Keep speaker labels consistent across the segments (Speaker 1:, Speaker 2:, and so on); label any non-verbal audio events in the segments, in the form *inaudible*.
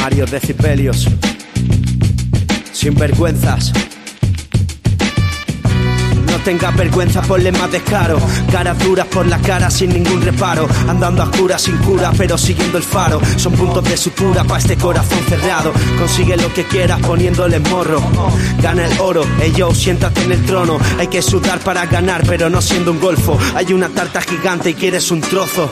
Speaker 1: varios decibelios. Sin vergüenzas. No tengas vergüenza, ponle más descaro. Caras duras por la cara sin ningún reparo. Andando a oscuras sin cura, pero siguiendo el faro. Son puntos de sutura para este corazón cerrado. Consigue lo que quieras poniéndole morro. Gana el oro, ellos yo, siéntate en el trono. Hay que sudar para ganar, pero no siendo un golfo. Hay una tarta gigante y quieres un trozo.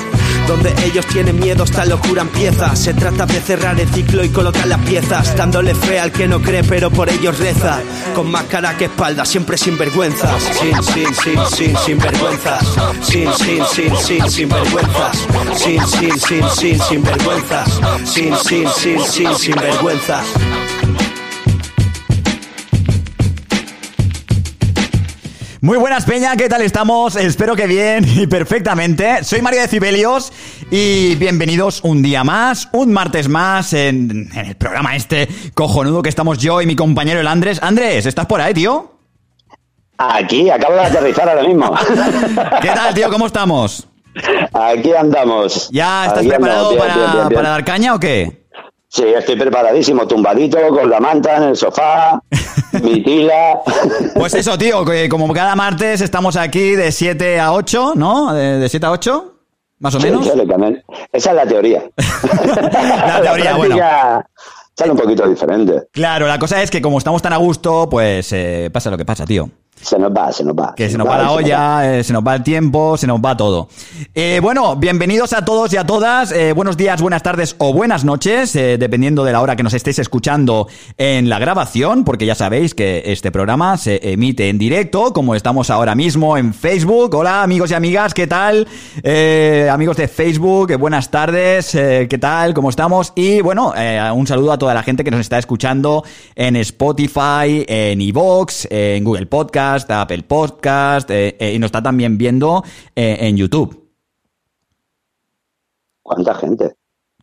Speaker 1: Donde ellos tienen miedo, esta locura empieza. Se trata de cerrar el ciclo y colocar las piezas, dándole fe al que no cree, pero por ellos reza. Con más cara que espalda, siempre sin vergüenzas. Sin, sin, sin, sin, sin vergüenzas. Sin, sin, sin, sin, sin vergüenzas. Sin, sin, sin, sin, sin vergüenzas. Sin, sin, sin, sin, sin vergüenzas.
Speaker 2: Muy buenas, Peña, ¿qué tal estamos? Espero que bien y perfectamente. Soy Mario de Cibelios y bienvenidos un día más, un martes más en, en el programa este cojonudo que estamos yo y mi compañero el Andrés. Andrés, ¿estás por ahí, tío?
Speaker 3: Aquí, acabo de aterrizar ahora
Speaker 2: *laughs*
Speaker 3: mismo.
Speaker 2: ¿Qué tal, tío? ¿Cómo estamos?
Speaker 3: Aquí andamos.
Speaker 2: ¿Ya estás
Speaker 3: Aquí
Speaker 2: preparado
Speaker 3: andamos, bien,
Speaker 2: para,
Speaker 3: bien, bien, bien.
Speaker 2: para dar caña o qué?
Speaker 3: Sí, estoy preparadísimo, tumbadito, con la manta en
Speaker 2: *laughs*
Speaker 3: el sofá, mi tila.
Speaker 2: Pues eso, tío, que como cada martes estamos aquí de 7 a 8, ¿no? De, de 7 a 8, más o
Speaker 3: Sí,
Speaker 2: menos.
Speaker 3: sí, le cambié. Esa es la teoría.
Speaker 2: *laughs* La teoría, bueno.
Speaker 3: práctica Sale un poquito diferente.
Speaker 2: Claro, la cosa es que como estamos tan a gusto, pues eh, pasa lo que pasa, tío.
Speaker 3: Se nos va, se nos va.
Speaker 2: Que se nos va la
Speaker 3: se nos va.
Speaker 2: olla, eh, se nos va el tiempo, se nos va todo. Eh, bueno, bienvenidos a todos y a todas. eh, buenos días, buenas tardes o buenas noches, eh, dependiendo de la hora que nos estéis escuchando en la grabación, porque ya sabéis que este programa se emite en directo, como estamos ahora mismo en Facebook. Hola, amigos y amigas, ¿qué tal? Eh, amigos de Facebook, eh, buenas tardes, eh, ¿qué tal? ¿Cómo estamos? Y bueno, eh, un saludo a toda la gente que nos está escuchando en Spotify, en Evox, en Google Podcast, Apple Podcast, eh, eh, y nos está también viendo eh, en YouTube.
Speaker 3: ¿Cuánta gente?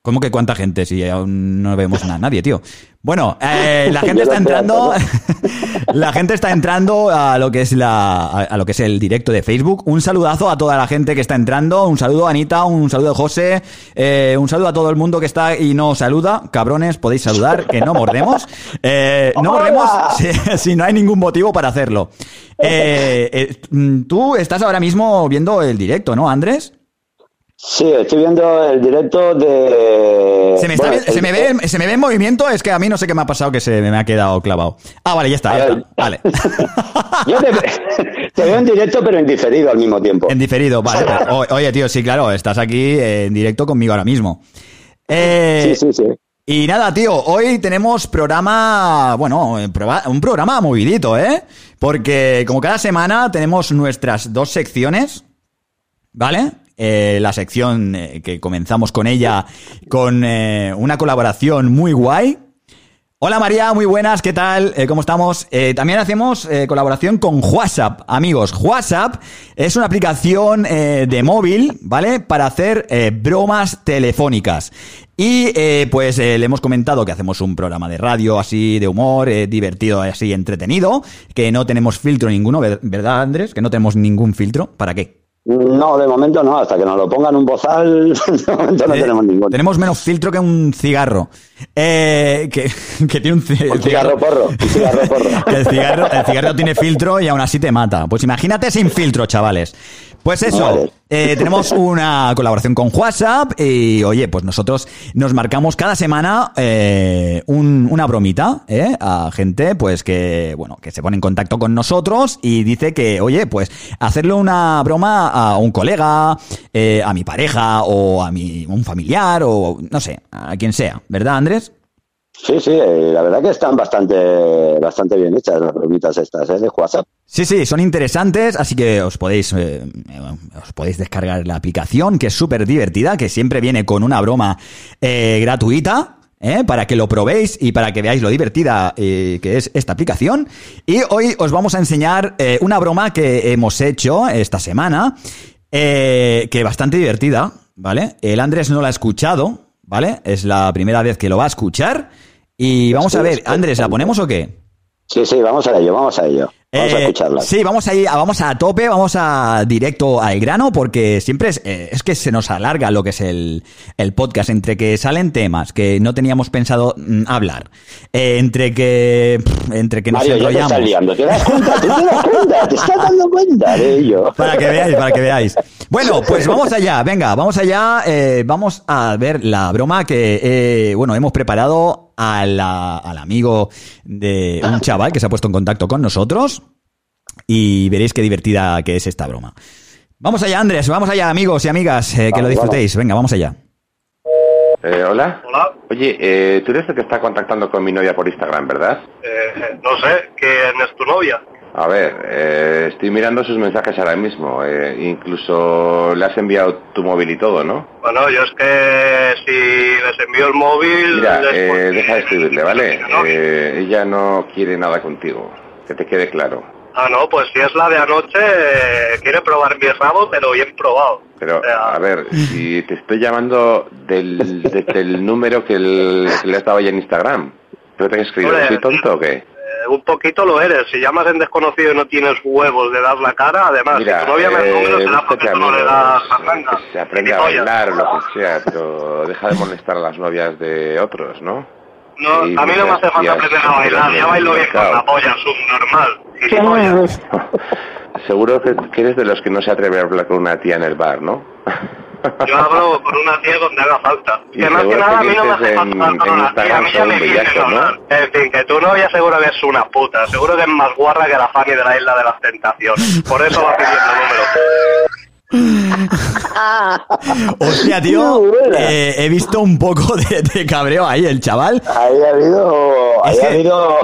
Speaker 2: ¿Cómo que cuánta gente? Si aún no vemos a nadie, tío. Bueno, eh, la gente
Speaker 3: Yo lo
Speaker 2: está
Speaker 3: sé,
Speaker 2: entrando. *laughs* la gente está entrando a lo que es la. a- a lo que es el directo de Facebook. Un saludazo a toda la gente que está entrando. Un saludo a Anita, un saludo a José, eh, un saludo a todo el mundo que está y no saluda. Cabrones, podéis saludar, que no mordemos. Eh, no
Speaker 3: ¡Hola!
Speaker 2: mordemos *laughs* si, si no hay ningún motivo para hacerlo. Eh, eh, mm, tú estás ahora mismo viendo el directo, ¿no, Andrés?
Speaker 3: Sí, estoy viendo el directo de.
Speaker 2: Se me, está bien-
Speaker 3: Bueno,
Speaker 2: se,
Speaker 3: el-
Speaker 2: me ve, en- se me ve en movimiento, es que a mí no sé qué me ha pasado que se me ha quedado clavado. Ah, vale, ya está,
Speaker 3: A
Speaker 2: ya
Speaker 3: ver.
Speaker 2: está. Vale. *laughs*
Speaker 3: Yo te, *laughs* te veo en directo, pero en diferido al mismo tiempo.
Speaker 2: en diferido, vale. pero- o- oye, tío, sí, claro, estás aquí eh, en directo conmigo ahora mismo. Eh,
Speaker 3: Sí, sí, sí.
Speaker 2: Y nada, tío, hoy tenemos programa, bueno, eh, proba- un programa movidito, ¿eh? Porque como cada semana tenemos nuestras dos secciones, ¿vale? Eh, la sección eh, que comenzamos con ella, con eh, una colaboración muy guay. Hola María, muy buenas, ¿qué tal? Eh, ¿Cómo estamos? Eh, también hacemos eh, colaboración con WhatsApp, amigos. WhatsApp es una aplicación eh, de móvil, ¿vale? Para hacer eh, bromas telefónicas. Y eh, pues eh, le hemos comentado que hacemos un programa de radio así, de humor, eh, divertido, así, entretenido, que no tenemos filtro ninguno, ver- ¿verdad Andrés? Que no tenemos ningún filtro, ¿para qué?
Speaker 3: No, de momento no, hasta que nos lo pongan un bozal, *laughs* de momento no
Speaker 2: Eh,
Speaker 3: tenemos ninguno.
Speaker 2: Tenemos menos filtro que un cigarro. Eh, que, *laughs* que tiene un, ci-
Speaker 3: Un cigarro porro, un cigarro
Speaker 2: *laughs*
Speaker 3: porro.
Speaker 2: Que el cigarro, el cigarro tiene filtro y aún así te mata. Pues imagínate sin filtro, chavales. Pues eso,
Speaker 3: Vale.
Speaker 2: eh, tenemos una colaboración con WhatsApp y oye, pues nosotros nos marcamos cada semana eh, un- una bromita ¿eh? a gente pues que bueno que se pone en contacto con nosotros y dice que oye, pues hacerle una broma a un colega, eh, a mi pareja o a mi un familiar o no sé, a quien sea, ¿verdad, Andrés?
Speaker 3: Sí, sí, eh, la verdad que están bastante, bastante bien hechas las bromitas estas, ¿eh? De WhatsApp.
Speaker 2: Sí, sí, son interesantes, así que os podéis, eh, os podéis descargar la aplicación, que es súper divertida, que siempre viene con una broma eh, gratuita, ¿eh? para que lo probéis y para que veáis lo divertida eh, que es esta aplicación. Y hoy os vamos a enseñar eh, una broma que hemos hecho esta semana, eh, que bastante divertida, ¿vale? El Andrés no la ha escuchado, ¿vale? Es la primera vez que lo va a escuchar. Y vamos a ver, Andrés, ¿la ponemos o qué?
Speaker 3: Sí, sí, vamos a ello, vamos a ello. Vamos a
Speaker 2: Eh,
Speaker 3: escucharla.
Speaker 2: Sí, vamos a, ir- vamos a tope, vamos a directo al grano, porque siempre es, eh, es que se nos alarga lo que es el, el podcast, entre que salen temas que no teníamos pensado mm, hablar, eh, entre que pff, entre que nos
Speaker 3: Mario, ya te
Speaker 2: enrollamos.
Speaker 3: estás liando. ¿Te das cuenta? ¿Tú te das cuenta? ¿Te estás dando cuenta de ello?
Speaker 2: Para que veáis, para que veáis. Bueno, pues vamos allá, venga, vamos allá, eh, vamos a ver la broma que, eh, bueno, hemos preparado a la- al amigo de un chaval que se ha puesto en contacto con nosotros y veréis qué divertida que es esta broma. Vamos allá, Andrés, vamos allá, amigos y amigas, eh, que lo
Speaker 3: Vamos,
Speaker 2: disfrutéis, venga, vamos allá.
Speaker 4: Eh, hola.
Speaker 5: Hola,
Speaker 4: Oye, eh, tú eres el que está contactando con mi novia por Instagram, ¿verdad?
Speaker 5: eh, no sé, ¿quién es tu novia?
Speaker 4: A ver, eh, estoy mirando sus mensajes ahora mismo. eh, incluso le has enviado tu móvil y todo, ¿no?
Speaker 5: Bueno, yo es que si les envío el móvil...
Speaker 4: Mira,
Speaker 5: les-
Speaker 4: eh, deja de escribirle, ¿vale?
Speaker 5: No,
Speaker 4: Eh, ella no quiere nada contigo. Que te quede claro.
Speaker 5: Ah, no, pues si es la de anoche, eh, quiere probar mi rabo, pero bien probado.
Speaker 4: Pero,
Speaker 5: O sea,
Speaker 4: a ver, si te estoy llamando del, desde el número que, el- que le estaba ya en Instagram. ¿Pero te he escrito?
Speaker 5: Hombre,
Speaker 4: ¿Soy tonto o qué?
Speaker 5: eh, un poquito lo eres. Si llamas en desconocido y no tienes huevos de dar la cara, además,
Speaker 4: Mira,
Speaker 5: si tu novia Ah, me da
Speaker 4: eh,
Speaker 5: el número, será
Speaker 4: búscate
Speaker 5: porque tú no le
Speaker 4: amigos,
Speaker 5: das
Speaker 4: eh,
Speaker 5: mandanga.
Speaker 4: que se aprende a
Speaker 5: Gilipollas.
Speaker 4: bailar, lo que sea, pero deja de molestar a las novias de otros, ¿no?
Speaker 5: No,
Speaker 4: Y
Speaker 5: a mí no me hace
Speaker 4: gracias,
Speaker 5: falta aprender a bailar, ya bailo bien con la
Speaker 4: claro.
Speaker 5: polla, subnormal. Gilipollas.
Speaker 4: Seguro que, que eres de los que no se atreve a hablar con una tía en el bar, ¿no?
Speaker 5: Yo hablo con una tía donde haga falta.
Speaker 4: Y
Speaker 5: que más que
Speaker 4: seguro
Speaker 5: nada a
Speaker 4: que
Speaker 5: mí no me hace
Speaker 4: dices
Speaker 5: falta
Speaker 4: en-
Speaker 5: hablar con
Speaker 4: en
Speaker 5: una tía, a
Speaker 4: Instagram
Speaker 5: mí ya
Speaker 4: son
Speaker 5: me
Speaker 4: bellacos,
Speaker 5: quieren
Speaker 4: ¿no?
Speaker 5: hablar. En fin, que tu novia seguro que es una puta, seguro que es más guarra que la Fanny de la Isla de las Tentaciones. Por eso va pidiendo números.
Speaker 2: *laughs* Hostia, tío,
Speaker 3: Muy buena.
Speaker 2: eh, he visto un poco de, de cabreo ahí, el chaval.
Speaker 3: Ahí ha habido... Ahí
Speaker 2: Es
Speaker 3: ha
Speaker 2: que-
Speaker 3: habido...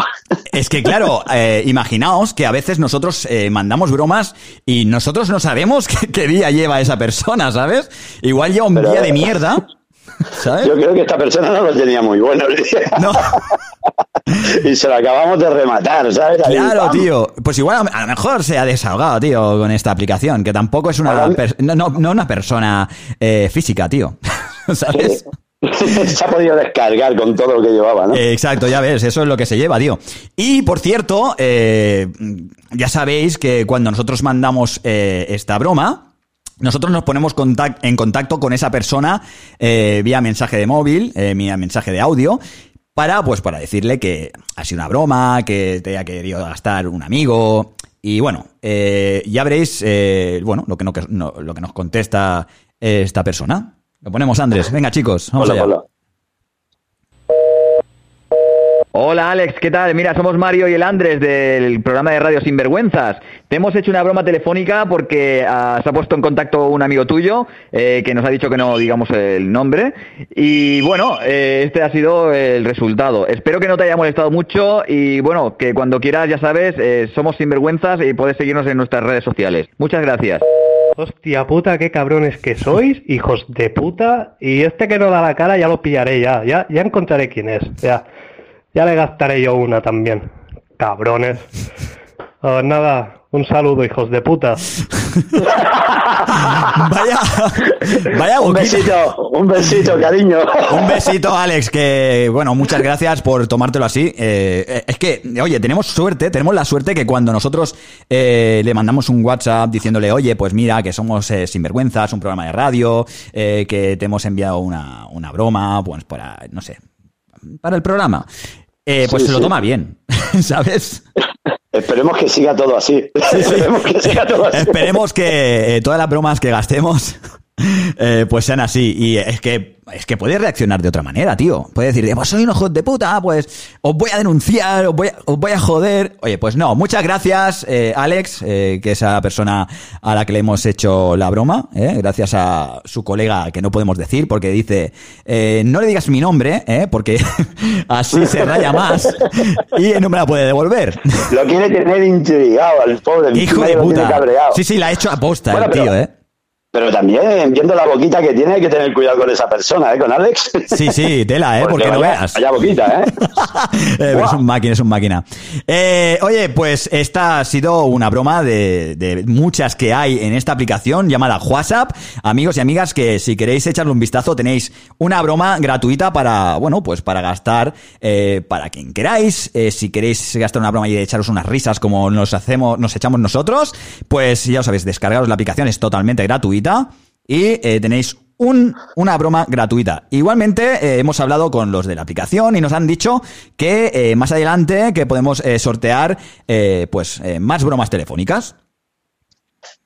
Speaker 2: Es que claro, eh, imaginaos que a veces nosotros eh, mandamos bromas y nosotros no sabemos *laughs* qué, qué día lleva esa persona, ¿sabes? Igual lleva un
Speaker 3: Pero-
Speaker 2: día de
Speaker 3: *laughs*
Speaker 2: mierda, ¿sabes?
Speaker 3: Yo creo que esta persona no lo tenía muy bueno. *laughs*
Speaker 2: No,
Speaker 3: Y se lo acabamos de rematar, ¿sabes? Ahí,
Speaker 2: claro,
Speaker 3: pam.
Speaker 2: tío. Pues igual a, a lo mejor se ha desahogado, tío, con esta aplicación, que tampoco es una,
Speaker 3: Ahora-
Speaker 2: per- no, no- no una persona eh, física, tío, *laughs* ¿sabes?
Speaker 3: *laughs* se ha podido descargar con todo lo que llevaba, ¿no?
Speaker 2: Eh, Exacto, ya ves, eso es lo que se lleva, tío. Y por cierto, eh, ya sabéis que cuando nosotros mandamos eh, esta broma, nosotros nos ponemos contac- en contacto con esa persona eh, vía mensaje de móvil, eh, vía mensaje de audio. Para, pues, para decirle que ha sido una broma, que te ha querido gastar un amigo. Y bueno, eh, ya veréis eh, bueno, lo, que no- que- no- lo que nos contesta eh, esta persona. Lo ponemos, Andrés. Venga, chicos, vamos
Speaker 3: Ponlo,
Speaker 2: allá.
Speaker 3: ponlo.
Speaker 6: Hola Alex, ¿qué tal? Mira, somos Mario y el Andrés del programa de Radio Sinvergüenzas. Te hemos hecho una broma telefónica porque ah, se ha puesto en contacto un amigo tuyo eh, que nos ha dicho que no digamos el nombre. Y bueno, eh, este ha sido el resultado. Espero que no te haya molestado mucho y bueno, que cuando quieras, ya sabes, eh, somos Sinvergüenzas y puedes seguirnos en nuestras redes sociales. Muchas gracias.
Speaker 7: Hostia puta, qué cabrones que sois, hijos de puta. Y este que no da la cara ya lo pillaré ya, ya, ya encontraré quién es. Ya, ya le gastaré yo una también. Cabrones. Ah, nada, un saludo, hijos de puta.
Speaker 2: *laughs* Vaya, vaya
Speaker 3: Un
Speaker 2: boquita.
Speaker 3: besito, un besito, cariño.
Speaker 2: Un besito, Alex, que bueno, muchas gracias por tomártelo así. Eh, eh, es que, oye, tenemos suerte, tenemos la suerte que cuando nosotros eh, le mandamos un WhatsApp diciéndole, oye, pues mira, que somos eh, sinvergüenzas, un programa de radio, eh, que te hemos enviado una, una broma, pues para, no sé, para el programa. Eh, pues
Speaker 3: Sí,
Speaker 2: se lo
Speaker 3: sí.
Speaker 2: toma bien, *laughs* ¿sabes?
Speaker 3: *laughs* Esperemos que siga todo así. *laughs* Esperemos que siga todo así.
Speaker 2: Esperemos que eh, todas las bromas que gastemos *laughs* eh, pues sean así. Y es que es que puede reaccionar de otra manera, tío. Puede decir, pues soy un ojo de puta, pues os voy a denunciar, os voy a, os voy a joder. Oye, pues no, muchas gracias, eh, Alex, eh, que es la persona a la que le hemos hecho la broma, eh, gracias a su colega que no podemos decir, porque dice, eh, no le digas mi nombre, eh, porque *laughs* así se raya más y no me la puede devolver. *laughs*
Speaker 3: Lo quiere tener intrigado al pobre.
Speaker 2: Hijo
Speaker 3: encima
Speaker 2: de
Speaker 3: lo tiene
Speaker 2: puta.
Speaker 3: cabreado.
Speaker 2: Sí, sí, la ha hecho aposta
Speaker 3: Bueno,
Speaker 2: el tío,
Speaker 3: pero-
Speaker 2: ¿eh?
Speaker 3: Pero también, viendo la boquita que tiene, hay que tener cuidado con esa persona, ¿eh? Con Alex. *laughs*
Speaker 2: Sí, sí, tela, ¿eh? Porque no
Speaker 3: Pues vaya-
Speaker 2: veas. *laughs*
Speaker 3: Vaya boquita, ¿eh?
Speaker 2: Eh, pero es un máquina, es un máquina. Eh, oye, pues esta ha sido una broma de, de muchas que hay en esta aplicación llamada WhatsApp. Amigos y amigas, que si queréis echarle un vistazo, tenéis una broma gratuita para, bueno, pues para gastar eh, para quien queráis. Eh, si queréis gastar una broma y echaros unas risas como nos hacemos, nos echamos nosotros, pues ya os sabéis, descargaros la aplicación, es totalmente gratuita y eh, tenéis un- una broma gratuita. Igualmente, eh, hemos hablado con los de la aplicación y nos han dicho que eh, más adelante que podemos eh, sortear eh, pues eh, más bromas telefónicas.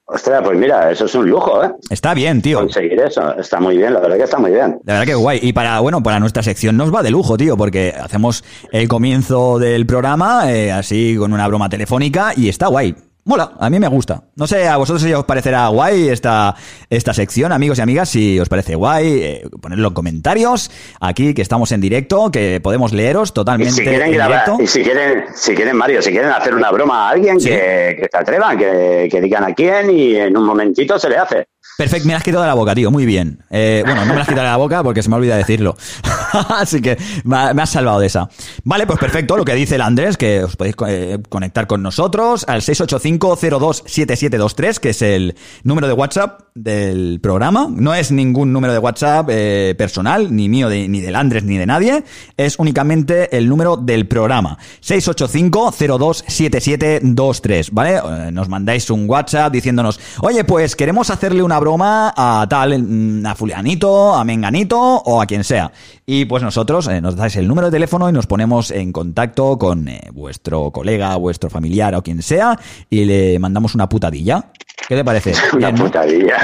Speaker 3: Ostras, pues mira, eso es un lujo, ¿eh?
Speaker 2: Está bien, tío.
Speaker 3: Conseguir eso. Está muy bien, la verdad que está muy bien.
Speaker 2: La verdad que guay. Y para, bueno, para nuestra sección nos va de lujo, tío, porque hacemos el comienzo del programa eh, así con una broma telefónica y está guay. Mola, a mí me gusta. No sé, a vosotros si os parecerá guay esta, esta sección, amigos y amigas, si os parece guay, eh, ponedlo en comentarios, aquí que estamos en directo, que podemos leeros
Speaker 3: Y
Speaker 2: totalmente
Speaker 3: si
Speaker 2: en
Speaker 3: quieren grabar,
Speaker 2: directo.
Speaker 3: y si quieren, si quieren, Mario, si quieren hacer una broma a alguien,
Speaker 2: Sí.
Speaker 3: que, que se atrevan, que, que digan a quién y en un momentito se le hace.
Speaker 2: Perfecto, me la has quitado de la boca, tío, muy bien. Eh, bueno, no me la has quitado de la boca porque se me olvida decirlo. *laughs* Así que me ha- me has salvado de esa. Vale, pues perfecto, lo que dice el Andrés, que os podéis co- eh, conectar con nosotros al 685-027723, que es el número de WhatsApp del programa. No es ningún número de WhatsApp eh, personal, ni mío, de- ni del Andrés, ni de nadie. Es únicamente el número del programa. 685-027723, ¿vale? Eh, Nos mandáis un WhatsApp diciéndonos, oye, pues queremos hacerle una broma a tal, mm, a fulanito, a menganito o a quien sea. Y pues nosotros eh, nos dais el número de teléfono y nos ponemos en contacto con eh, vuestro colega, vuestro familiar o quien sea y le mandamos una putadilla. ¿Qué te parece?
Speaker 3: *laughs* Una
Speaker 2: Bien, ¿no? *laughs*
Speaker 3: putadilla.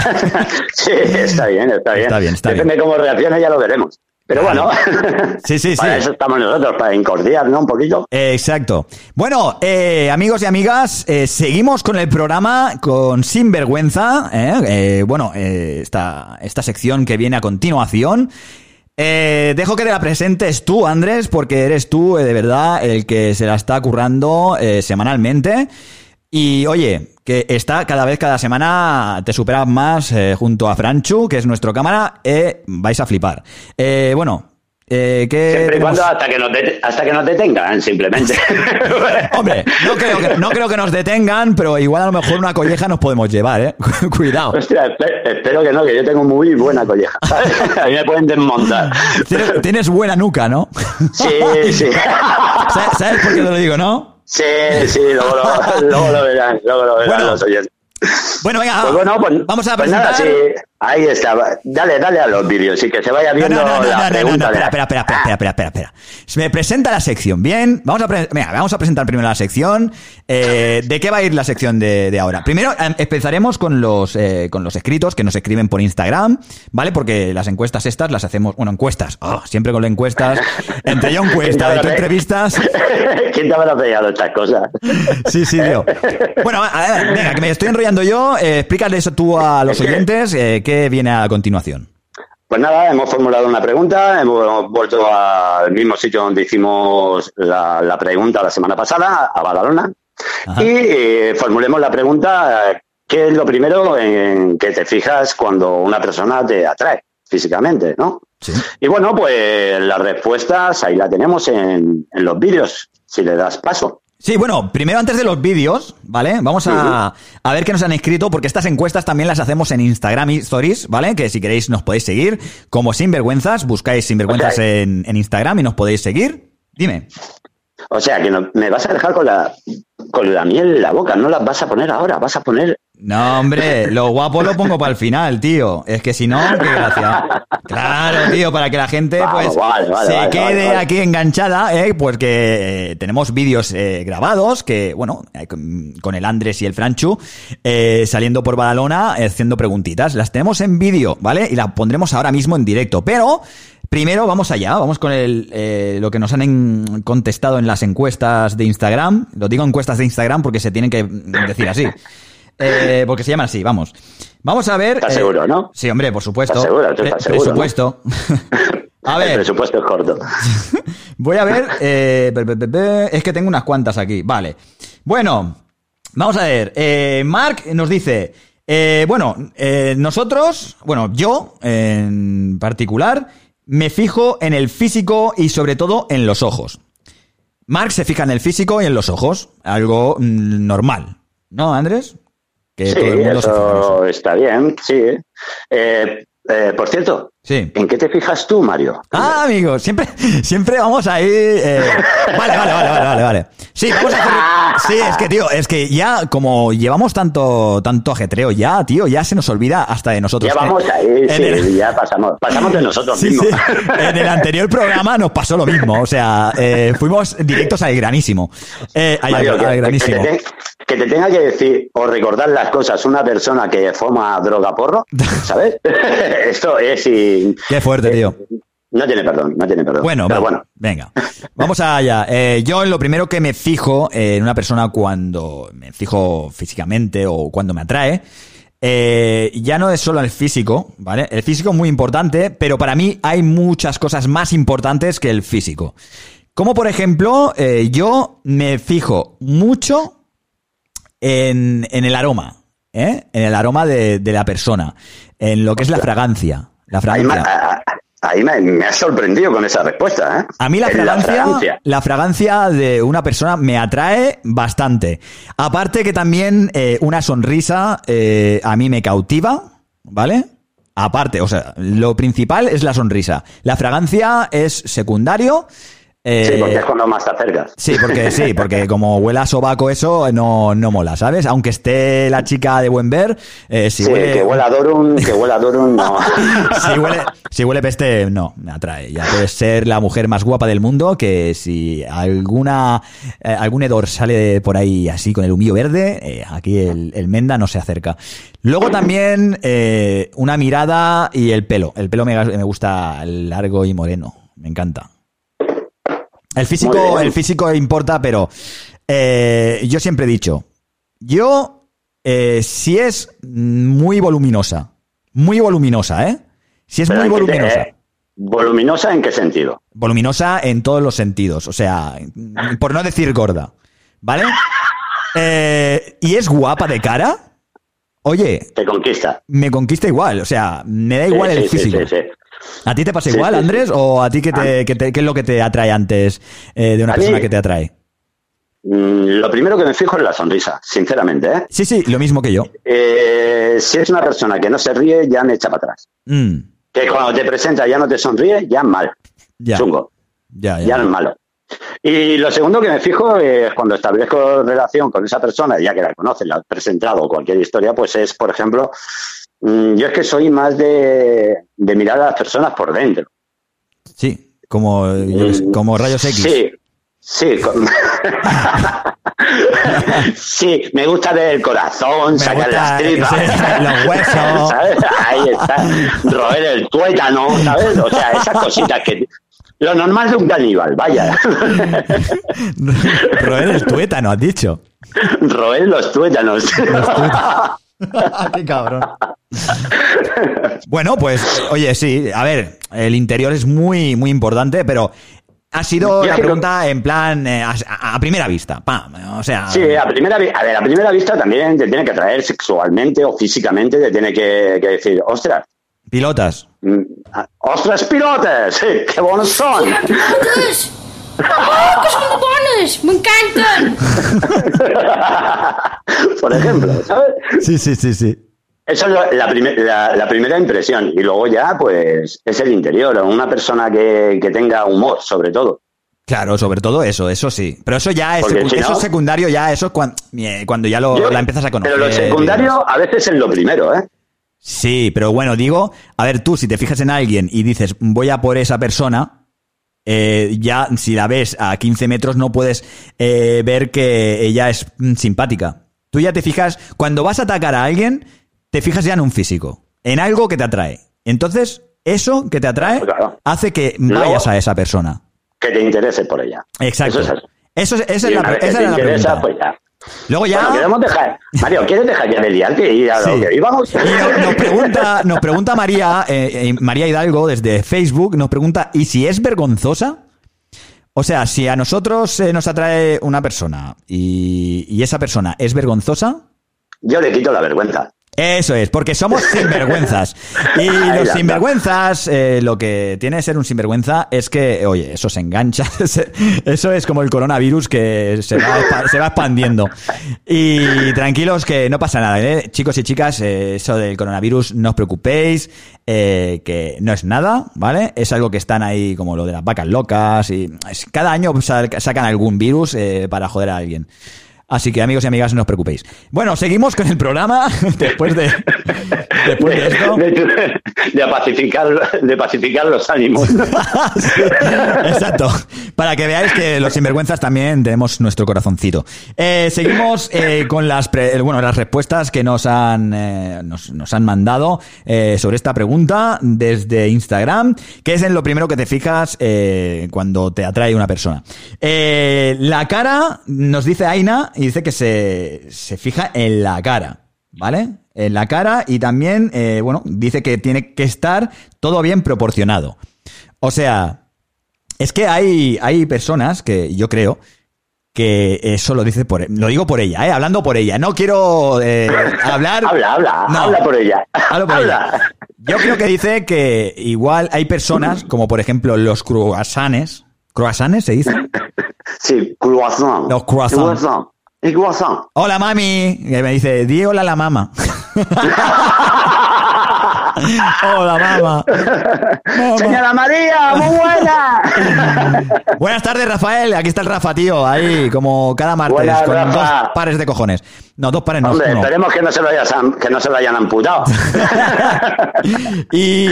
Speaker 3: sí, está bien, está bien.
Speaker 2: Está bien, está
Speaker 3: Depende cómo reaccione, ya lo veremos. Pero bueno, *laughs*
Speaker 2: Sí, sí, sí.
Speaker 3: para eso estamos nosotros, para incordiar, ¿no? Un poquito.
Speaker 2: Exacto. Bueno, eh, amigos y amigas, eh, seguimos con el programa con Sinvergüenza. ¿eh? Eh, bueno, eh, esta, esta sección que viene a continuación. Eh, dejo que te la presentes tú, Andrés, porque eres tú, eh, de verdad, el que se la está currando eh, semanalmente. Y oye, que está cada vez, cada semana te superas más eh, junto a Franchu, que es nuestro cámara, eh, vais a flipar. Eh, bueno, eh, ¿qué
Speaker 3: Siempre y
Speaker 2: tenemos?
Speaker 3: cuando hasta que nos, det- hasta que nos detengan, simplemente.
Speaker 2: *laughs* Hombre, no creo, que, no creo que nos detengan, pero igual a lo mejor una colleja nos podemos llevar, ¿eh? *laughs* Cuidado.
Speaker 3: Hostia, espe- espero que no, que yo tengo muy buena colleja. *laughs* A mí me pueden desmontar.
Speaker 2: Tienes, tienes buena nuca, ¿no? *laughs*
Speaker 3: Sí, sí.
Speaker 2: ¿Sabes, sabes por qué te lo digo, no?
Speaker 3: Sí, sí, luego lo, luego lo verán, luego lo verán
Speaker 2: Bueno,
Speaker 3: los oyentes.
Speaker 2: Bueno, venga,
Speaker 3: Pues bueno, pues,
Speaker 2: Ah, vamos a
Speaker 3: pues
Speaker 2: presentar...
Speaker 3: nada, sí, ahí está. va. Dale, dale a los vídeos y que se vaya
Speaker 2: No,
Speaker 3: viendo
Speaker 2: no, no, no,
Speaker 3: la
Speaker 2: no, no, no,
Speaker 3: pregunta. de
Speaker 2: espera,
Speaker 3: la-
Speaker 2: espera, espera, espera, espera, espera, espera. Se me presenta la sección, bien. Vamos a, pre- venga, vamos a presentar primero la sección. Eh, ¿De qué va a ir la sección de, de ahora? Primero em, empezaremos con los, eh, con los escritos que nos escriben por Instagram, ¿vale? Porque las encuestas estas las hacemos, bueno, encuestas, Ah, siempre con las encuestas, entre yo encuesta, ¿eh? y tú entrevistas.
Speaker 3: *laughs* ¿Quién te habrá pegado estas cosas?
Speaker 2: Sí, sí, tío. Bueno, a- a- venga, que me estoy enrollando yo. Eh, explícale eso tú a los oyentes, eh, qué viene a continuación.
Speaker 3: Pues nada, hemos formulado una pregunta, hemos vuelto al mismo sitio donde hicimos la, la pregunta la semana pasada, a Badalona,
Speaker 2: Ajá.
Speaker 3: y eh, formulemos la pregunta, ¿qué es lo primero en que te fijas cuando una persona te atrae físicamente, no?
Speaker 2: Sí.
Speaker 3: Y bueno, pues las respuestas ahí la tenemos en, en los vídeos, si le das paso.
Speaker 2: Sí, bueno, primero antes de los vídeos, ¿vale? Vamos a, a ver qué nos han escrito, porque estas encuestas también las hacemos en Instagram y Stories, ¿vale? Que si queréis nos podéis seguir como sinvergüenzas, buscáis sinvergüenzas
Speaker 3: Ok.
Speaker 2: en, en Instagram y nos podéis seguir. Dime.
Speaker 3: O sea, que no- me vas a dejar con la, con la miel en la boca, no las vas a poner ahora, vas a poner...
Speaker 2: No, hombre, lo guapo lo pongo para el final, tío. Es que si no, qué gracia. Claro, tío, para que la gente
Speaker 3: Vamos,
Speaker 2: pues
Speaker 3: vale, vale,
Speaker 2: se
Speaker 3: vale,
Speaker 2: quede
Speaker 3: vale, vale.
Speaker 2: aquí enganchada, ¿eh? pues que eh, tenemos vídeos eh, grabados que, bueno, eh, con con el Andrés y el Franchu eh, saliendo por Badalona eh, haciendo preguntitas. Las tenemos en vídeo, ¿vale? Y las pondremos ahora mismo en directo, pero... Primero vamos allá, vamos con el, eh, lo que nos han en- contestado en las encuestas de Instagram. Lo digo encuestas de Instagram porque se tienen que mm, decir
Speaker 3: *laughs*
Speaker 2: así. Eh, porque se llaman así, vamos. Vamos a ver.
Speaker 3: ¿Estás
Speaker 2: eh,
Speaker 3: seguro, no?
Speaker 2: Sí, hombre, por supuesto.
Speaker 3: ¿Estás seguro? Tú estás
Speaker 2: Pre-
Speaker 3: seguro, *laughs*
Speaker 2: presupuesto. a
Speaker 3: El
Speaker 2: ver,
Speaker 3: presupuesto es corto.
Speaker 2: voy a ver. eh, pe- pe- pe- pe- es que tengo unas cuantas aquí. Vale. Bueno, vamos a ver. eh, Mark nos dice: Eh, bueno, eh, nosotros, bueno, yo en particular, me fijo en el físico y sobre todo en los ojos. Mark se fija en el físico y en los ojos, algo mm, normal, ¿no, Andrés? Que
Speaker 3: sí,
Speaker 2: todo el mundo se fija en
Speaker 3: eso
Speaker 2: eso.
Speaker 3: está bien, sí. Eh, eh, por cierto,
Speaker 2: Sí.
Speaker 3: ¿en qué te fijas tú, Mario?
Speaker 2: Ah, amigo, siempre, siempre vamos ahí. eh, Vale, vale, vale, vale, vale, vale. Sí, vamos a hacer. Sí, es que, tío, es que ya, como llevamos tanto, tanto ajetreo, ya, tío, ya se nos olvida hasta de nosotros.
Speaker 3: ya
Speaker 2: Eh,
Speaker 3: vamos ahí,
Speaker 2: en
Speaker 3: sí,
Speaker 2: el-
Speaker 3: ya pasamos, pasamos de nosotros
Speaker 2: *laughs* Sí,
Speaker 3: mismos.
Speaker 2: sí. En el anterior programa nos pasó lo mismo. O sea, eh, fuimos directos al granísimo. Eh, ay,
Speaker 3: Mario,
Speaker 2: al- al
Speaker 3: que, que te,
Speaker 2: granísimo.
Speaker 3: te- que te tenga que decir o recordar las cosas una persona que forma droga
Speaker 2: *laughs*
Speaker 3: porro, ¿sabes? *laughs* Esto es sin-
Speaker 2: Qué fuerte, tío.
Speaker 3: no tiene perdón, no tiene perdón.
Speaker 2: Bueno,
Speaker 3: Pero
Speaker 2: vale,
Speaker 3: bueno,
Speaker 2: venga. *laughs* Vamos allá. Eh, yo en lo primero que me fijo eh, en una persona cuando me fijo físicamente o cuando me atrae, eh, ya no es solo el físico, ¿vale? El físico es muy importante, pero para mí hay muchas cosas más importantes que el físico. Como por ejemplo, eh, yo me fijo mucho en, en el aroma, ¿eh? En el aroma de, de la persona, en lo que es la fragancia. La
Speaker 3: ahí,
Speaker 2: fragancia.
Speaker 3: me- a- a- ahí me, me has sorprendido con esa respuesta. ¿eh?
Speaker 2: A mí la
Speaker 3: En
Speaker 2: fragancia, la fragancia,
Speaker 3: fragancia.
Speaker 2: de una persona me atrae bastante. Aparte que también eh, una sonrisa eh, a mí me cautiva, ¿vale? Aparte, o sea, lo principal es la sonrisa. La fragancia es secundario. eh,
Speaker 3: Sí, porque es cuando más te acercas.
Speaker 2: Sí, porque sí,
Speaker 3: *laughs*
Speaker 2: porque como huela a sobaco eso, no, no mola, ¿sabes? Aunque esté la chica de buen ver, eh, si
Speaker 3: Sí,
Speaker 2: huele-
Speaker 3: que huela a Dorum, que huela a Dorum, no.
Speaker 2: si, huele, si huele peste, no, me atrae. Ya puedes ser la mujer más guapa del mundo, que si alguna eh, algún hedor sale por ahí así con el humillo verde, eh, aquí el, el menda no se acerca. Luego también eh, una mirada y el pelo. El pelo me, me gusta largo y moreno, me encanta. El
Speaker 3: Muy
Speaker 2: físico,
Speaker 3: bien.
Speaker 2: el físico importa, pero eh, yo siempre he dicho, yo, eh, si es muy voluminosa, muy voluminosa, ¿eh? Si *laughs* es
Speaker 3: Pero
Speaker 2: muy
Speaker 3: en qué te-
Speaker 2: voluminosa.
Speaker 3: eh, voluminosa en qué sentido?
Speaker 2: Voluminosa en todos los sentidos, o sea, por no decir gorda, ¿vale? Eh, y es guapa de cara, oye,
Speaker 3: Te conquista.
Speaker 2: me conquista igual, o sea, me da
Speaker 3: Sí,
Speaker 2: igual
Speaker 3: sí,
Speaker 2: el
Speaker 3: sí,
Speaker 2: físico.
Speaker 3: sí, sí.
Speaker 2: ¿A ti te pasa
Speaker 3: Sí,
Speaker 2: igual,
Speaker 3: sí, sí.
Speaker 2: Andrés? ¿O a ti qué, te, qué te- qué es lo que te atrae antes eh, de una
Speaker 3: A mí-
Speaker 2: persona que te atrae?
Speaker 3: Mm, Lo primero que me fijo es la sonrisa, sinceramente. ¿eh?
Speaker 2: Sí, sí, lo mismo que yo.
Speaker 3: Eh, si es una persona que no se ríe, ya me echa para atrás.
Speaker 2: Mm,
Speaker 3: Que cuando te presenta ya no te sonríe, ya mal.
Speaker 2: ya,
Speaker 3: Chungo,
Speaker 2: ya, ya.
Speaker 3: ya es malo. Y lo segundo que me fijo es cuando establezco relación con esa persona, ya que la conoces, la has presentado o cualquier historia, pues es, por ejemplo, mm, yo es que soy más de, de mirar a las personas por dentro.
Speaker 2: Sí, como, yo qué sé, como rayos X.
Speaker 3: Mm, Sí, sí. con- *laughs* sí, me gusta ver el corazón,
Speaker 2: Me
Speaker 3: sacar
Speaker 2: gusta
Speaker 3: las tripas,
Speaker 2: ese- los huesos.
Speaker 3: *laughs* ¿sabes? Ahí está, roer el tuétano, ¿sabes? O sea,
Speaker 2: *laughs*
Speaker 3: esas cositas que... Lo normal de un caníbal, vaya. *laughs*
Speaker 2: Roer el tuétano, has dicho.
Speaker 3: roer los tuétanos.
Speaker 2: *laughs* Qué cabrón. Bueno, pues, oye, sí, a ver, el interior es muy, muy importante, pero ha sido
Speaker 3: Yo
Speaker 2: la
Speaker 3: creo-
Speaker 2: pregunta en plan eh, a, a primera vista, pam, o sea...
Speaker 3: *laughs* Sí, a primera, vi- a ver, a primera vista también te tiene que atraer sexualmente o físicamente, te tiene que, que decir, ostras,
Speaker 2: Pilotas.
Speaker 3: mm, ah, ostras pilotes, *laughs* sí, qué buenos son.
Speaker 8: ¡Pilotos! ¡Oh, que son buenos! ¡Me encantan!
Speaker 3: *laughs* Por ejemplo, ¿sabes?
Speaker 2: Sí, sí, sí, sí.
Speaker 3: Esa es la, la primer- la- la primera impresión. Y luego ya, pues, es el interior, una persona que, que tenga humor, sobre todo.
Speaker 2: Claro, sobre todo eso, eso sí. Pero eso ya es,
Speaker 3: Porque
Speaker 2: secu-
Speaker 3: si
Speaker 2: eso
Speaker 3: no-
Speaker 2: es secundario, ya eso es cuan- eh, cuando ya lo,
Speaker 3: Yo-
Speaker 2: la empiezas a conocer.
Speaker 3: Pero lo secundario a veces es lo primero, ¿eh?
Speaker 2: Sí, pero bueno, digo, a ver, tú si te fijas en alguien y dices, voy a por esa persona, eh, ya si la ves a 15 metros no puedes eh, ver que ella es mm, simpática. Tú ya te fijas, cuando vas a atacar a alguien, te fijas ya en un físico, en algo que te atrae. Entonces, eso que te atrae
Speaker 3: Claro.
Speaker 2: hace que
Speaker 3: Luego-
Speaker 2: vayas a esa persona.
Speaker 3: Que te intereses por ella.
Speaker 2: Exacto.
Speaker 3: Eso es así.
Speaker 2: Eso es, esa
Speaker 3: Y
Speaker 2: es la,
Speaker 3: una vez
Speaker 2: pre-
Speaker 3: que
Speaker 2: esa
Speaker 3: te
Speaker 2: era la pregunta.
Speaker 3: interesa, pues ya.
Speaker 2: Luego ya...
Speaker 3: Bueno, queremos dejar. Mario, ¿quieres dejar ya de liarte y ir a lo
Speaker 2: Sí.
Speaker 3: que íbamos?
Speaker 2: Y no- nos
Speaker 3: *laughs*
Speaker 2: pregunta, nos pregunta María, eh, eh, María Hidalgo desde Facebook, nos pregunta, ¿y si es vergonzosa? O sea, si a nosotros eh, nos atrae una persona y, y esa persona es vergonzosa,
Speaker 3: Yo le quito la vergüenza.
Speaker 2: Eso es, porque somos sinvergüenzas. Y los sinvergüenzas, eh, lo que tiene ser un sinvergüenza es que, oye, eso se engancha. *laughs* se- Eso es como el coronavirus que se va, espa- se va expandiendo. Y tranquilos que no pasa nada, ¿eh? Chicos y chicas, eh, eso del coronavirus, no os preocupéis, eh, que no es nada, ¿vale? Es algo que están ahí como lo de las vacas locas y es- cada año sa- sacan algún virus eh, para joder a alguien. Así que amigos y amigas, no os preocupéis. Bueno, seguimos con el programa *laughs* después de, después de esto.
Speaker 3: *laughs* De, de pacificar, de pacificar los
Speaker 2: *laughs*
Speaker 3: ánimos.
Speaker 2: Exacto. Para que veáis que los sinvergüenzas también tenemos nuestro corazoncito. Eh, seguimos eh, con las pre- eh, bueno las respuestas que nos han eh, nos, nos han mandado eh, sobre esta pregunta desde Instagram, que es en lo primero que te fijas eh, cuando te atrae una persona. Eh, la cara nos dice Aina y dice que se, se fija en la cara. ¿Vale? En la cara y también, eh, bueno, dice que tiene que estar todo bien proporcionado. O sea, es que hay, hay personas que yo creo que eso lo dice por lo digo por ella, ¿eh? hablando por ella. No quiero eh, hablar.
Speaker 3: Habla, habla,
Speaker 2: No.
Speaker 3: habla por ella.
Speaker 2: Hablo por
Speaker 3: habla.
Speaker 2: ella. Yo creo que dice que igual hay personas, como por ejemplo los croissants. ¿Croissants se dice?
Speaker 3: Sí, croissant.
Speaker 2: Los croissant.
Speaker 3: Croissant. El
Speaker 2: *laughs*
Speaker 3: croissant.
Speaker 2: Hola mami, que me dice, di hola a la mamá. *laughs* hola mamá. Mamá.
Speaker 3: Señora María, muy buena.
Speaker 2: Buenas tardes, Rafael. Aquí está el Rafa, tío. Ahí, como cada martes,
Speaker 3: Buenas,
Speaker 2: con
Speaker 3: Rafa.
Speaker 2: dos pares de cojones. No, dos pares *laughs* no.
Speaker 3: Hombre,
Speaker 2: uno.
Speaker 3: esperemos que no se lo, hayas- que no se lo hayan
Speaker 2: *laughs*
Speaker 3: amputado.
Speaker 2: y,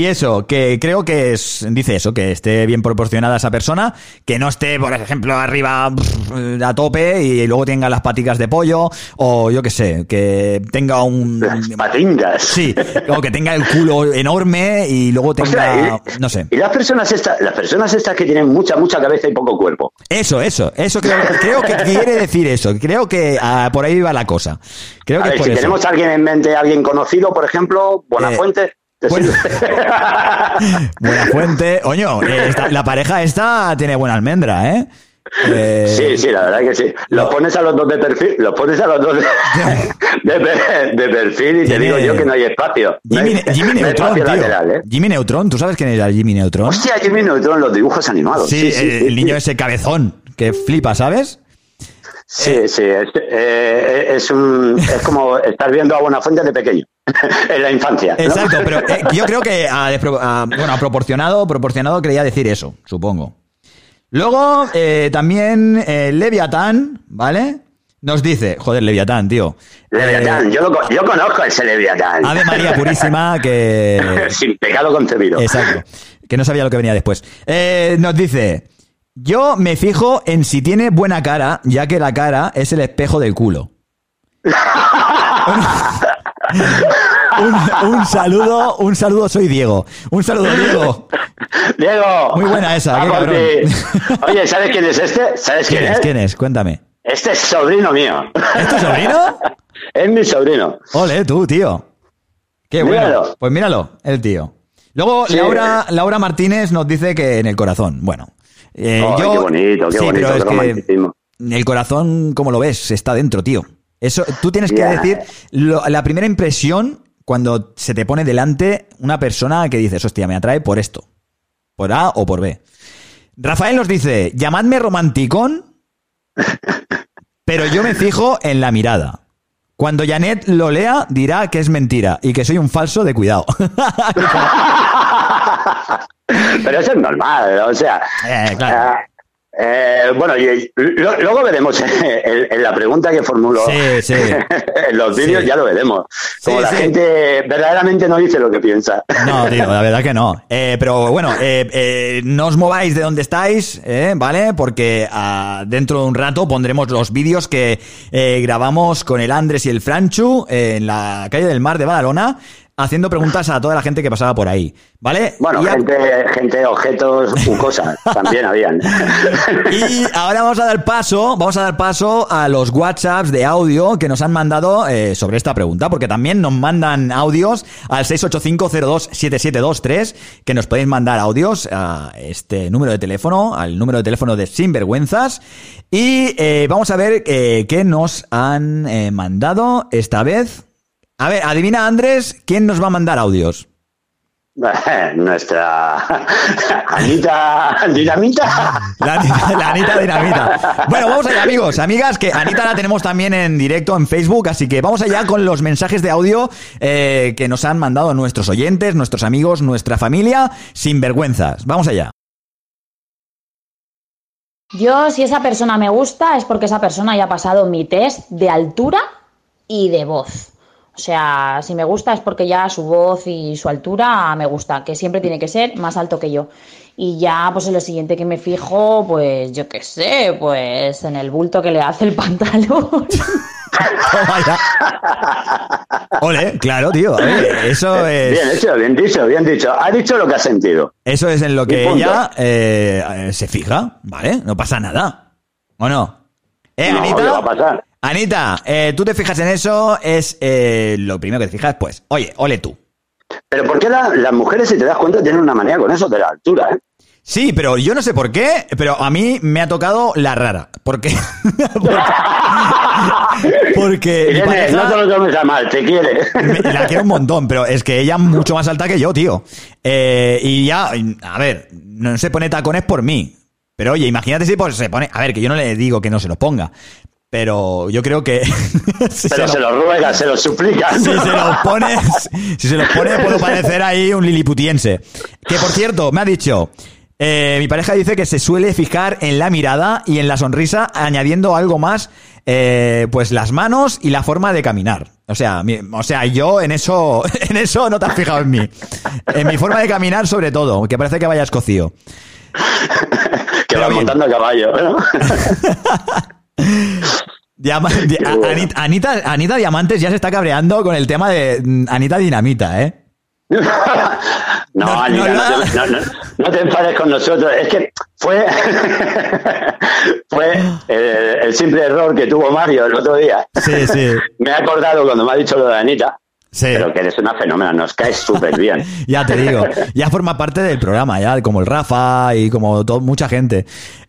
Speaker 2: y eso, que creo que es, dice eso, que esté bien proporcionada esa persona, que no esté, por ejemplo, arriba brr, a tope y luego tenga las paticas de pollo, o yo qué sé, que tenga un...
Speaker 3: Las patingas.
Speaker 2: Sí, o que tenga el culo enorme y luego
Speaker 3: Ostras,
Speaker 2: tenga...
Speaker 3: y-
Speaker 2: no sé.
Speaker 3: Y las personas estas, las personas estas que tienen mucha, mucha cabeza y poco cuerpo.
Speaker 2: Eso, eso, eso creo, creo que quiere decir eso. Creo que ah, por ahí va la cosa. Creo
Speaker 3: A
Speaker 2: que es
Speaker 3: ver,
Speaker 2: por
Speaker 3: si
Speaker 2: eso.
Speaker 3: tenemos a alguien en mente, a alguien conocido, por ejemplo, Buenafuente. ¿te
Speaker 2: bueno.
Speaker 3: *laughs* sirve?
Speaker 2: Buena fuente. Oño, eh, esta- la pareja esta tiene buena almendra, ¿eh? Eh,
Speaker 3: Sí, sí, la verdad que sí. Los
Speaker 2: no.
Speaker 3: pones a los dos de perfil, los pones a los dos de, *laughs* de per- de perfil y te
Speaker 2: Tiene-
Speaker 3: digo yo que no hay espacio. No
Speaker 2: Jimmy,
Speaker 3: hay-
Speaker 2: Jimmy
Speaker 3: *laughs* no hay
Speaker 2: Neutron,
Speaker 3: espacio
Speaker 2: tío.
Speaker 3: lateral, ¿eh?
Speaker 2: Jimmy Neutron, ¿tú sabes quién era Jimmy Neutron?
Speaker 3: Hostia, Jimmy Neutron, los dibujos animados.
Speaker 2: sí, eh,
Speaker 3: Sí, sí,
Speaker 2: el,
Speaker 3: sí,
Speaker 2: el niño ese cabezón que flipa, ¿sabes?
Speaker 3: Sí, sí, es, eh, es, un, es como estar viendo a Buenafuente de pequeño, *laughs* en la infancia. ¿no?
Speaker 2: Exacto, pero eh, yo creo que a, despro- a- bueno, a proporcionado, proporcionado quería decir eso, supongo. Luego, eh, también eh, Leviatán, ¿vale? Nos dice, joder, Leviatán, tío.
Speaker 3: *laughs* Leviatán, yo, lo co- yo conozco ese Leviatán.
Speaker 2: Eh, Ave María Purísima, que
Speaker 3: *laughs* Sin pecado *laughs* concebido.
Speaker 2: Exacto. Que no sabía lo que venía después. Eh, nos dice: Yo me fijo en si tiene buena cara, ya que la cara es el espejo del
Speaker 3: *laughs*
Speaker 2: culo. un, un saludo, un saludo, soy Diego. Un saludo, Diego.
Speaker 3: Diego.
Speaker 2: Muy buena esa,
Speaker 3: va
Speaker 2: qué
Speaker 3: por
Speaker 2: cabrón.
Speaker 3: ti. Oye, ¿sabes quién es este? ¿Sabes quién,
Speaker 2: ¿Quién es?
Speaker 3: es?
Speaker 2: ¿Quién es? Cuéntame.
Speaker 3: Este es sobrino mío. *laughs*
Speaker 2: ¿Es tu sobrino?
Speaker 3: es mi sobrino.
Speaker 2: Ole, tú, tío. Qué bueno.
Speaker 3: Míralo.
Speaker 2: Pues míralo, el tío. Luego,
Speaker 3: Sí.
Speaker 2: Laura, Laura Martínez nos dice que en el corazón. Bueno. eh,
Speaker 3: Ay,
Speaker 2: yo-
Speaker 3: qué bonito, qué
Speaker 2: Sí,
Speaker 3: bonito,
Speaker 2: pero
Speaker 3: qué
Speaker 2: es que
Speaker 3: romanticismo.
Speaker 2: el corazón, como lo ves, está dentro, tío. Eso, tú tienes que
Speaker 3: Ya.
Speaker 2: decir lo- la primera impresión cuando se te pone delante una persona que dices, hostia, me atrae por esto. Por A o por B. Rafael nos dice, llamadme romanticón, pero yo me fijo en la mirada. Cuando Janet lo lea, dirá que es mentira y que soy un falso de cuidado. *laughs*
Speaker 3: Pero eso es normal, o sea.
Speaker 2: Eh, claro.
Speaker 3: ah, eh, bueno, y- lo- luego veremos *laughs* en, en la pregunta que formuló
Speaker 2: Sí, sí.
Speaker 3: *laughs* en los vídeos,
Speaker 2: Sí.
Speaker 3: ya lo veremos. Como
Speaker 2: Sí,
Speaker 3: la
Speaker 2: sí.
Speaker 3: gente verdaderamente no dice lo que piensa. *laughs*
Speaker 2: No, tío, la verdad que no. Eh, pero bueno, eh, eh, no os mováis de donde estáis, eh, ¿vale? Porque ah, dentro de un rato pondremos los vídeos que eh, grabamos con el Andrés y el Franchu eh, en la calle del Mar de Badalona, haciendo preguntas a toda la gente que pasaba por ahí, ¿vale?
Speaker 3: Bueno,
Speaker 2: Y a-
Speaker 3: gente, gente, objetos u cosas
Speaker 2: *laughs*
Speaker 3: también habían. *laughs*
Speaker 2: Y ahora vamos a dar paso, vamos a dar paso a los WhatsApps de audio que nos han mandado eh, sobre esta pregunta, porque también nos mandan audios al 685027723, que nos podéis mandar audios a este número de teléfono, al número de teléfono de Sinvergüenzas. Y eh, vamos a ver eh, qué nos han eh, mandado esta vez. A ver, adivina, Andrés, ¿quién nos va a mandar audios?
Speaker 3: Nuestra *laughs* Anita Dinamita.
Speaker 2: La, Anita- *laughs* la Anita Dinamita. Bueno, vamos allá, amigos, amigas, que Anita la tenemos también en directo en Facebook, así que vamos allá con los mensajes de audio eh, que nos han mandado nuestros oyentes, nuestros amigos, nuestra familia, sin vergüenzas. Vamos allá.
Speaker 9: Yo, si esa persona me gusta, es porque esa persona haya pasado mi test de altura y de voz. O sea, si me gusta es porque ya su voz y su altura me gusta, que siempre tiene que ser más alto que yo. Y ya, pues en lo siguiente que me fijo, pues yo qué sé, pues en el bulto que le hace el *laughs* pantalón.
Speaker 2: Toma ya. Ole, claro, tío. Oye, eso
Speaker 3: Bien
Speaker 2: es.
Speaker 3: hecho, bien dicho, bien dicho. Ha dicho lo que ha sentido.
Speaker 2: Eso es en lo que
Speaker 3: Y punto.
Speaker 2: ella eh, eh, se fija, ¿vale? No pasa nada. ¿O no? ¿Eh,
Speaker 3: No, ¿qué va a
Speaker 2: Anita?
Speaker 3: pasar?
Speaker 2: Anita, eh, tú te fijas en eso, es eh, lo primero que te fijas, pues, oye, ole tú.
Speaker 3: Pero ¿por qué la- las mujeres, si te das cuenta, tienen una manía con eso de la altura? ¿eh?
Speaker 2: Sí, pero yo no sé por qué, pero a mí me ha tocado la rara. ¿Por qué? *laughs* porque porque Eh, mi
Speaker 3: Irene,
Speaker 2: pareja-
Speaker 3: no te lo tomes a mal,
Speaker 2: *laughs*
Speaker 3: te quiere.
Speaker 2: Me- la quiero un montón, pero es que ella es mucho más alta que yo, tío. Eh, y ya, a ver, no se pone tacones por mí. Pero oye, imagínate si pues, se pone. A ver, que yo no le digo que no se los ponga. Pero yo creo que. *laughs* si
Speaker 3: *laughs* Pero
Speaker 2: lo-
Speaker 3: se lo ruega, se lo suplica.
Speaker 2: si se los pone, si se los pone, puedo parecer ahí un liliputiense. Que por cierto, me ha dicho, eh, mi pareja dice que se suele fijar en la mirada y en la sonrisa, añadiendo algo más, eh, pues las manos y la forma de caminar. O sea, mi- o sea, yo en eso, *laughs* en eso no te has fijado en mí. En mi forma de caminar, sobre todo, que parece que vaya escocido.
Speaker 3: *laughs* que
Speaker 2: Pero
Speaker 3: va
Speaker 2: bien.
Speaker 3: montando a caballo.
Speaker 2: *laughs*
Speaker 3: ¿no? *laughs*
Speaker 2: Diama- di- a-
Speaker 3: bueno.
Speaker 2: Anit- Anita, Anita Diamantes ya se está cabreando con el tema de mm, Anita Dinamita, ¿eh?
Speaker 3: No,
Speaker 2: No,
Speaker 3: Anita,
Speaker 2: no,
Speaker 3: no, te, no, no- no te enfades con nosotros. Es que fue, *laughs* fue eh, el, el simple error que tuvo Mario el otro día.
Speaker 2: Sí, sí.
Speaker 3: Me he acordado cuando me ha dicho lo de Anita,
Speaker 2: Sí.
Speaker 3: pero que eres una fenómena, nos caes súper
Speaker 2: *laughs*
Speaker 3: bien.
Speaker 2: Ya te digo, ya forma parte del programa, ya como el Rafa y como todo- mucha gente.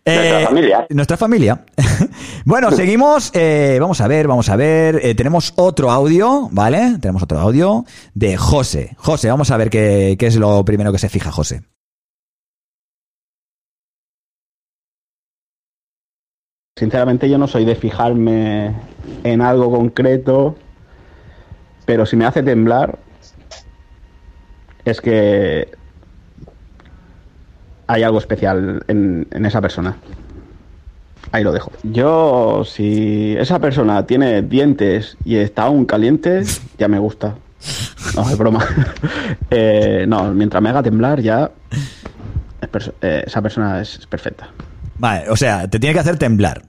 Speaker 2: Eh,
Speaker 3: Nuestra familia.
Speaker 2: Nuestra familia. *laughs* bueno, seguimos. eh, vamos a ver, vamos a ver. eh, tenemos otro audio, ¿vale? Tenemos otro audio de José. José, vamos a ver qué, qué es lo primero que se fija José.
Speaker 10: Sinceramente yo no soy de fijarme en algo concreto, pero si me hace temblar es que hay algo especial en, en esa persona. Ahí lo dejo. Yo, si esa persona tiene dientes y está aún caliente, ya me gusta. No, es broma. *laughs* Eh, no, mientras me haga temblar ya... es perso- eh, esa persona es perfecta.
Speaker 2: Vale, o sea, te tiene que hacer temblar.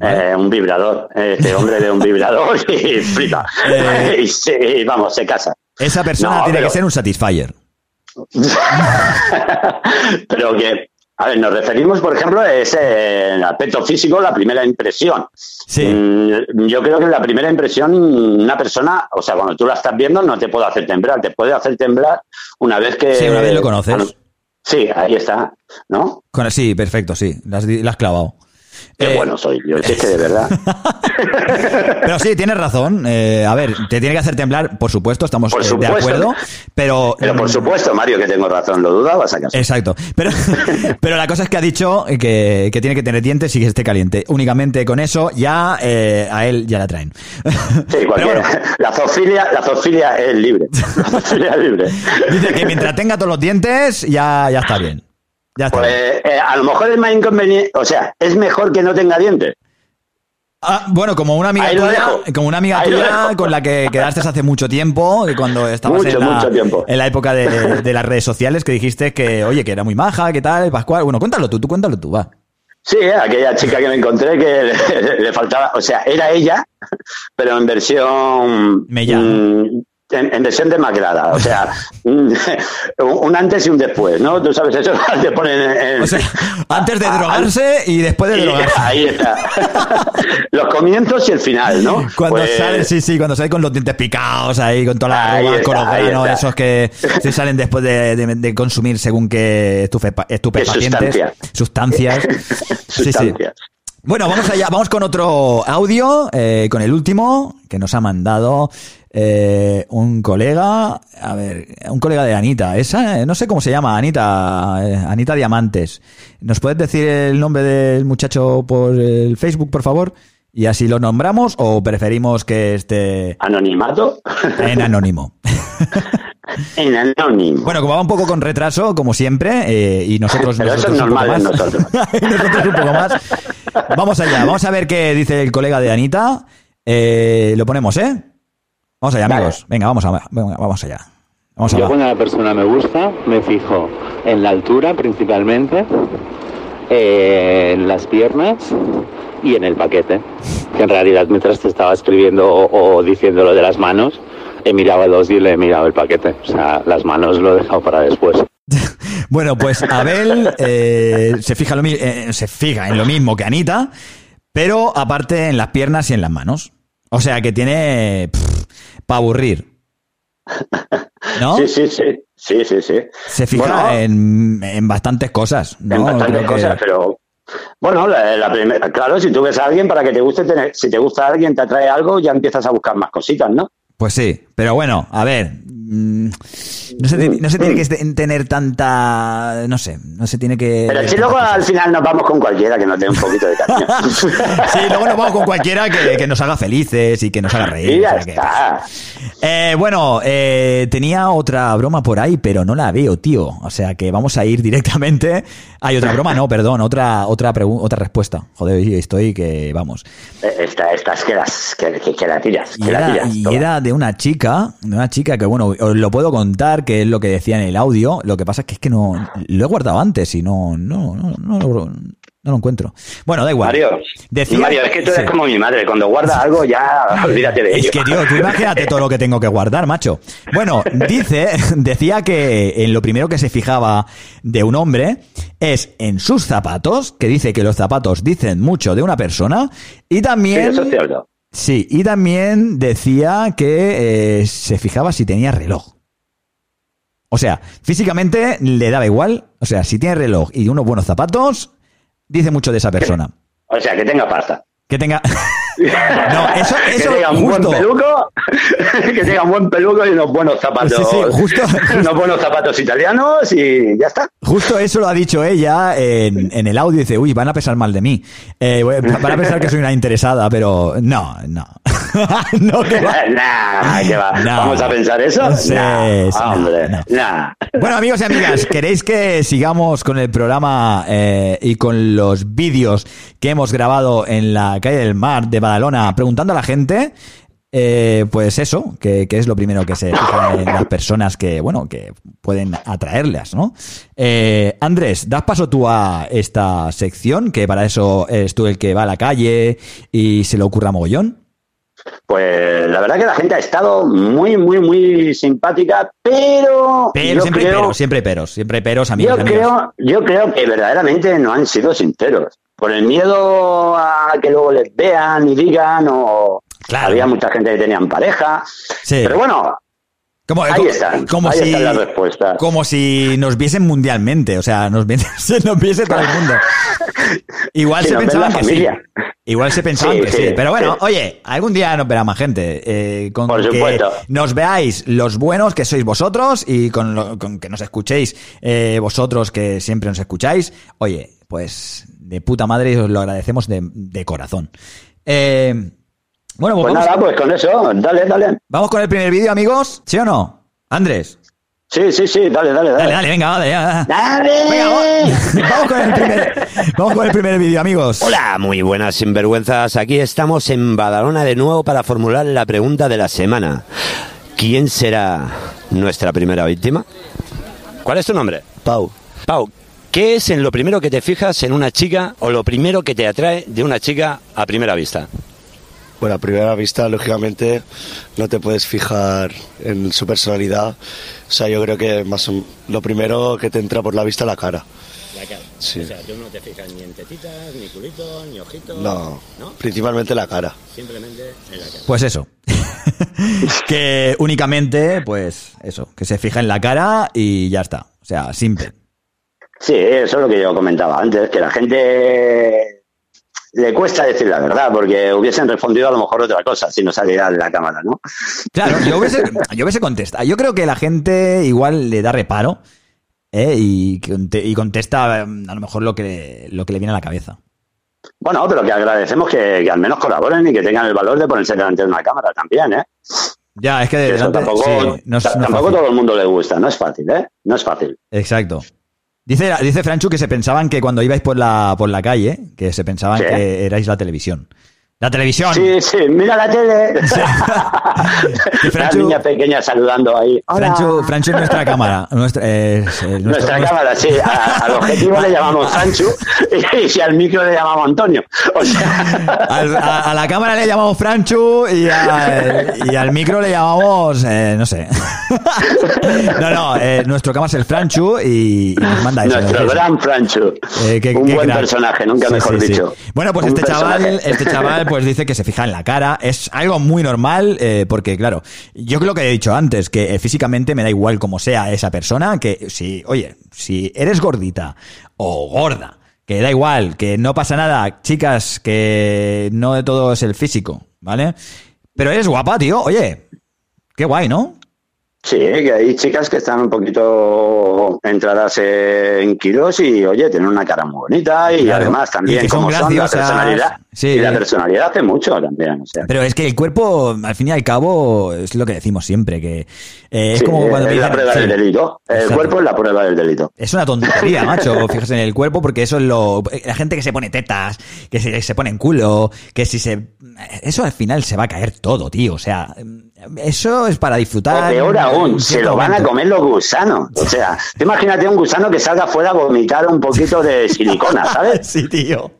Speaker 3: Eh, un vibrador. Este hombre de un vibrador *laughs* y flipa.
Speaker 2: Eh.
Speaker 3: *laughs* Y se- vamos, se casa.
Speaker 2: Esa persona
Speaker 3: No,
Speaker 2: tiene
Speaker 3: pero-
Speaker 2: que ser un satisfier.
Speaker 3: Pero que, a ver, nos referimos, por ejemplo, a ese aspecto físico, la primera impresión.
Speaker 2: Sí.
Speaker 3: Mm, Yo creo que la primera impresión, una persona, o sea, cuando tú la estás viendo, no te puede hacer temblar, te puede hacer temblar una vez que.
Speaker 2: Sí, una vez lo conoces.
Speaker 3: Ah, no. Sí, ahí está, ¿no?
Speaker 2: Con, sí, perfecto, sí. La has, di- la has clavado.
Speaker 3: Qué
Speaker 2: Eh,
Speaker 3: bueno soy yo, si es que
Speaker 2: *laughs*
Speaker 3: de verdad.
Speaker 2: Pero sí, tienes razón. Eh, a ver, te tiene que hacer temblar, por supuesto, estamos
Speaker 3: Por
Speaker 2: eh, de
Speaker 3: supuesto.
Speaker 2: acuerdo. Pero,
Speaker 3: Pero por supuesto, Mario, que tengo razón, lo dudabas acaso.
Speaker 2: Exacto. Pero, *laughs* pero la cosa es que ha dicho que, que tiene que tener dientes y que esté caliente. Únicamente con eso ya eh, a él ya la traen. *laughs*
Speaker 3: Sí, cualquiera.
Speaker 2: Pero bueno,
Speaker 3: *laughs* La zoofilia, la zoofilia
Speaker 2: *laughs*
Speaker 3: es libre. La zoofilia es libre.
Speaker 2: dice que mientras tenga todos los dientes ya, ya está bien. Ya está. bien.
Speaker 3: Pues eh, a lo mejor es más inconveniente, o sea, es mejor que no tenga dientes.
Speaker 2: Ah, bueno, como una amiga
Speaker 3: ahí lo
Speaker 2: tuya,
Speaker 3: dejo.
Speaker 2: como una amiga
Speaker 3: Ahí lo
Speaker 2: tuya
Speaker 3: dejo.
Speaker 2: con la que quedaste hace mucho tiempo, que cuando estabas
Speaker 3: Mucho,
Speaker 2: en, la,
Speaker 3: mucho tiempo.
Speaker 2: en la época de, de las redes sociales, que dijiste que, oye, que era muy maja, que tal, Pascual. Bueno, cuéntalo tú, tú cuéntalo tú, va.
Speaker 3: Sí, eh, aquella chica que me encontré que *laughs* le, le faltaba, o sea, era ella, pero en versión...
Speaker 2: Mella.
Speaker 3: mm, en, en versión demacrada, o
Speaker 2: *laughs*
Speaker 3: sea, mm, *laughs* un antes y un después, ¿no? Tú sabes, eso *laughs* te ponen en... en- *laughs*
Speaker 2: O sea, antes de drogarse y después de
Speaker 3: y-
Speaker 2: drogarse.
Speaker 3: *laughs*
Speaker 2: *laughs*
Speaker 3: ahí está. Los comienzos y el final, ¿no?
Speaker 2: Cuando
Speaker 3: Pues-
Speaker 2: sale,
Speaker 3: *laughs*
Speaker 2: sí, sí, cuando sale con los dientes picados ahí, con toda la
Speaker 3: Ahí
Speaker 2: arruga, con
Speaker 3: está,
Speaker 2: los
Speaker 3: ahí
Speaker 2: granos,
Speaker 3: está.
Speaker 2: esos que se salen después de, de- de consumir según que estupepa- estupefacientes,
Speaker 3: Qué
Speaker 2: sustancias.
Speaker 3: *laughs*
Speaker 2: Sí, sí.
Speaker 3: Sustancias.
Speaker 2: Bueno, vamos allá, vamos con otro audio, eh, con el último que nos ha mandado eh, un colega, a ver, un colega de Anita, esa, eh, no sé cómo se llama, Anita, eh, Anita Diamantes. ¿Nos puedes decir el nombre del muchacho por el Facebook, por favor? Y así lo nombramos o preferimos que esté
Speaker 3: ¿Anonimato? *laughs*
Speaker 2: en anónimo.
Speaker 3: En anónimo.
Speaker 2: Bueno, como va un poco con retraso, como siempre, eh, y nosotros,
Speaker 3: Pero eso
Speaker 2: nosotros
Speaker 3: es
Speaker 2: un poco
Speaker 3: normal en
Speaker 2: más.
Speaker 3: nosotros.
Speaker 2: *laughs* Y nosotros un poco más. Vamos allá, vamos a ver qué dice el colega de Anita. Eh, lo ponemos, ¿eh? Vamos allá, amigos. Venga, vamos, a, venga, vamos allá. Vamos
Speaker 11: Yo
Speaker 2: allá.
Speaker 11: cuando la persona me gusta, me fijo en la altura principalmente, eh, en las piernas y en el paquete. Que en realidad mientras te estaba escribiendo o, o diciendo lo de las manos, he mirado a dos y le he mirado el paquete. O sea, las manos lo he dejado para después.
Speaker 2: Bueno, pues Abel eh, se, fija lo mi- eh, se fija en lo mismo que Anita, pero aparte en las piernas y en las manos. O sea que tiene para aburrir. ¿No?
Speaker 3: Sí, sí, sí. Sí, sí, sí.
Speaker 2: Se fija
Speaker 3: Bueno,
Speaker 2: en, en bastantes cosas. ¿no?
Speaker 3: en bastantes
Speaker 2: Creo que-
Speaker 3: cosas, pero bueno, la, la primera, claro, si tú ves a alguien para que te guste, tener- si te gusta alguien, te atrae algo, ya empiezas a buscar más cositas, ¿no?
Speaker 2: Pues sí, pero bueno, a ver. mm, No se, ti- no se tiene que este- tener tanta. No sé, no se tiene que.
Speaker 3: Pero si luego al final nos vamos con cualquiera que nos dé un poquito de cariño.
Speaker 2: *laughs* Sí, luego nos vamos con cualquiera que, que nos haga felices y que nos haga reír.
Speaker 3: *laughs* Y ya
Speaker 2: o sea que-
Speaker 3: está.
Speaker 2: Eh, bueno, eh, tenía otra broma por ahí, pero no la veo, tío. O sea que vamos a ir directamente. Hay otra broma, no, perdón, otra, otra, pregu- otra respuesta. Joder, yo estoy que vamos.
Speaker 3: Eh, Esta, estas que las que, que, que la tiras,
Speaker 2: Y
Speaker 3: que la
Speaker 2: era,
Speaker 3: tiras.
Speaker 2: y
Speaker 3: toda.
Speaker 2: era de una chica, de una chica que, bueno, os lo puedo contar, que es lo que decía en el audio. Lo que pasa es que es que no lo he guardado antes y no, no, no, no, lo, no lo encuentro. Bueno, da igual.
Speaker 3: Mario,
Speaker 2: Decía-
Speaker 3: Mario, es que tú eres
Speaker 2: sí.
Speaker 3: como mi madre, cuando guarda
Speaker 2: *laughs*
Speaker 3: algo ya olvídate de ello.
Speaker 2: Es que, tío, tú imagínate todo lo que tengo que guardar, macho. Bueno, dice, *laughs* decía que en lo primero que se fijaba de un hombre es en sus zapatos, que dice que los zapatos dicen mucho de una persona, y
Speaker 3: Sí,
Speaker 2: también.
Speaker 3: eso es cierto.
Speaker 2: Sí, y también decía que eh, se fijaba si tenía reloj. O sea, físicamente le daba igual. O sea, si tiene reloj y unos buenos zapatos, dice mucho de esa persona.
Speaker 3: O sea, que tenga pasta.
Speaker 2: Que tenga. *laughs* No, eso, eso
Speaker 3: *laughs* que tenga un
Speaker 2: justo.
Speaker 3: buen peluco, *laughs* que tenga un buen peluco y unos buenos zapatos.
Speaker 2: Sí, sí, justo.
Speaker 3: *laughs* unos buenos zapatos italianos y
Speaker 2: *laughs*
Speaker 3: ya está.
Speaker 2: Justo eso lo ha dicho ella en, en el audio. Dice, uy, van a pensar mal de mí. Eh, voy- van a pensar que soy una interesada, pero no, no. *laughs* no, que va.
Speaker 3: *laughs* Nah, ¿qué va?
Speaker 2: No.
Speaker 3: ¿Vamos a pensar eso?
Speaker 2: Sí,
Speaker 3: Nah,
Speaker 2: sí,
Speaker 3: hombre,
Speaker 2: no,
Speaker 3: nah.
Speaker 2: Bueno, amigos y amigas, ¿queréis que sigamos con el programa eh, y con los vídeos que hemos grabado en la calle del mar de Badalona preguntando a la gente? Eh, pues eso, que, que es lo primero que se fija en las personas que, bueno, que pueden atraerlas, ¿no? Eh, Andrés, das paso tú a esta sección, que para eso eres tú el que va a la calle y se le ocurra mogollón.
Speaker 3: Pues la verdad que la gente ha estado muy, muy, muy simpática, pero,
Speaker 2: Pero
Speaker 3: yo
Speaker 2: siempre hay
Speaker 3: creo-
Speaker 2: peros, siempre hay peros, siempre hay peros, amigos.
Speaker 3: yo
Speaker 2: amigas.
Speaker 3: creo, yo creo que verdaderamente no han sido sinceros. Por el miedo a que luego les vean y digan, o había mucha gente que tenían pareja.
Speaker 2: Sí.
Speaker 3: Pero bueno,
Speaker 2: Como,
Speaker 3: ahí
Speaker 2: como-
Speaker 3: están.
Speaker 2: como
Speaker 3: ahí
Speaker 2: si,
Speaker 3: están las respuestas.
Speaker 2: como si nos viesen mundialmente, o sea, nos viese, *laughs* se nos viese todo el mundo. Igual
Speaker 3: Si
Speaker 2: se
Speaker 3: nos ven
Speaker 2: pensaban
Speaker 3: la
Speaker 2: que
Speaker 3: familia.
Speaker 2: sí. Igual se pensaban
Speaker 3: Sí,
Speaker 2: que sí.
Speaker 3: sí,
Speaker 2: Pero bueno,
Speaker 3: sí.
Speaker 2: oye, algún día nos verá más gente. eh, con
Speaker 3: Por
Speaker 2: que
Speaker 3: supuesto.
Speaker 2: nos veáis los buenos que sois vosotros y con, lo- con que nos escuchéis eh, vosotros que siempre nos escucháis. Oye, pues de puta madre os lo agradecemos de, de corazón. Eh, bueno, pues
Speaker 3: Pues
Speaker 2: vamos,
Speaker 3: nada, pues con eso, dale, dale.
Speaker 2: vamos con el primer vídeo, amigos. ¿Sí o no? Andrés.
Speaker 3: Eh. Sí, sí, sí, dale, dale, dale.
Speaker 2: Dale, dale, venga, dale, dale, dale.
Speaker 3: ¡Dale!
Speaker 2: *laughs* Vamos con el primer, vamos con el primer vídeo, amigos.
Speaker 12: Hola, muy buenas sinvergüenzas. Aquí estamos en Badalona de nuevo para formular la pregunta de la semana. ¿Quién será nuestra primera víctima? ¿Cuál es tu nombre? Pau. Pau, ¿qué es en lo primero que te fijas en una chica o lo primero que te atrae de una chica a primera vista?
Speaker 13: Bueno, a primera vista, lógicamente, no te puedes fijar en su personalidad. O sea, yo creo que más o- lo primero que te entra por la vista es la cara. Sí.
Speaker 12: O sea, tú no te fijas ni en tetitas, ni culitos, ni ojitos.
Speaker 13: No, principalmente la cara.
Speaker 12: Simplemente en la cara.
Speaker 2: Pues eso. *laughs* que únicamente, pues eso, que se fija en la cara y ya está. O sea, simple.
Speaker 3: Sí, eso es lo que yo comentaba antes, que la gente le cuesta decir la verdad, porque hubiesen respondido a lo mejor otra cosa si no saliera de la cámara, ¿no?
Speaker 2: Claro, yo hubiese, yo hubiese contestado. Yo creo que la gente igual le da reparo ¿eh? y, conte- y contesta eh, a lo mejor lo que, lo que le viene a la cabeza.
Speaker 3: Bueno, pero que agradecemos que, que al menos colaboren y que tengan el valor de ponerse delante de una cámara también, ¿eh?
Speaker 2: Ya, es que
Speaker 3: Que
Speaker 2: de
Speaker 3: eso
Speaker 2: delante-
Speaker 3: tampoco,
Speaker 2: sí, no es-
Speaker 3: ta-
Speaker 2: no es
Speaker 3: tampoco
Speaker 2: fácil.
Speaker 3: todo el mundo le gusta, no es fácil, ¿eh? No es fácil.
Speaker 2: Exacto. Dice, dice Franchu que se pensaban que cuando ibais por la, por la calle, que se pensaban
Speaker 3: Sí.
Speaker 2: que erais la televisión. La televisión.
Speaker 3: Sí, sí, mira la tele. *laughs* La
Speaker 2: Franchu-
Speaker 3: niña pequeña saludando ahí. Hola.
Speaker 2: Franchu, Franchu es nuestra cámara. Nuestra, es, eh, nuestro-
Speaker 3: Nuestra cámara, sí. A- al objetivo le llamamos Sancho y, *laughs* y al micro le llamamos Antonio. O sea,
Speaker 2: al- a, a la cámara le llamamos Franchu y, a- y al micro le llamamos, eh, no sé. *laughs* No, no, eh, nuestro cámara es el Franchu y, y nos manda Ah, eso.
Speaker 3: nuestro gran Francho.
Speaker 2: Eh, qué-
Speaker 3: un
Speaker 2: qué
Speaker 3: buen
Speaker 2: crack.
Speaker 3: personaje, nunca
Speaker 2: Sí,
Speaker 3: mejor
Speaker 2: sí, sí.
Speaker 3: dicho.
Speaker 2: Bueno, pues
Speaker 3: Un
Speaker 2: este chaval,
Speaker 3: personaje.
Speaker 2: este chaval, pues dice que se fija en la cara. Es algo muy normal, eh, porque claro, yo creo que he dicho antes, que eh, físicamente me da igual como sea esa persona, que si, oye, si eres gordita o gorda, que da igual, que no pasa nada, chicas, que no de todo es el físico, ¿vale? Pero eres guapa, tío, oye, qué guay, ¿no?
Speaker 3: *laughs* Sí, que hay chicas que están un poquito entradas en kilos y, oye, tienen una cara muy bonita y
Speaker 2: Claro.
Speaker 3: además
Speaker 2: Y
Speaker 3: también
Speaker 2: que son
Speaker 3: como son la
Speaker 2: graciosas.
Speaker 3: personalidad.
Speaker 2: Sí.
Speaker 3: Y la personalidad hace mucho también. o sea.
Speaker 2: Pero es que el cuerpo, al fin y al cabo, es lo que decimos siempre, que eh, es
Speaker 3: Sí,
Speaker 2: como cuando me
Speaker 3: es la
Speaker 2: dicen,
Speaker 3: prueba
Speaker 2: sí,
Speaker 3: del delito. El
Speaker 2: Exacto.
Speaker 3: cuerpo es la prueba del delito.
Speaker 2: Es una
Speaker 3: *laughs*
Speaker 2: tontería, macho, fíjese en el cuerpo, porque eso es lo... eh, La gente que se pone tetas, que se, se pone en culo, que si se... Eso al final se va a caer todo, tío. O sea, mm, eso es para disfrutar...
Speaker 3: O peor
Speaker 2: en
Speaker 3: aún, se
Speaker 2: cierto
Speaker 3: lo van a
Speaker 2: momento.
Speaker 3: comer los gusanos. O sea, tú imagínate un gusano que salga afuera a vomitar un
Speaker 2: *laughs*
Speaker 3: poquito de silicona, ¿sabes?
Speaker 2: Sí, tío.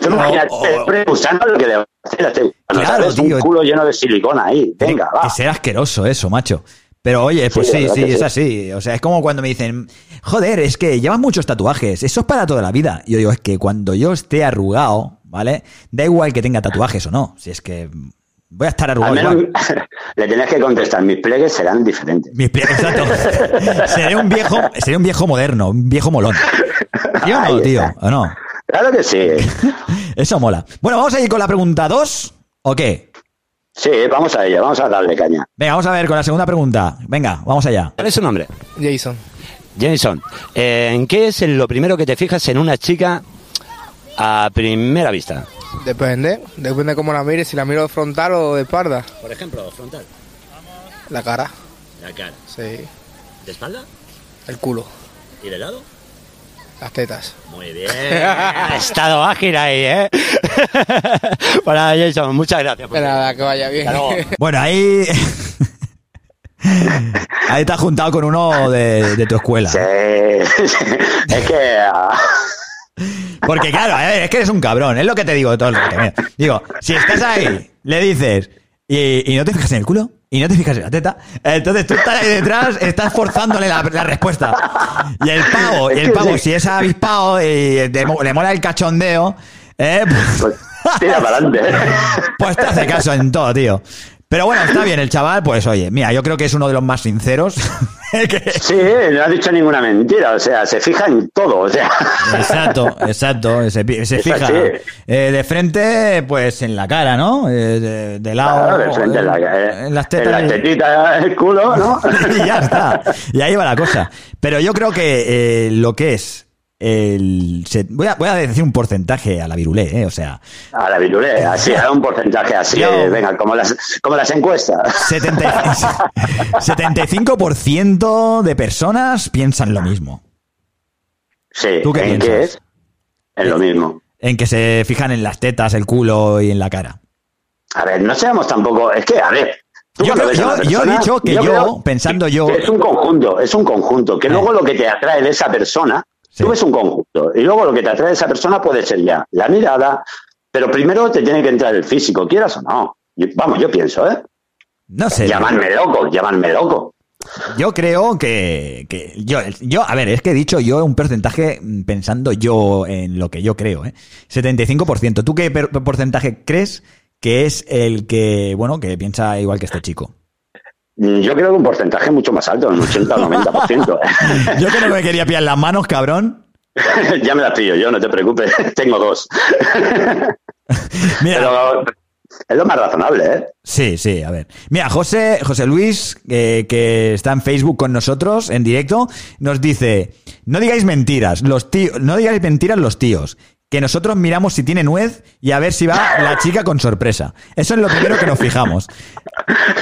Speaker 3: Tú imagínate el gusano lo que le va a hacer a este gusano,
Speaker 2: Claro,
Speaker 3: ¿sabes?
Speaker 2: tío.
Speaker 3: Un culo lleno de silicona ahí. Venga,
Speaker 2: Que
Speaker 3: va.
Speaker 2: será asqueroso eso, macho. Pero oye, pues
Speaker 3: Sí, la
Speaker 2: sí,
Speaker 3: verdad
Speaker 2: sí,
Speaker 3: que
Speaker 2: es
Speaker 3: sí.
Speaker 2: así. O sea, es como cuando me dicen, joder, es que llevas muchos tatuajes, eso es para toda la vida. Y yo digo, es que cuando yo esté arrugado, ¿vale? Da igual que tenga tatuajes o no. Si es que voy a estar
Speaker 3: Al
Speaker 2: arrugado
Speaker 3: menos
Speaker 2: igual.
Speaker 3: *laughs* le tenés que contestar, mis pliegues serán diferentes.
Speaker 2: Mis pie-
Speaker 3: *laughs*
Speaker 2: Exacto. seré un viejo, seré un viejo moderno, un viejo molón. ¿Sí o no,
Speaker 3: Ahí
Speaker 2: tío?
Speaker 3: está.
Speaker 2: ¿O no?
Speaker 3: Claro
Speaker 2: *laughs*
Speaker 3: que sí.
Speaker 2: Eso mola. Bueno, vamos a ir con la pregunta 2, ¿o qué?
Speaker 3: Sí, vamos a ello, vamos a darle caña.
Speaker 2: Venga, vamos a ver con la segunda pregunta. Venga, vamos allá.
Speaker 12: ¿Cuál es su nombre?
Speaker 14: Jason.
Speaker 12: Jason, eh, ¿en qué es en lo primero que te fijas en una chica a primera vista?
Speaker 14: Depende, depende cómo la mires, si la miro frontal o de espalda.
Speaker 12: Por ejemplo, frontal.
Speaker 14: La cara,
Speaker 12: La cara.
Speaker 14: sí.
Speaker 12: ¿De espalda?
Speaker 14: El culo,
Speaker 12: ¿Y de lado?
Speaker 14: las tetas.
Speaker 12: Muy bien. *laughs* ha estado ágil ahí, ¿eh? *laughs* bueno, Jason, muchas gracias. por-
Speaker 14: De nada, que vaya bien.
Speaker 12: Hasta luego.
Speaker 2: Bueno, ahí. *laughs* ahí te has juntado con uno de, de tu escuela.
Speaker 3: Eh, *laughs* es que ah,
Speaker 2: Porque, claro, eh, es que eres un cabrón, es lo que te digo todo el rato. Mira, digo, si estás ahí, le dices, y, y no te fijas en el culo, y no te fijas en la teta, entonces tú estás ahí detrás, estás forzándole la, la respuesta. Y el pavo, y el pavo, si es avispado y te mo- le mola el cachondeo, eh, pues, *laughs*
Speaker 3: tira ¿eh? para adelante.
Speaker 2: pues te hace caso en todo, tío. Pero bueno, está bien, el chaval, pues oye, mira, yo creo que es uno de los más sinceros.
Speaker 3: Sí, no ha dicho ninguna mentira, o sea, se fija en todo, o sea. *laughs*
Speaker 2: Exacto, exacto. Se, pi- se
Speaker 3: Es
Speaker 2: fija
Speaker 3: así.
Speaker 2: eh, de frente, pues en la cara, ¿no? Eh, de, de lado.
Speaker 3: *laughs* Claro, de frente en, la, eh,
Speaker 2: en las tetas.
Speaker 3: en las tetitas, eh, el culo, ¿no?
Speaker 2: *laughs* y ya está. Y ahí va la cosa. Pero yo creo que eh, lo que es. El, se- voy, a, voy a decir un porcentaje a la virulé, ¿eh? O sea,
Speaker 3: A la virulé, así, a un porcentaje así,
Speaker 2: Yo-
Speaker 3: eh, venga, como las, como las encuestas.
Speaker 2: 70 *laughs* 75% de personas piensan lo mismo.
Speaker 3: Sí,
Speaker 2: ¿Tú qué
Speaker 3: ¿en
Speaker 2: piensas?
Speaker 3: qué es? En lo mismo.
Speaker 2: En que se fijan en las tetas, el culo y en la cara.
Speaker 3: A ver, no seamos tampoco, es que, a ver. tú
Speaker 2: Yo, creo-
Speaker 3: cuando ves a
Speaker 2: yo-
Speaker 3: una
Speaker 2: yo he
Speaker 3: persona,
Speaker 2: dicho que yo,
Speaker 3: creo-
Speaker 2: pensando yo,
Speaker 3: Es un conjunto, es un conjunto. Que luego lo que te atrae de esa persona, tú ves un conjunto. Y luego lo que te atrae de esa persona puede ser ya la mirada, pero primero te tiene que entrar el físico, quieras o no. Yo- vamos, yo pienso, ¿eh?
Speaker 2: No sé.
Speaker 3: Llamarme loco, llamarme loco.
Speaker 2: Yo creo que, que yo, yo, a ver, es que he dicho yo un porcentaje mm, pensando yo en lo que yo creo, ¿eh? 75%. ¿Tú qué per- porcentaje crees que es el que, bueno, que piensa igual que este chico?
Speaker 3: Mm, Yo creo que un porcentaje mucho más alto, un 80 o 90%. ¿eh?
Speaker 2: Yo que no me quería pillar las manos, cabrón.
Speaker 3: *laughs* ya me las pillo yo, no te preocupes. *laughs* Tengo dos. Pero es lo más razonable, ¿eh?
Speaker 2: Sí, sí, a ver. Mira, José, José Luis, eh, que está en Facebook con nosotros, en directo, nos dice: No digáis mentiras, los tíos, no digáis mentiras los tíos. Que nosotros miramos si tiene nuez y a ver si va la chica con sorpresa. Eso es lo primero que nos fijamos.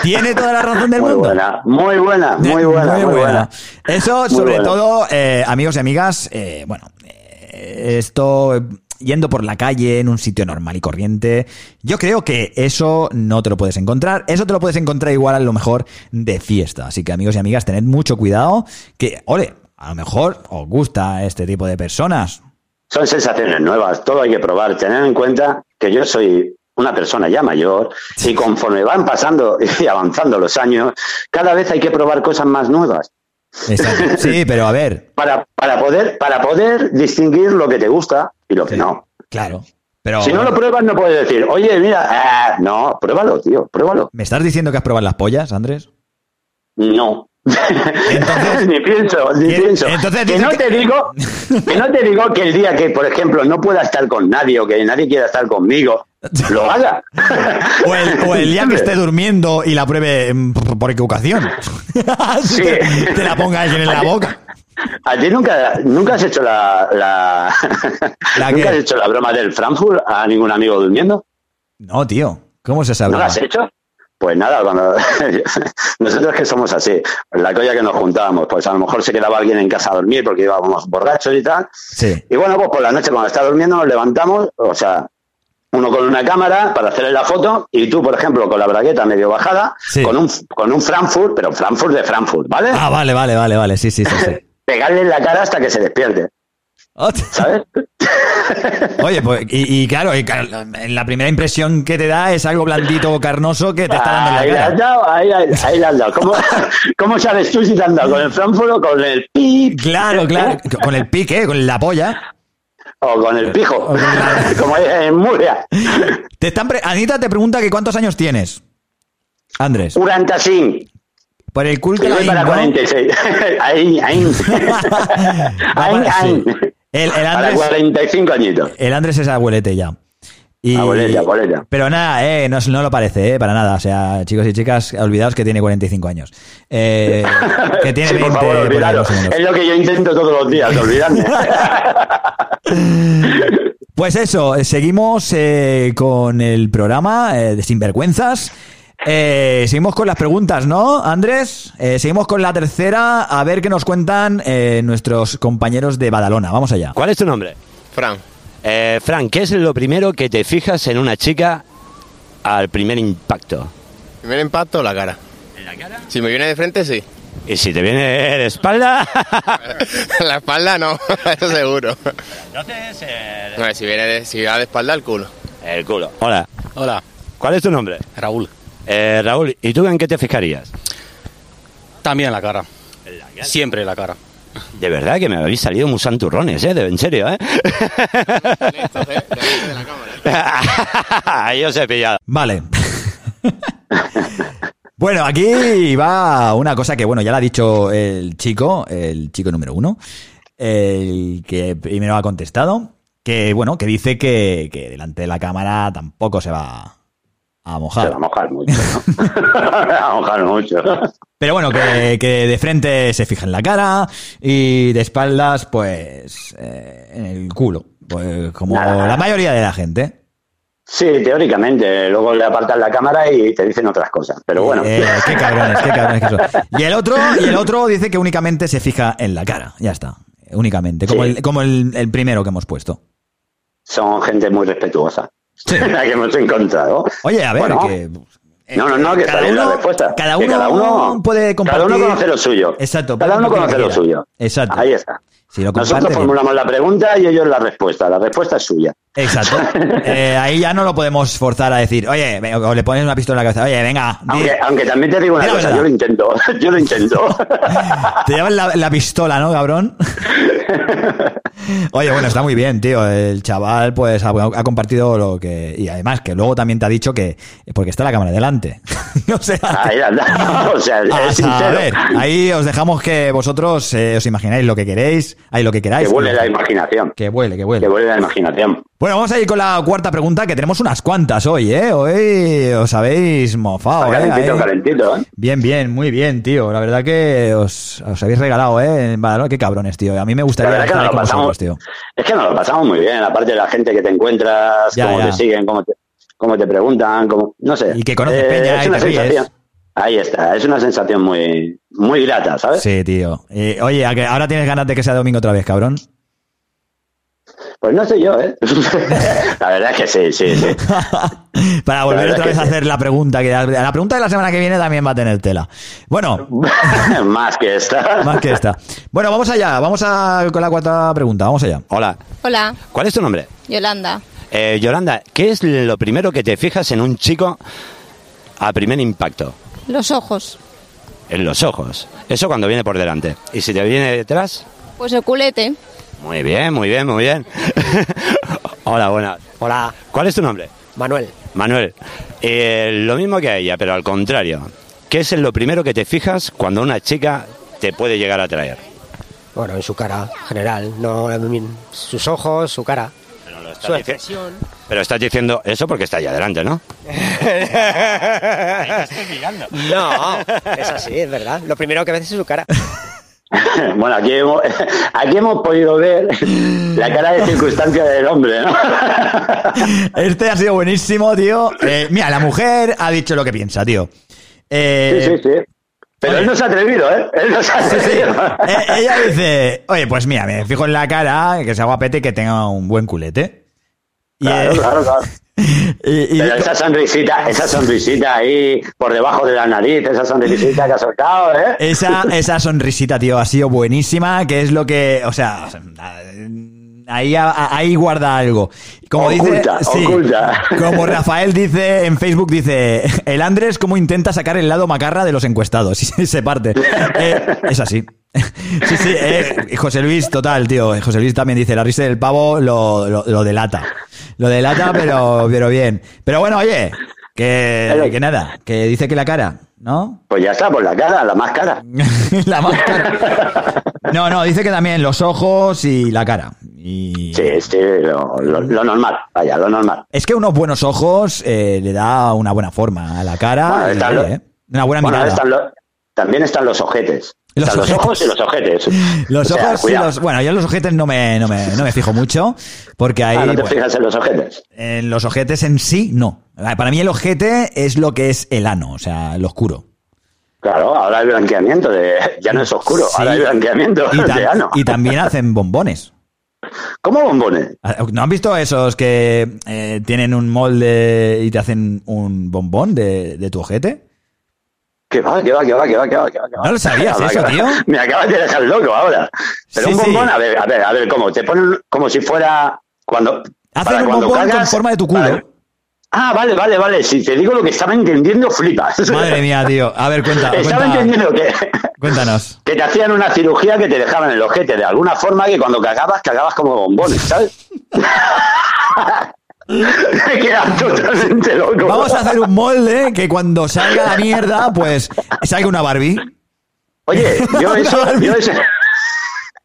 Speaker 2: Tiene toda la razón del
Speaker 3: Muy
Speaker 2: mundo.
Speaker 3: buena, muy buena, muy
Speaker 2: Eh,
Speaker 3: buena, muy buena.
Speaker 2: Eso,
Speaker 3: Muy
Speaker 2: sobre
Speaker 3: buena.
Speaker 2: todo, eh, amigos y amigas, eh, bueno, eh, esto eh, yendo por la calle en un sitio normal y corriente, yo creo que eso no te lo puedes encontrar. Eso te lo puedes encontrar igual a lo mejor de fiesta. Así que, amigos y amigas, tened mucho cuidado que, ole, a lo mejor os gusta este tipo de personas.
Speaker 3: Son sensaciones nuevas, todo hay que probar. Tener en cuenta que yo soy una persona ya mayor y conforme van pasando *laughs* y avanzando los años, cada vez hay que probar cosas más nuevas. *laughs*
Speaker 2: Exacto. Sí, pero a ver,
Speaker 3: Para, para, poder, para poder distinguir lo que te gusta y lo que no.
Speaker 2: claro. Pero
Speaker 3: si no lo pruebas, no puedes decir, oye, mira, ah, no, pruébalo, tío, pruébalo.
Speaker 2: ¿me estás diciendo que has probado las pollas, Andrés?
Speaker 3: No. *laughs* ni pienso, ni
Speaker 2: ¿Quiere-
Speaker 3: pienso.
Speaker 2: entonces
Speaker 3: que
Speaker 2: dice
Speaker 3: no
Speaker 2: que-
Speaker 3: te
Speaker 2: *laughs*
Speaker 3: digo, que no te digo que el día que, por ejemplo, no pueda estar con nadie o que nadie quiera estar conmigo, lo haga. *laughs*
Speaker 2: O el, o el día que esté durmiendo y la pruebe mm, por por equivocación. *laughs*
Speaker 3: Sí.
Speaker 2: Te, te la ponga alguien en la boca.
Speaker 3: ¿A ti nunca, nunca has hecho la,
Speaker 2: *laughs*
Speaker 3: la, nunca
Speaker 2: qué?
Speaker 3: has hecho la broma del Frankfurt a ningún amigo durmiendo?
Speaker 2: No, tío. ¿Cómo se sabe?
Speaker 3: ¿No la has hecho? Pues nada, cuando *laughs* nosotros que somos así, la colla que nos juntábamos, pues a lo mejor se quedaba alguien en casa a dormir porque íbamos borrachos y tal.
Speaker 2: Sí.
Speaker 3: Y bueno, pues por la noche cuando está durmiendo nos levantamos, o sea, uno con una cámara para hacerle la foto y tú, por ejemplo, con la bragueta medio bajada, con, un, con un Frankfurt, pero Frankfurt de Frankfurt, ¿vale?
Speaker 2: Ah, vale, vale, vale, vale. Sí, sí, sí.
Speaker 3: *laughs*
Speaker 2: sí.
Speaker 3: Pegarle en la cara hasta que se despierte. ¿Sabes?
Speaker 2: Oye, pues, y, y claro, y claro, en la primera impresión que te da es algo blandito, carnoso, que te está dando
Speaker 3: Ahí
Speaker 2: en
Speaker 3: la
Speaker 2: la
Speaker 3: has
Speaker 2: cara.
Speaker 3: dado, ahí, ahí, ahí la has dado. ¿Cómo, cómo sabes tú si te han dado con el Frankfurt o con el pi?
Speaker 2: Claro, claro. Con el pique, eh, con la polla.
Speaker 3: O con el pijo. Como es en Murcia.
Speaker 2: Te están pre- Anita te pregunta que cuántos años tienes. Andrés.
Speaker 3: 45.
Speaker 2: Por el culto
Speaker 3: Y voy para 46. *laughs* Ahí, ahí.
Speaker 2: *laughs*
Speaker 3: Ahí, ahí.
Speaker 12: Eh,
Speaker 2: El, el
Speaker 3: Para
Speaker 2: Andrés,
Speaker 3: 45 añitos.
Speaker 2: el Andrés es abuelete ya. Y-
Speaker 3: Abuelita, abuelita.
Speaker 2: Pero nada, eh, no, es- no lo parece, eh, para nada. O sea, chicos y chicas, olvidaos que tiene 45 años.
Speaker 3: *laughs*
Speaker 2: Eh, que tiene
Speaker 3: Sí,
Speaker 2: 20
Speaker 3: por favor,
Speaker 2: por ahí,
Speaker 3: olvidadlo.
Speaker 2: más o menos.
Speaker 3: Es lo que yo intento todos
Speaker 12: *laughs*
Speaker 3: los días, olvidarme.
Speaker 2: Pues eso, eh, seguimos eh, con el programa eh, de Sinvergüenzas. Eh, seguimos con las preguntas, ¿no, Andrés? Eh, seguimos con la tercera, a ver qué nos cuentan eh, nuestros compañeros de Badalona. Vamos allá.
Speaker 12: ¿Cuál es tu nombre? Fran. Fran, Eh, ¿qué es lo primero que te fijas en una chica al primer impacto?
Speaker 15: Primer impacto, la cara. la cara? Si me viene de frente, sí.
Speaker 12: Y si te viene de espalda. *laughs*
Speaker 15: *laughs* la espalda no, eso seguro.
Speaker 12: Entonces,
Speaker 15: No, si viene de, si va de espalda, el culo.
Speaker 12: El culo. Hola.
Speaker 15: Hola.
Speaker 12: ¿Cuál es tu nombre?
Speaker 16: Raúl.
Speaker 12: Eh, Raúl, ¿y tú en qué te fijarías?
Speaker 16: También la cara. Siempre la cara.
Speaker 12: De verdad que me habéis salido muy santurrones, ¿eh? De, en serio, ¿eh? *laughs* Ahí os he pillado.
Speaker 2: Vale. *laughs* Bueno, aquí va una cosa que, bueno, ya la ha dicho el chico, el chico número uno, el que primero ha contestado, que, bueno, que dice que, que delante de la cámara tampoco se va a
Speaker 12: Ah.
Speaker 2: mojar.
Speaker 3: Se va a mojar mucho, ¿no? *laughs* Se va a mojar mucho.
Speaker 2: Pero bueno, que, que de frente se fija en la cara y de espaldas, pues, eh, en el culo. Pues, como la mayoría de la gente.
Speaker 3: Sí, teóricamente. Luego le apartan la cámara y te dicen otras cosas. Pero bueno.
Speaker 2: Eh, qué cabrones, qué cabrones que son. Y el otro, y el otro dice que únicamente se fija en la cara. Ya está. Únicamente. Como,
Speaker 3: Sí.
Speaker 2: el, como el, el primero que hemos puesto.
Speaker 3: Son gente muy respetuosa. *laughs* La que hemos encontrado.
Speaker 2: Oye, a ver,
Speaker 3: Bueno,
Speaker 2: que. eh,
Speaker 3: No, no, no, que
Speaker 2: cada
Speaker 3: está bien la
Speaker 2: uno-
Speaker 3: respuesta.
Speaker 2: cada
Speaker 3: Que
Speaker 2: uno puede
Speaker 3: Cada uno
Speaker 2: compartir-
Speaker 3: conoce lo suyo.
Speaker 2: Exacto.
Speaker 3: Cada
Speaker 2: puede
Speaker 3: uno conoce
Speaker 2: compartir
Speaker 3: lo
Speaker 2: que quiera.
Speaker 3: suyo.
Speaker 2: Exacto.
Speaker 3: Ahí está.
Speaker 2: Si lo
Speaker 3: Nosotros
Speaker 2: comparte, bien.
Speaker 3: formulamos la pregunta y ellos la respuesta. La respuesta es suya.
Speaker 2: Exacto.
Speaker 3: *laughs*
Speaker 2: Eh, ahí ya no lo podemos forzar a decir, oye, ve- o le pones una pistola en la cabeza, oye, venga. di-
Speaker 3: Aunque, aunque también te digo una
Speaker 2: Di la
Speaker 3: cosa,
Speaker 2: verdad.
Speaker 3: yo lo intento. *laughs*
Speaker 2: *laughs*
Speaker 3: Yo lo intento.
Speaker 2: Te llevas la, la pistola, ¿no, cabrón? Oye, bueno, está muy bien, tío. El chaval, pues, ha, ha compartido lo que. Y además, que luego también te ha dicho que. Porque está la cámara delante. *laughs* no sé.
Speaker 3: Ahí anda. O sea,
Speaker 2: A
Speaker 3: es sincero.
Speaker 2: ver, ahí os dejamos que vosotros eh, os imagináis lo que queréis, ahí lo que
Speaker 3: Que
Speaker 2: queráis.
Speaker 3: vuele la imaginación.
Speaker 2: Que vuele, que vuele.
Speaker 3: Que vuele la imaginación.
Speaker 2: Bueno, vamos a ir con la cuarta pregunta, que tenemos unas cuantas hoy, ¿eh? Hoy os habéis mofado, ¿eh?
Speaker 3: calentito,
Speaker 2: Ahí.
Speaker 3: calentito, ¿eh?
Speaker 2: Bien, bien, muy bien, tío. La verdad que os, os habéis regalado, ¿eh? En Badalona, qué cabrones, tío. A mí me
Speaker 3: La
Speaker 2: gustaría
Speaker 3: verdad que
Speaker 2: estar
Speaker 3: nos
Speaker 2: ahí
Speaker 3: lo
Speaker 2: con
Speaker 3: pasamos.
Speaker 2: vosotros, tío.
Speaker 3: Es que nos lo pasamos muy bien, aparte de la gente que te encuentras,
Speaker 2: Ya,
Speaker 3: cómo
Speaker 2: ya.
Speaker 3: te siguen, cómo te, cómo te preguntan, cómo, no sé. Eh,
Speaker 2: Y que conoces peña y te ríes.
Speaker 3: Ahí está, es una sensación muy, muy grata, ¿sabes?
Speaker 2: Sí, tío. Eh, oye, ¿a que ahora tienes ganas de que sea domingo otra vez, cabrón. *laughs*
Speaker 3: Pues no sé yo, ¿eh? *laughs* la verdad es que sí, sí, sí.
Speaker 2: Para volver
Speaker 3: verdad
Speaker 2: otra
Speaker 3: que
Speaker 2: vez a
Speaker 3: sí.
Speaker 2: hacer la pregunta, que la, la pregunta de la semana que viene también va a tener tela. Bueno,
Speaker 3: *laughs* Más que esta.
Speaker 2: más que esta. Bueno, vamos allá, vamos a, con la cuarta pregunta, vamos allá.
Speaker 12: Hola,
Speaker 17: Hola,
Speaker 12: ¿cuál es tu nombre?
Speaker 17: Yolanda.
Speaker 12: Eh, Yolanda, ¿qué es lo primero que te fijas en un chico a primer impacto?
Speaker 17: Los ojos.
Speaker 12: En los ojos. Eso cuando viene por delante. ¿Y si te viene detrás?
Speaker 17: Pues el culete.
Speaker 12: Muy bien, muy bien, muy bien. *laughs* Hola, buenas. Hola. ¿Cuál es tu nombre? Manuel. Manuel, eh, lo mismo que a ella, pero al contrario. ¿Qué es lo primero que te fijas cuando una chica te puede llegar a atraer?
Speaker 18: Bueno, en su cara, general. No, sus ojos, su cara.
Speaker 12: Su expresión. Pero estás diciendo eso porque está allá adelante,
Speaker 19: *laughs*
Speaker 12: ¿no?
Speaker 18: No, es así, es verdad. Lo primero que ves es su cara.
Speaker 3: *laughs* Bueno, aquí hemos, aquí hemos podido ver la cara de circunstancia del hombre, ¿no? *laughs*
Speaker 2: Este ha sido buenísimo, tío. Eh, mira, la mujer ha dicho lo que piensa, tío. Eh,
Speaker 3: sí, sí, sí. Pero él no se ha atrevido, ¿eh? Él no se ha atrevido.
Speaker 2: eh, ella dice, oye, pues mira, me fijo en la cara, que sea guapete y que tenga un buen culete. Y,
Speaker 3: *laughs* Claro,
Speaker 2: eh,
Speaker 3: claro, claro.
Speaker 2: *laughs* y-
Speaker 3: Pero esa sonrisita, esa sonrisita ahí por debajo de la nariz, esa sonrisita que ha soltado, ¿eh?
Speaker 2: Esa, esa sonrisita, tío, ha sido buenísima, que es lo que, o sea, ahí, ahí guarda algo. Como
Speaker 3: Oculta,
Speaker 2: dice, sí,
Speaker 3: oculta.
Speaker 2: como Rafael dice en Facebook, dice, el Andrés cómo intenta sacar el lado macarra de los encuestados, *laughs* y se parte. Eh, es así. Sí, sí, eh, José Luis, total, tío. José Luis también dice, la risa del pavo lo, lo, lo delata. Lo delata, pero, pero bien. Pero bueno, oye, que, que nada, que dice que la cara, ¿no?
Speaker 3: Pues ya está, por la cara, la más cara.
Speaker 2: *laughs* la máscara. No, no, dice que también los ojos y la cara.
Speaker 3: Sí, sí, lo, lo- lo normal, vaya, lo normal.
Speaker 2: Es que unos buenos ojos eh, le da una buena forma a la cara.
Speaker 3: Bueno,
Speaker 2: y
Speaker 3: están
Speaker 2: ahí,
Speaker 3: los-
Speaker 2: eh. Una buena
Speaker 3: Bueno,
Speaker 2: mirada.
Speaker 3: están los- también están los ojetes.
Speaker 2: Los
Speaker 3: están
Speaker 2: ojetes.
Speaker 3: los ojos y los ojetes.
Speaker 2: *laughs* Los
Speaker 3: O sea,
Speaker 2: ojos y
Speaker 3: cuidado. Ah,
Speaker 2: los... Bueno, yo en los ojetes no me, no me, no me fijo mucho, porque ahí...
Speaker 3: Ah, no te
Speaker 2: bueno,
Speaker 3: fijas en los ojetes.
Speaker 2: en los ojetes en sí, no. Para mí el ojete es lo que es el ano, o sea, el oscuro.
Speaker 3: Claro, ahora hay blanqueamiento, de, ya no es oscuro,
Speaker 2: Sí.
Speaker 3: ahora hay blanqueamiento
Speaker 2: Y,
Speaker 3: de
Speaker 2: tam-
Speaker 3: ano.
Speaker 2: y también hacen bombones.
Speaker 3: *laughs* ¿Cómo bombones?
Speaker 2: Ah, ¿No han visto esos que eh, tienen un molde y te hacen un bombón de, de tu ojete?
Speaker 3: Que va, que va, que va, que va, que va, que va. que va.
Speaker 2: ¿No lo sabías
Speaker 3: Que va,
Speaker 2: eso,
Speaker 3: que va.
Speaker 2: tío?
Speaker 3: *laughs* Me acabas de dejar loco ahora. Pero
Speaker 2: Sí,
Speaker 3: un bombón,
Speaker 2: sí.
Speaker 3: a ver, a ver, a ver, ¿cómo? Te ponen como si fuera cuando...
Speaker 2: Hacen
Speaker 3: para
Speaker 2: un
Speaker 3: cuando
Speaker 2: bombón con
Speaker 3: cargas-
Speaker 2: forma de tu culo.
Speaker 3: Ah, vale, vale, vale. Si te digo lo que estaba entendiendo, flipas.
Speaker 2: Madre mía, tío. A ver, cuenta,
Speaker 3: *laughs* Estaba
Speaker 2: cuenta,
Speaker 3: entendiendo que,
Speaker 2: cuéntanos.
Speaker 3: que te hacían una cirugía que te dejaban el ojete de alguna forma que cuando cagabas, cagabas como bombones, ¿sabes? *laughs* Me quedas totalmente loco.
Speaker 2: Vamos a hacer un molde que cuando salga la mierda, pues salga una Barbie.
Speaker 3: Oye,
Speaker 2: *laughs*
Speaker 3: yo eso, yo eso-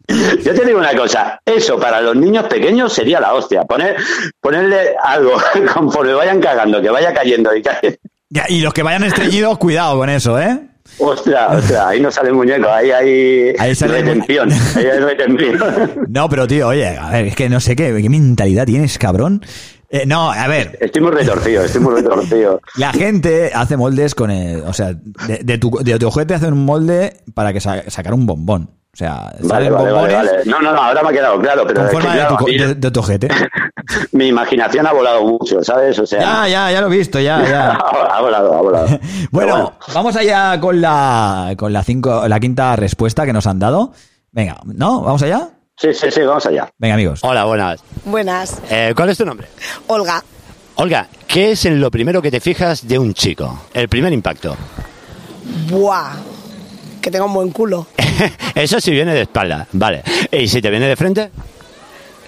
Speaker 3: *laughs* yo te digo una cosa, eso para los niños pequeños sería la hostia, poner, ponerle algo *laughs* conforme vayan cagando, que vaya cayendo y cae.
Speaker 2: Ya, Y los que vayan estrellidos, cuidado con eso, ¿eh?
Speaker 3: Ostras, ostras, ahí no sale el muñeco, ahí hay
Speaker 2: sale el
Speaker 3: retención, ahí hay retención. *laughs*
Speaker 2: No, pero tío, oye, a ver, es que no sé qué, qué mentalidad tienes, cabrón. Eh, no, a ver,
Speaker 3: Estoy muy retorcido, estoy muy retorcido.
Speaker 2: la gente hace moldes con el. O sea, de, de tu, de tu ojete hacen un molde para que sa- sacar un bombón. O sea,
Speaker 3: Vale,
Speaker 2: salen
Speaker 3: vale, vale,
Speaker 2: bombones
Speaker 3: vale. No, no, no, ahora me ha quedado claro, pero
Speaker 2: con
Speaker 3: es que,
Speaker 2: forma de
Speaker 3: claro,
Speaker 2: tu, co-
Speaker 3: a mí
Speaker 2: de- de tu
Speaker 3: *laughs*
Speaker 2: ojete.
Speaker 3: mi imaginación ha volado mucho, ¿sabes? O sea,
Speaker 2: Ya, ya, ya lo he visto, ya, ya.
Speaker 3: *laughs* ha volado, ha volado.
Speaker 2: Bueno, vamos allá con la con la cinco, la quinta respuesta que nos han dado. Venga, ¿no? ¿Vamos allá?
Speaker 3: Sí, sí, sí, vamos allá.
Speaker 2: Venga, amigos.
Speaker 12: Hola, buenas.
Speaker 20: Buenas,
Speaker 12: Eh, ¿Cuál es tu nombre?
Speaker 20: Olga.
Speaker 12: Olga, ¿qué es en lo primero que te fijas de un chico? El primer impacto. *laughs*
Speaker 20: Buah, que tenga un buen culo.
Speaker 12: Eso si viene de espalda, vale. ¿Y si te viene de frente?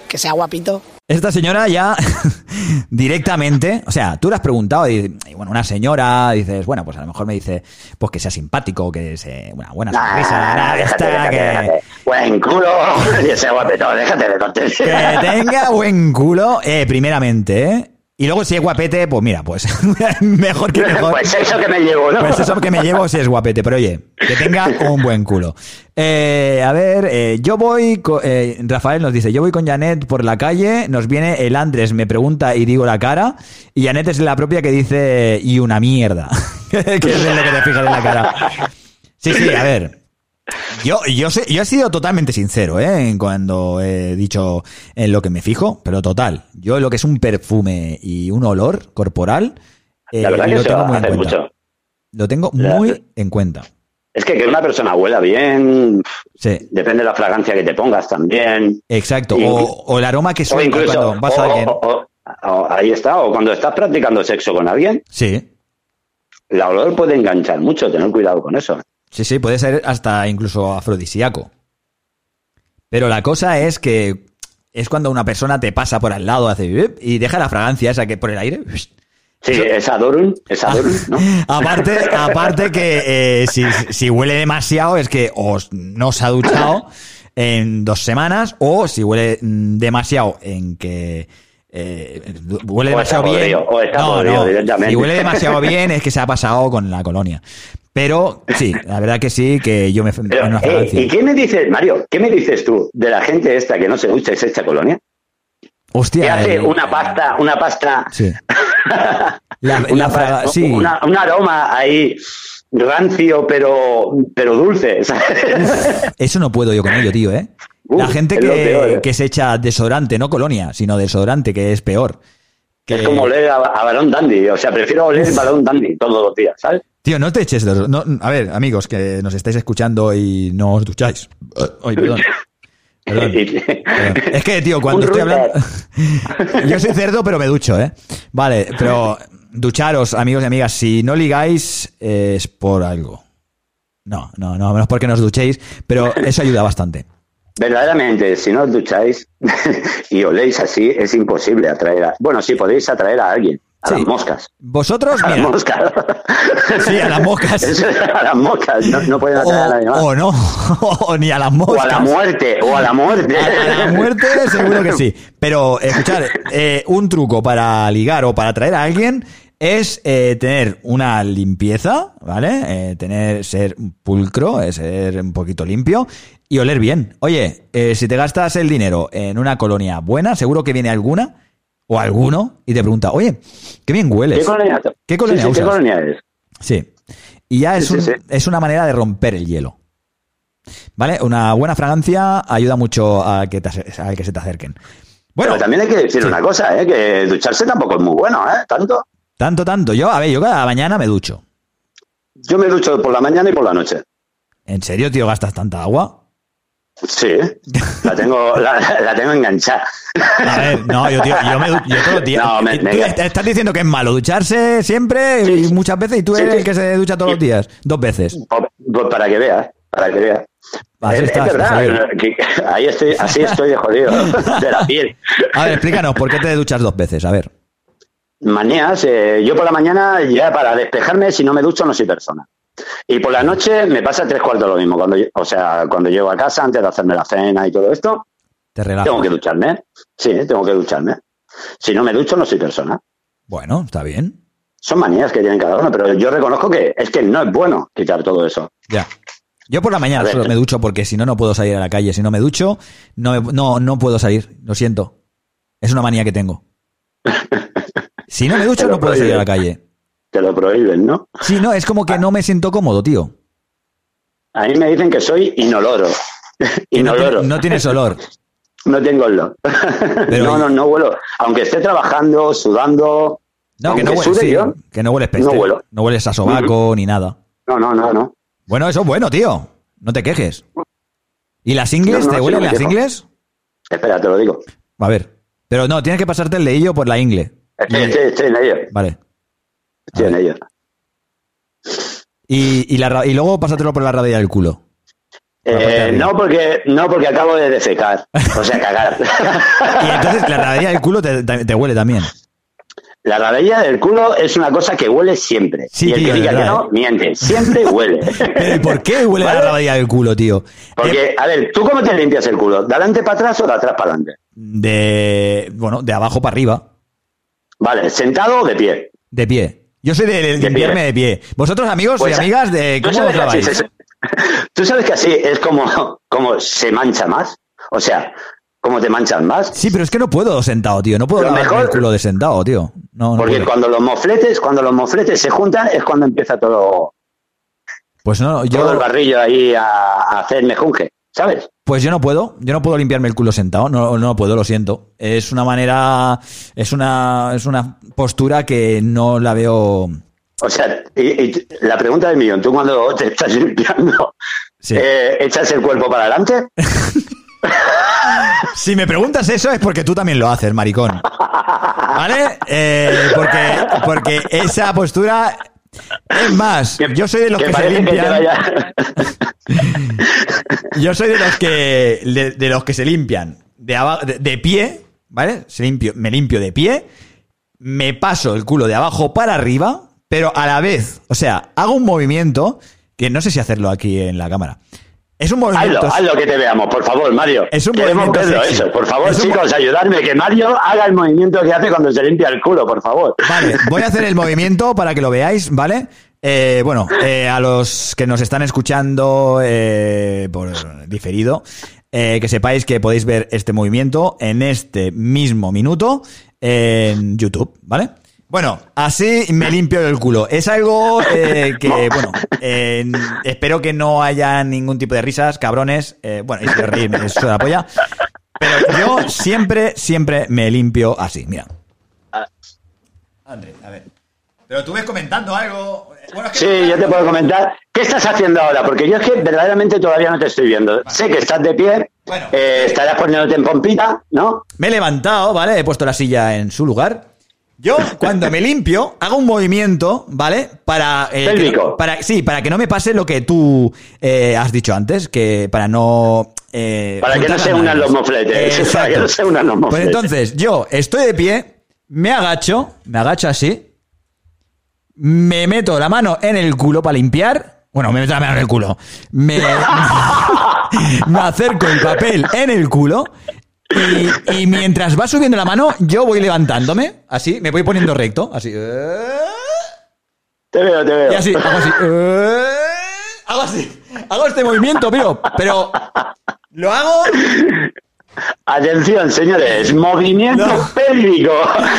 Speaker 20: que sea guapito.
Speaker 2: Esta señora ya *laughs* directamente, o sea, tú le has preguntado, y, y bueno, una señora, dices, bueno, pues a lo mejor me dice, pues que sea simpático, que sea una buena sonrisa, nada, ya
Speaker 3: Ah, déjate,
Speaker 2: está,
Speaker 3: déjate,
Speaker 2: que-
Speaker 3: déjate. Buen culo. *laughs* Y ese guapetón, déjate de
Speaker 2: Que
Speaker 3: tonterías.
Speaker 2: tenga buen culo, eh, primeramente, ¿eh? Y luego si es guapete, pues mira, pues *laughs* mejor que mejor.
Speaker 3: *laughs* Pues eso que me llevo, ¿no?
Speaker 2: Pues eso que me llevo si es guapete, pero oye, que tenga un buen culo. Eh, a ver, eh, yo voy, co- eh, Rafael nos dice, yo voy con Janet por la calle, nos viene el Andrés, me pregunta y digo la cara, y Janet es la propia que dice, y una mierda, *laughs* que es en lo que te fijas en la cara. Sí, sí, a ver. Yo, yo, sé, yo he sido totalmente sincero, ¿eh? en Cuando he dicho en lo que me fijo, pero total. Yo lo que es un perfume y un olor corporal, eh,
Speaker 3: La verdad que
Speaker 2: lo
Speaker 3: se
Speaker 2: tengo
Speaker 3: va
Speaker 2: muy
Speaker 3: a
Speaker 2: en
Speaker 3: hacer
Speaker 2: cuenta.
Speaker 3: mucho.
Speaker 2: Lo tengo muy en cuenta.
Speaker 3: Es que que una persona huela bien,
Speaker 2: Sí.
Speaker 3: depende de la fragancia que te pongas también.
Speaker 2: Exacto.
Speaker 3: Y-
Speaker 2: O, o el aroma que
Speaker 3: O
Speaker 2: suelta
Speaker 3: incluso,
Speaker 2: cuando vas a
Speaker 3: o-
Speaker 2: alguien.
Speaker 3: o- o- o- ahí está, o cuando estás practicando sexo con alguien,
Speaker 2: Sí.
Speaker 3: el olor puede enganchar mucho, tener cuidado con eso.
Speaker 2: Sí, sí, puede ser hasta incluso afrodisíaco. Pero la cosa es que es cuando una persona te pasa por al lado hace "Bip", y deja la fragancia esa que por el aire.
Speaker 3: Sí, es Adorum, es Adorum,
Speaker 2: *laughs*
Speaker 3: ¿no?
Speaker 2: Aparte, aparte que eh, si, si huele demasiado es que o s- no se ha duchado en dos semanas o si huele mm, demasiado en que eh, du- huele
Speaker 3: O está
Speaker 2: demasiado bien.
Speaker 3: podrido, o está podrido directamente.
Speaker 2: Si huele demasiado bien es que se ha pasado con la colonia. Pero sí, la verdad que sí, que yo me... en una
Speaker 3: Eh,
Speaker 2: fragancia.
Speaker 3: ¿Y qué me dices, Mario? ¿Qué me dices tú de la gente esta que no se ducha y se echa colonia?
Speaker 2: Hostia,
Speaker 3: que hace
Speaker 2: eh,
Speaker 3: una pasta, una pasta, *laughs*
Speaker 2: sí. La-
Speaker 3: una
Speaker 2: la fraga-
Speaker 3: pa-
Speaker 2: sí.
Speaker 3: una- un aroma ahí rancio pero
Speaker 2: *laughs*
Speaker 3: pero dulce. *laughs* ¿sabes?
Speaker 2: Eso no puedo yo con ello, tío, ¿eh? La
Speaker 3: Uh,
Speaker 2: gente
Speaker 3: es
Speaker 2: que,
Speaker 3: lo peor, ¿eh?
Speaker 2: que se echa desodorante, no colonia, sino desodorante, que es peor. Que-
Speaker 3: Es como oler a, a Balón Dandy, o sea, prefiero oler Balón Dandy todos los días, ¿sabes?
Speaker 2: Tío, no te eches dos. no- a ver, amigos, que nos estáis escuchando y no os ducháis. Eh, Ay, perdón.
Speaker 3: *laughs*
Speaker 2: Perdón. Perdón. Es que, tío, cuando
Speaker 3: Un
Speaker 2: estoy
Speaker 3: ruido.
Speaker 2: hablando. *laughs* Yo soy cerdo, pero me ducho, ¿eh? Vale, pero ducharos, amigos y amigas. Si no ligáis, eh, es por algo. No, no, no, menos porque nos duchéis, pero eso ayuda bastante.
Speaker 3: *laughs* Verdaderamente, si no os ducháis *laughs* y oléis así, es imposible atraer a... Bueno, sí, podéis atraer a alguien, a las moscas.
Speaker 2: Vosotros,
Speaker 3: A las *laughs*
Speaker 2: mira,
Speaker 3: moscas.
Speaker 2: *laughs* Sí, a las moscas.
Speaker 3: Eso es, *laughs* a las moscas, no, no pueden
Speaker 2: o,
Speaker 3: atraer a nadie más.
Speaker 2: o no, *laughs* o ni a las
Speaker 3: O
Speaker 2: moscas.
Speaker 3: a la muerte, o a la muerte.
Speaker 2: A la muerte seguro que sí. Pero, escuchar, eh, un truco para ligar o para atraer a alguien es eh, tener una limpieza, ¿vale? Eh, tener, ser pulcro, eh, ser un poquito limpio y oler bien. Oye, eh, si te gastas el dinero en una colonia buena, seguro que viene alguna o alguno y te pregunta, oye, qué bien hueles.
Speaker 3: *laughs* ¿Qué
Speaker 2: ¿Qué colonia
Speaker 3: colonia, Sí, sí, ¿qué
Speaker 2: usas?
Speaker 3: colonia es?
Speaker 2: Sí. Y ya es,
Speaker 3: Sí,
Speaker 2: un-
Speaker 3: sí, sí.
Speaker 2: es una manera de romper el hielo. ¿Vale? Una buena fragancia ayuda mucho a que, te ace- a que se te acerquen. Bueno,
Speaker 3: Pero también hay que decir una cosa, ¿eh? que ducharse tampoco es muy bueno, ¿eh? Tanto.
Speaker 2: Tanto, tanto. Yo, a ver, yo cada mañana me ducho.
Speaker 3: Yo me ducho por la mañana y por la noche.
Speaker 2: ¿En serio, tío, gastas tanta agua?
Speaker 3: Sí, la tengo, la, la tengo enganchada.
Speaker 2: A ver, no, yo, tío, yo me du- yo todos los días.
Speaker 3: *laughs* No, me-
Speaker 2: Y tú
Speaker 3: me-
Speaker 2: est- estás diciendo que es malo ducharse siempre y muchas veces y tú
Speaker 3: Sí,
Speaker 2: eres
Speaker 3: sí.
Speaker 2: el que se ducha todos los días. Dos veces.
Speaker 3: Pues- pues para que veas, para que veas.
Speaker 2: Así
Speaker 3: es, es
Speaker 2: estás,
Speaker 3: verdad,
Speaker 2: Rafael.
Speaker 3: que- ahí estoy, así estoy de jodido, de la piel.
Speaker 2: A ver, explícanos, ¿por qué te duchas dos veces? A ver.
Speaker 3: Manías, eh, yo por la mañana ya para despejarme, si no me ducho no soy persona. Y por la noche me pasa tres cuartos lo mismo. Cuando, lle- o sea, cuando llego a casa, antes de hacerme la cena y todo esto,
Speaker 2: Te relajas.
Speaker 3: tengo que ducharme. Sí, tengo que ducharme. Si no me ducho no soy persona.
Speaker 2: Bueno, está bien.
Speaker 3: Son manías que tienen cada uno, pero yo reconozco que es que no es bueno quitar todo eso.
Speaker 2: Ya. Yo por la
Speaker 3: A
Speaker 2: mañana
Speaker 3: ver. eh.
Speaker 2: solo me ducho porque si no, no puedo salir a la calle. Si no me ducho, no, me- no, no puedo salir. Lo siento. Es una manía que
Speaker 3: *laughs*
Speaker 2: tengo. Si no me ducho,
Speaker 3: Te lo
Speaker 2: no puedo salir a la
Speaker 3: prohíben.
Speaker 2: calle.
Speaker 3: Te lo prohíben, ¿no?
Speaker 2: Sí, no, es como que no me siento cómodo, tío.
Speaker 3: A mí me dicen que soy inoloro. *laughs*
Speaker 2: Que no,
Speaker 3: inoloro.
Speaker 2: ti- no tienes olor.
Speaker 3: No tengo olor. no, no, no vuelo. Aunque esté trabajando, sudando.
Speaker 2: No, que
Speaker 3: aunque
Speaker 2: no hueles,
Speaker 3: sude
Speaker 2: sí,
Speaker 3: yo,
Speaker 2: que no hueles peste.
Speaker 3: no huelo.
Speaker 2: No hueles a sobaco ni nada.
Speaker 3: No, no, no, no.
Speaker 2: Bueno, eso es bueno, tío. No te quejes. ¿Y las ingles?
Speaker 3: No, no,
Speaker 2: ¿Te
Speaker 3: sí,
Speaker 2: huelen
Speaker 3: no me
Speaker 2: las
Speaker 3: quejo.
Speaker 2: ingles?
Speaker 3: Espera, te lo digo.
Speaker 2: A ver. Pero no, tienes que pasarte el leillo por la ingle.
Speaker 3: Estoy, estoy- estoy en ello.
Speaker 2: Vale.
Speaker 3: Estoy en ello.
Speaker 2: Y, y la ra- y luego pásatelo por la raya del culo.
Speaker 3: Eh, no, porque, no, porque acabo de defecar. O sea, cagar.
Speaker 2: *laughs* Y entonces la rabadilla del culo te, te- te huele también.
Speaker 3: La rabadilla del culo es una cosa que huele siempre.
Speaker 2: Sí,
Speaker 3: y el
Speaker 2: tío,
Speaker 3: que
Speaker 2: de
Speaker 3: diga que
Speaker 2: verdad, eh.
Speaker 3: no, miente. Siempre huele.
Speaker 2: *laughs* Pero ¿y por qué huele la rabadilla del culo, tío?
Speaker 3: Porque, a ver, ¿tú cómo te limpias el culo? ¿De adelante para atrás o de atrás para adelante?
Speaker 2: De, bueno, de abajo para arriba,
Speaker 3: Vale, ¿sentado o de pie?
Speaker 2: de pie. Yo soy de, de
Speaker 3: De
Speaker 2: limpiarme de pie. Vosotros, amigos
Speaker 3: Pues,
Speaker 2: y amigas, de,
Speaker 3: ¿tú
Speaker 2: ¿cómo
Speaker 3: sabes
Speaker 2: os
Speaker 3: que así
Speaker 2: laváis?
Speaker 3: se- *laughs* Tú sabes que así es como, *laughs* como se mancha más. O sea, como te manchan más.
Speaker 2: Sí, pero es que no puedo sentado, tío. No puedo
Speaker 3: Lo
Speaker 2: lavarme el
Speaker 3: mejor-
Speaker 2: culo de sentado, tío. No, no
Speaker 3: Porque
Speaker 2: puedo.
Speaker 3: cuando los mofletes, cuando los mofletes se juntan es cuando empieza todo,
Speaker 2: Pues no,
Speaker 3: todo el
Speaker 2: yo,
Speaker 3: barrillo ahí a, a hacer mejunje, ¿sabes?
Speaker 2: pues yo no puedo. Yo no puedo limpiarme el culo sentado. No, no puedo, lo siento. Es una manera, es una, es una postura que no la veo.
Speaker 3: O sea, y, y la pregunta del millón, tú cuando te estás *laughs* limpiando, eh, ¿echas el cuerpo para
Speaker 2: *laughs*
Speaker 3: adelante?
Speaker 2: Si me preguntas eso es porque tú también lo haces, maricón. ¿Vale? Eh, porque, porque esa postura. Es más, yo soy de los que, se
Speaker 3: parece que te
Speaker 2: limpian.
Speaker 3: vaya-
Speaker 2: yo soy de los que. De, de los que se limpian. De, aba- de, de pie, ¿vale? Se limpio, me limpio de pie. Me paso el culo de abajo para arriba, pero a la vez. O sea, hago un movimiento. Que no sé si hacerlo aquí en la cámara. Es un movimiento.
Speaker 3: Hazlo, hazlo que te veamos, por favor, Mario.
Speaker 2: Es un
Speaker 3: Queremos
Speaker 2: movimiento
Speaker 3: verlo
Speaker 2: sexy.
Speaker 3: eso. Por favor,
Speaker 2: Es un
Speaker 3: chicos,
Speaker 2: mo-
Speaker 3: ayudarme que Mario haga el movimiento que hace cuando se limpia el culo, por favor.
Speaker 2: Vale, voy a hacer el movimiento para que lo veáis, ¿vale? Eh, bueno, eh, a los que nos están escuchando eh, por diferido, eh, que sepáis que podéis ver este movimiento en este mismo minuto en YouTube, ¿vale? Bueno, así me limpio el culo. Es algo eh, que, bueno, eh, espero que no haya ningún tipo de risas, cabrones. Eh, bueno, y si os reís, me suda la polla. Pero yo siempre, siempre me limpio así, mira. André, a ver. Pero tú ves comentando algo.
Speaker 3: Sí, yo te puedo comentar. ¿Qué estás haciendo ahora? Porque yo es que verdaderamente todavía no te estoy viendo. Sé que estás de pie, eh, estarás poniéndote en pompita, ¿no?
Speaker 2: Me he levantado, ¿vale? He puesto la silla en su lugar.
Speaker 3: *laughs*
Speaker 2: Yo, cuando me limpio, hago un movimiento, ¿vale? Para. eh, que
Speaker 3: Pélvico.
Speaker 2: no- para sí, para que no me pase lo que tú eh, has dicho antes, que para no. eh,
Speaker 3: Para que
Speaker 2: juntar
Speaker 3: no
Speaker 2: las
Speaker 3: se unan
Speaker 2: manos.
Speaker 3: los mofletes.
Speaker 2: Exacto.
Speaker 3: *laughs* Para que no se unan los
Speaker 2: Pues
Speaker 3: mofletes.
Speaker 2: entonces, yo estoy de pie, me agacho, me agacho así, me meto la mano en el culo para limpiar. Bueno, me meto la mano en el culo. Me, *laughs* me acerco el papel en el culo. Y, y mientras va subiendo la mano, yo voy levantándome, así, me voy poniendo recto, así. eh,
Speaker 3: Te veo, te veo.
Speaker 2: Y así, hago así. eh, hago así. Hago este movimiento, pero, pero lo hago
Speaker 3: Atención, señores, movimiento pélvico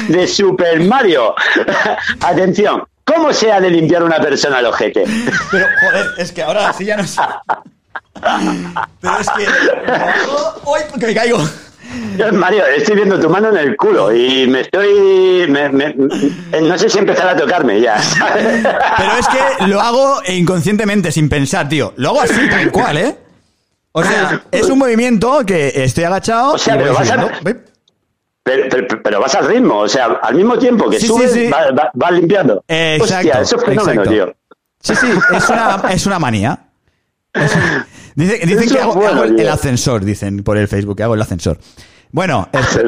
Speaker 3: de Super Mario. *laughs* Atención, ¿cómo se ha de limpiar una persona el ojete?
Speaker 2: Pero, joder, es que ahora sí ya no sé. Pero es que. ¡Uy! ¡Que me caigo!
Speaker 3: *laughs* Mario, estoy viendo tu mano en el culo y me estoy. me- me- me- no sé si empezar a tocarme ya. *laughs*
Speaker 2: Pero es que lo hago inconscientemente, sin pensar, tío. Lo hago así, tal cual, ¿eh? O sea, es un movimiento que estoy agachado.
Speaker 3: O sea,
Speaker 2: y voy
Speaker 3: pero vas, a-
Speaker 2: subiendo.
Speaker 3: pero, pero- pero vas al ritmo, o sea, al mismo tiempo que
Speaker 2: Sí, sí,
Speaker 3: subes,
Speaker 2: sí.
Speaker 3: va- va- vas limpiando.
Speaker 2: Eh,
Speaker 3: Hostia,
Speaker 2: exacto,
Speaker 3: eso es fenómeno,
Speaker 2: exacto.
Speaker 3: tío. *laughs*
Speaker 2: Sí, sí, es una, es una manía. Es- Dicen, dicen
Speaker 3: Eso
Speaker 2: que
Speaker 3: es
Speaker 2: hago,
Speaker 3: bueno,
Speaker 2: hago el,
Speaker 3: tío.
Speaker 2: el ascensor, dicen por el Facebook, que hago el ascensor. Bueno, esto,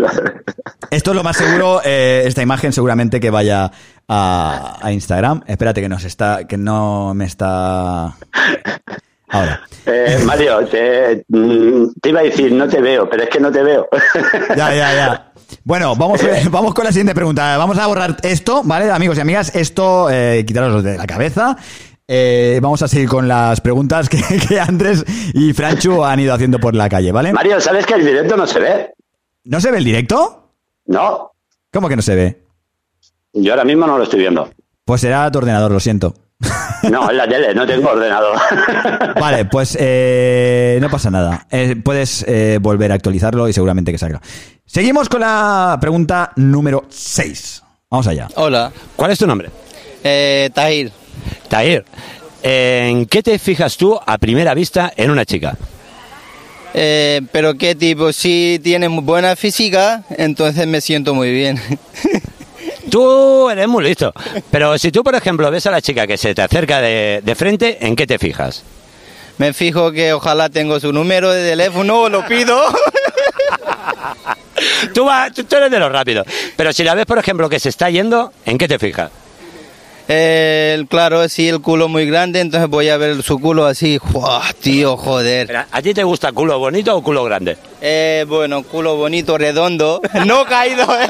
Speaker 2: esto es lo más seguro. eh, esta imagen seguramente que vaya a, a Instagram. Espérate que nos está, que no me está. Ahora.
Speaker 3: Eh, Mario, te, mm, te iba a decir, no te veo, pero es que no te veo. *laughs*
Speaker 2: Ya, ya, ya. Bueno, vamos, *laughs* vamos con la siguiente pregunta. Vamos a borrar esto, ¿vale, amigos y amigas? Esto, eh, quitaros de la cabeza. Eh, vamos a seguir con las preguntas que, *laughs* que Andrés y Franchu han ido haciendo por la calle, ¿vale?
Speaker 3: Mario, ¿sabes que el directo no se ve?
Speaker 2: ¿No se ve el directo?
Speaker 3: No,
Speaker 2: ¿Cómo que no se ve?
Speaker 3: yo ahora mismo no lo estoy viendo.
Speaker 2: Pues será tu ordenador, lo siento.
Speaker 3: No, en la tele, no tengo ordenador. *laughs*
Speaker 2: Vale, pues eh, no pasa nada. Eh, puedes eh, volver a actualizarlo y seguramente que salga. Seguimos con la pregunta número 6. Vamos allá.
Speaker 12: Hola. ¿Cuál es tu nombre?
Speaker 19: Eh,
Speaker 12: Tahir. Tahir, ¿en qué te fijas tú a primera vista en una chica?
Speaker 19: Eh, pero qué tipo, si tiene muy buena física, entonces me siento muy bien.
Speaker 12: Tú eres muy listo. Pero si tú, por ejemplo, ves a la chica que se te acerca de, de frente, ¿en qué te fijas?
Speaker 19: me fijo que ojalá tengo su número de teléfono, lo pido.
Speaker 12: *laughs* Tú, vas- tú- tú eres de los rápidos. Pero si la ves, por ejemplo, que se está yendo, ¿en qué te fijas?
Speaker 19: Eh, claro, sí, el culo muy grande, entonces voy a ver su culo así. ¡Guau, tío, joder!
Speaker 12: ¿A ti te gusta culo bonito o culo grande?
Speaker 19: Eh, bueno, culo bonito, redondo. *laughs* No caído, ¿eh?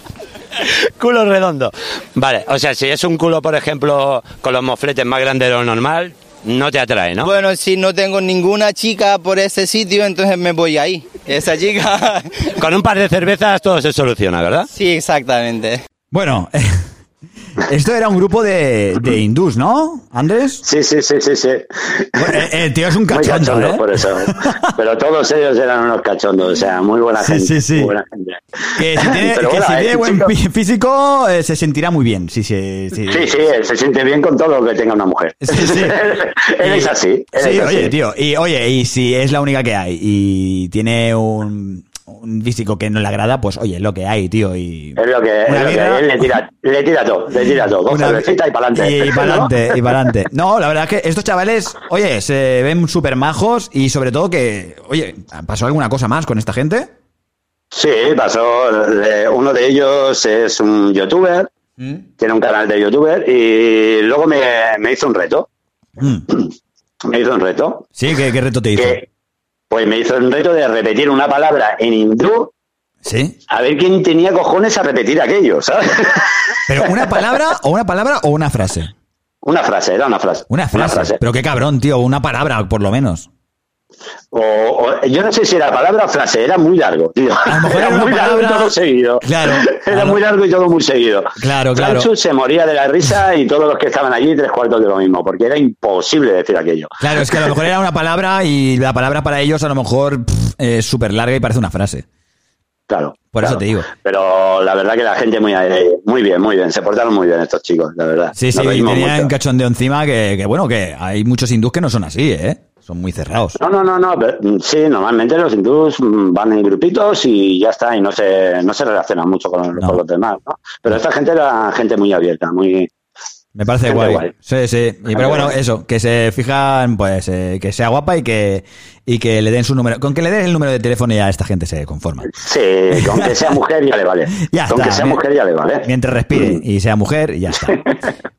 Speaker 12: *laughs* culo redondo. Vale, o sea, si es un culo, por ejemplo, con los mofletes más grandes de lo normal, no te atrae, ¿no?
Speaker 19: Bueno, si no tengo ninguna chica por ese sitio, entonces me voy ahí. Esa chica.
Speaker 12: Con un par de cervezas todo se soluciona, ¿verdad?
Speaker 19: Sí, exactamente.
Speaker 2: Bueno, eh, esto era un grupo de, de hindús, ¿no, Andrés? eh,
Speaker 3: Sí, sí, sí, sí, sí.
Speaker 2: el tío es un
Speaker 3: cachondo,
Speaker 2: ¿eh?
Speaker 3: por eso. Pero todos ellos eran unos cachondos, o sea, muy buena
Speaker 2: Sí,
Speaker 3: gente.
Speaker 2: sí, sí.
Speaker 3: muy buena gente.
Speaker 2: Que si tiene,
Speaker 3: *laughs* Pero
Speaker 2: que
Speaker 3: bueno,
Speaker 2: si
Speaker 3: eh,
Speaker 2: tiene buen
Speaker 3: chico.
Speaker 2: fí- físico, eh, se sentirá muy bien. Sí, sí, sí.
Speaker 3: Sí, sí, él se siente bien con todo lo que tenga una mujer. *laughs* él es así. él
Speaker 2: Sí,
Speaker 3: es así.
Speaker 2: oye, tío. Y oye, y si es la única que hay y tiene un, un físico que no le agrada, pues oye, es lo que hay, tío. Y
Speaker 3: Es lo que, es
Speaker 2: Una
Speaker 3: lo que
Speaker 2: birra.
Speaker 3: él le tira, le tira todo, le tira todo. Con
Speaker 2: Una-
Speaker 3: cervecita y pa'lante.
Speaker 2: Y para adelante,
Speaker 3: *laughs* ¿No?
Speaker 2: y para adelante. No, la verdad es que estos chavales, oye, se ven súper majos y sobre todo que, oye, ¿pasó alguna cosa más con esta gente?
Speaker 3: Sí, pasó. eh, Uno de ellos es un youtuber,
Speaker 2: ¿Mm?
Speaker 3: tiene un canal de youtuber y luego me, me hizo un reto. Me hizo un reto.
Speaker 2: Mm. Sí, ¿qué, qué reto te hizo?
Speaker 3: Que, pues me hizo un reto de repetir una palabra en hindú.
Speaker 2: Sí.
Speaker 3: A ver quién tenía cojones a repetir aquello, ¿sabes? *laughs*
Speaker 2: ¿Pero una palabra o una palabra o una frase?
Speaker 3: Una frase, era una frase.
Speaker 2: Una frase. Pero qué cabrón, tío, una palabra por lo menos.
Speaker 3: O, o- yo no sé si era palabra o frase, era muy largo, tío. *laughs* era
Speaker 2: una
Speaker 3: muy largo y
Speaker 2: palabra-
Speaker 3: todo seguido.
Speaker 2: Claro,
Speaker 3: *laughs* Era muy largo y todo muy seguido.
Speaker 2: Claro, claro.
Speaker 3: Sancho se moría de la risa y todos los que estaban allí tres cuartos de lo mismo, porque era imposible decir aquello.
Speaker 2: Claro, es que a lo mejor era una palabra y la palabra para ellos a lo mejor pff, es súper larga y parece una frase.
Speaker 3: Claro.
Speaker 2: Por eso te digo.
Speaker 3: Pero la verdad que la gente muy, eh, muy bien, muy bien. Se portaron muy bien estos chicos, la verdad.
Speaker 2: Sí,
Speaker 3: Nos
Speaker 2: sí, y
Speaker 3: reímos
Speaker 2: tenían
Speaker 3: mucho.
Speaker 2: cachondeo encima que, que, bueno, que hay muchos hindús que no son así, ¿eh? Son muy cerrados.
Speaker 3: No, no, no, no. pero, mm, sí, normalmente los hindús mm, van en grupitos y ya está, y no se, no se relacionan mucho con, con los demás, ¿no? Pero esta gente era gente muy abierta, muy...
Speaker 2: Me parece
Speaker 3: Gente
Speaker 2: guay.
Speaker 3: guay.
Speaker 2: Sí, sí. Y, pero bueno, eso, que se fijan, pues, eh, que sea guapa y que, y que le den su número. Con que le den el número de teléfono ya esta gente se conforma.
Speaker 3: Sí, con que sea mujer ya le vale.
Speaker 2: *laughs* Ya
Speaker 3: con
Speaker 2: está,
Speaker 3: que sea
Speaker 2: mi-
Speaker 3: mujer ¿eh? ya le vale.
Speaker 2: Mientras
Speaker 3: Mm.
Speaker 2: respire y sea mujer, ya
Speaker 3: *laughs*
Speaker 2: está.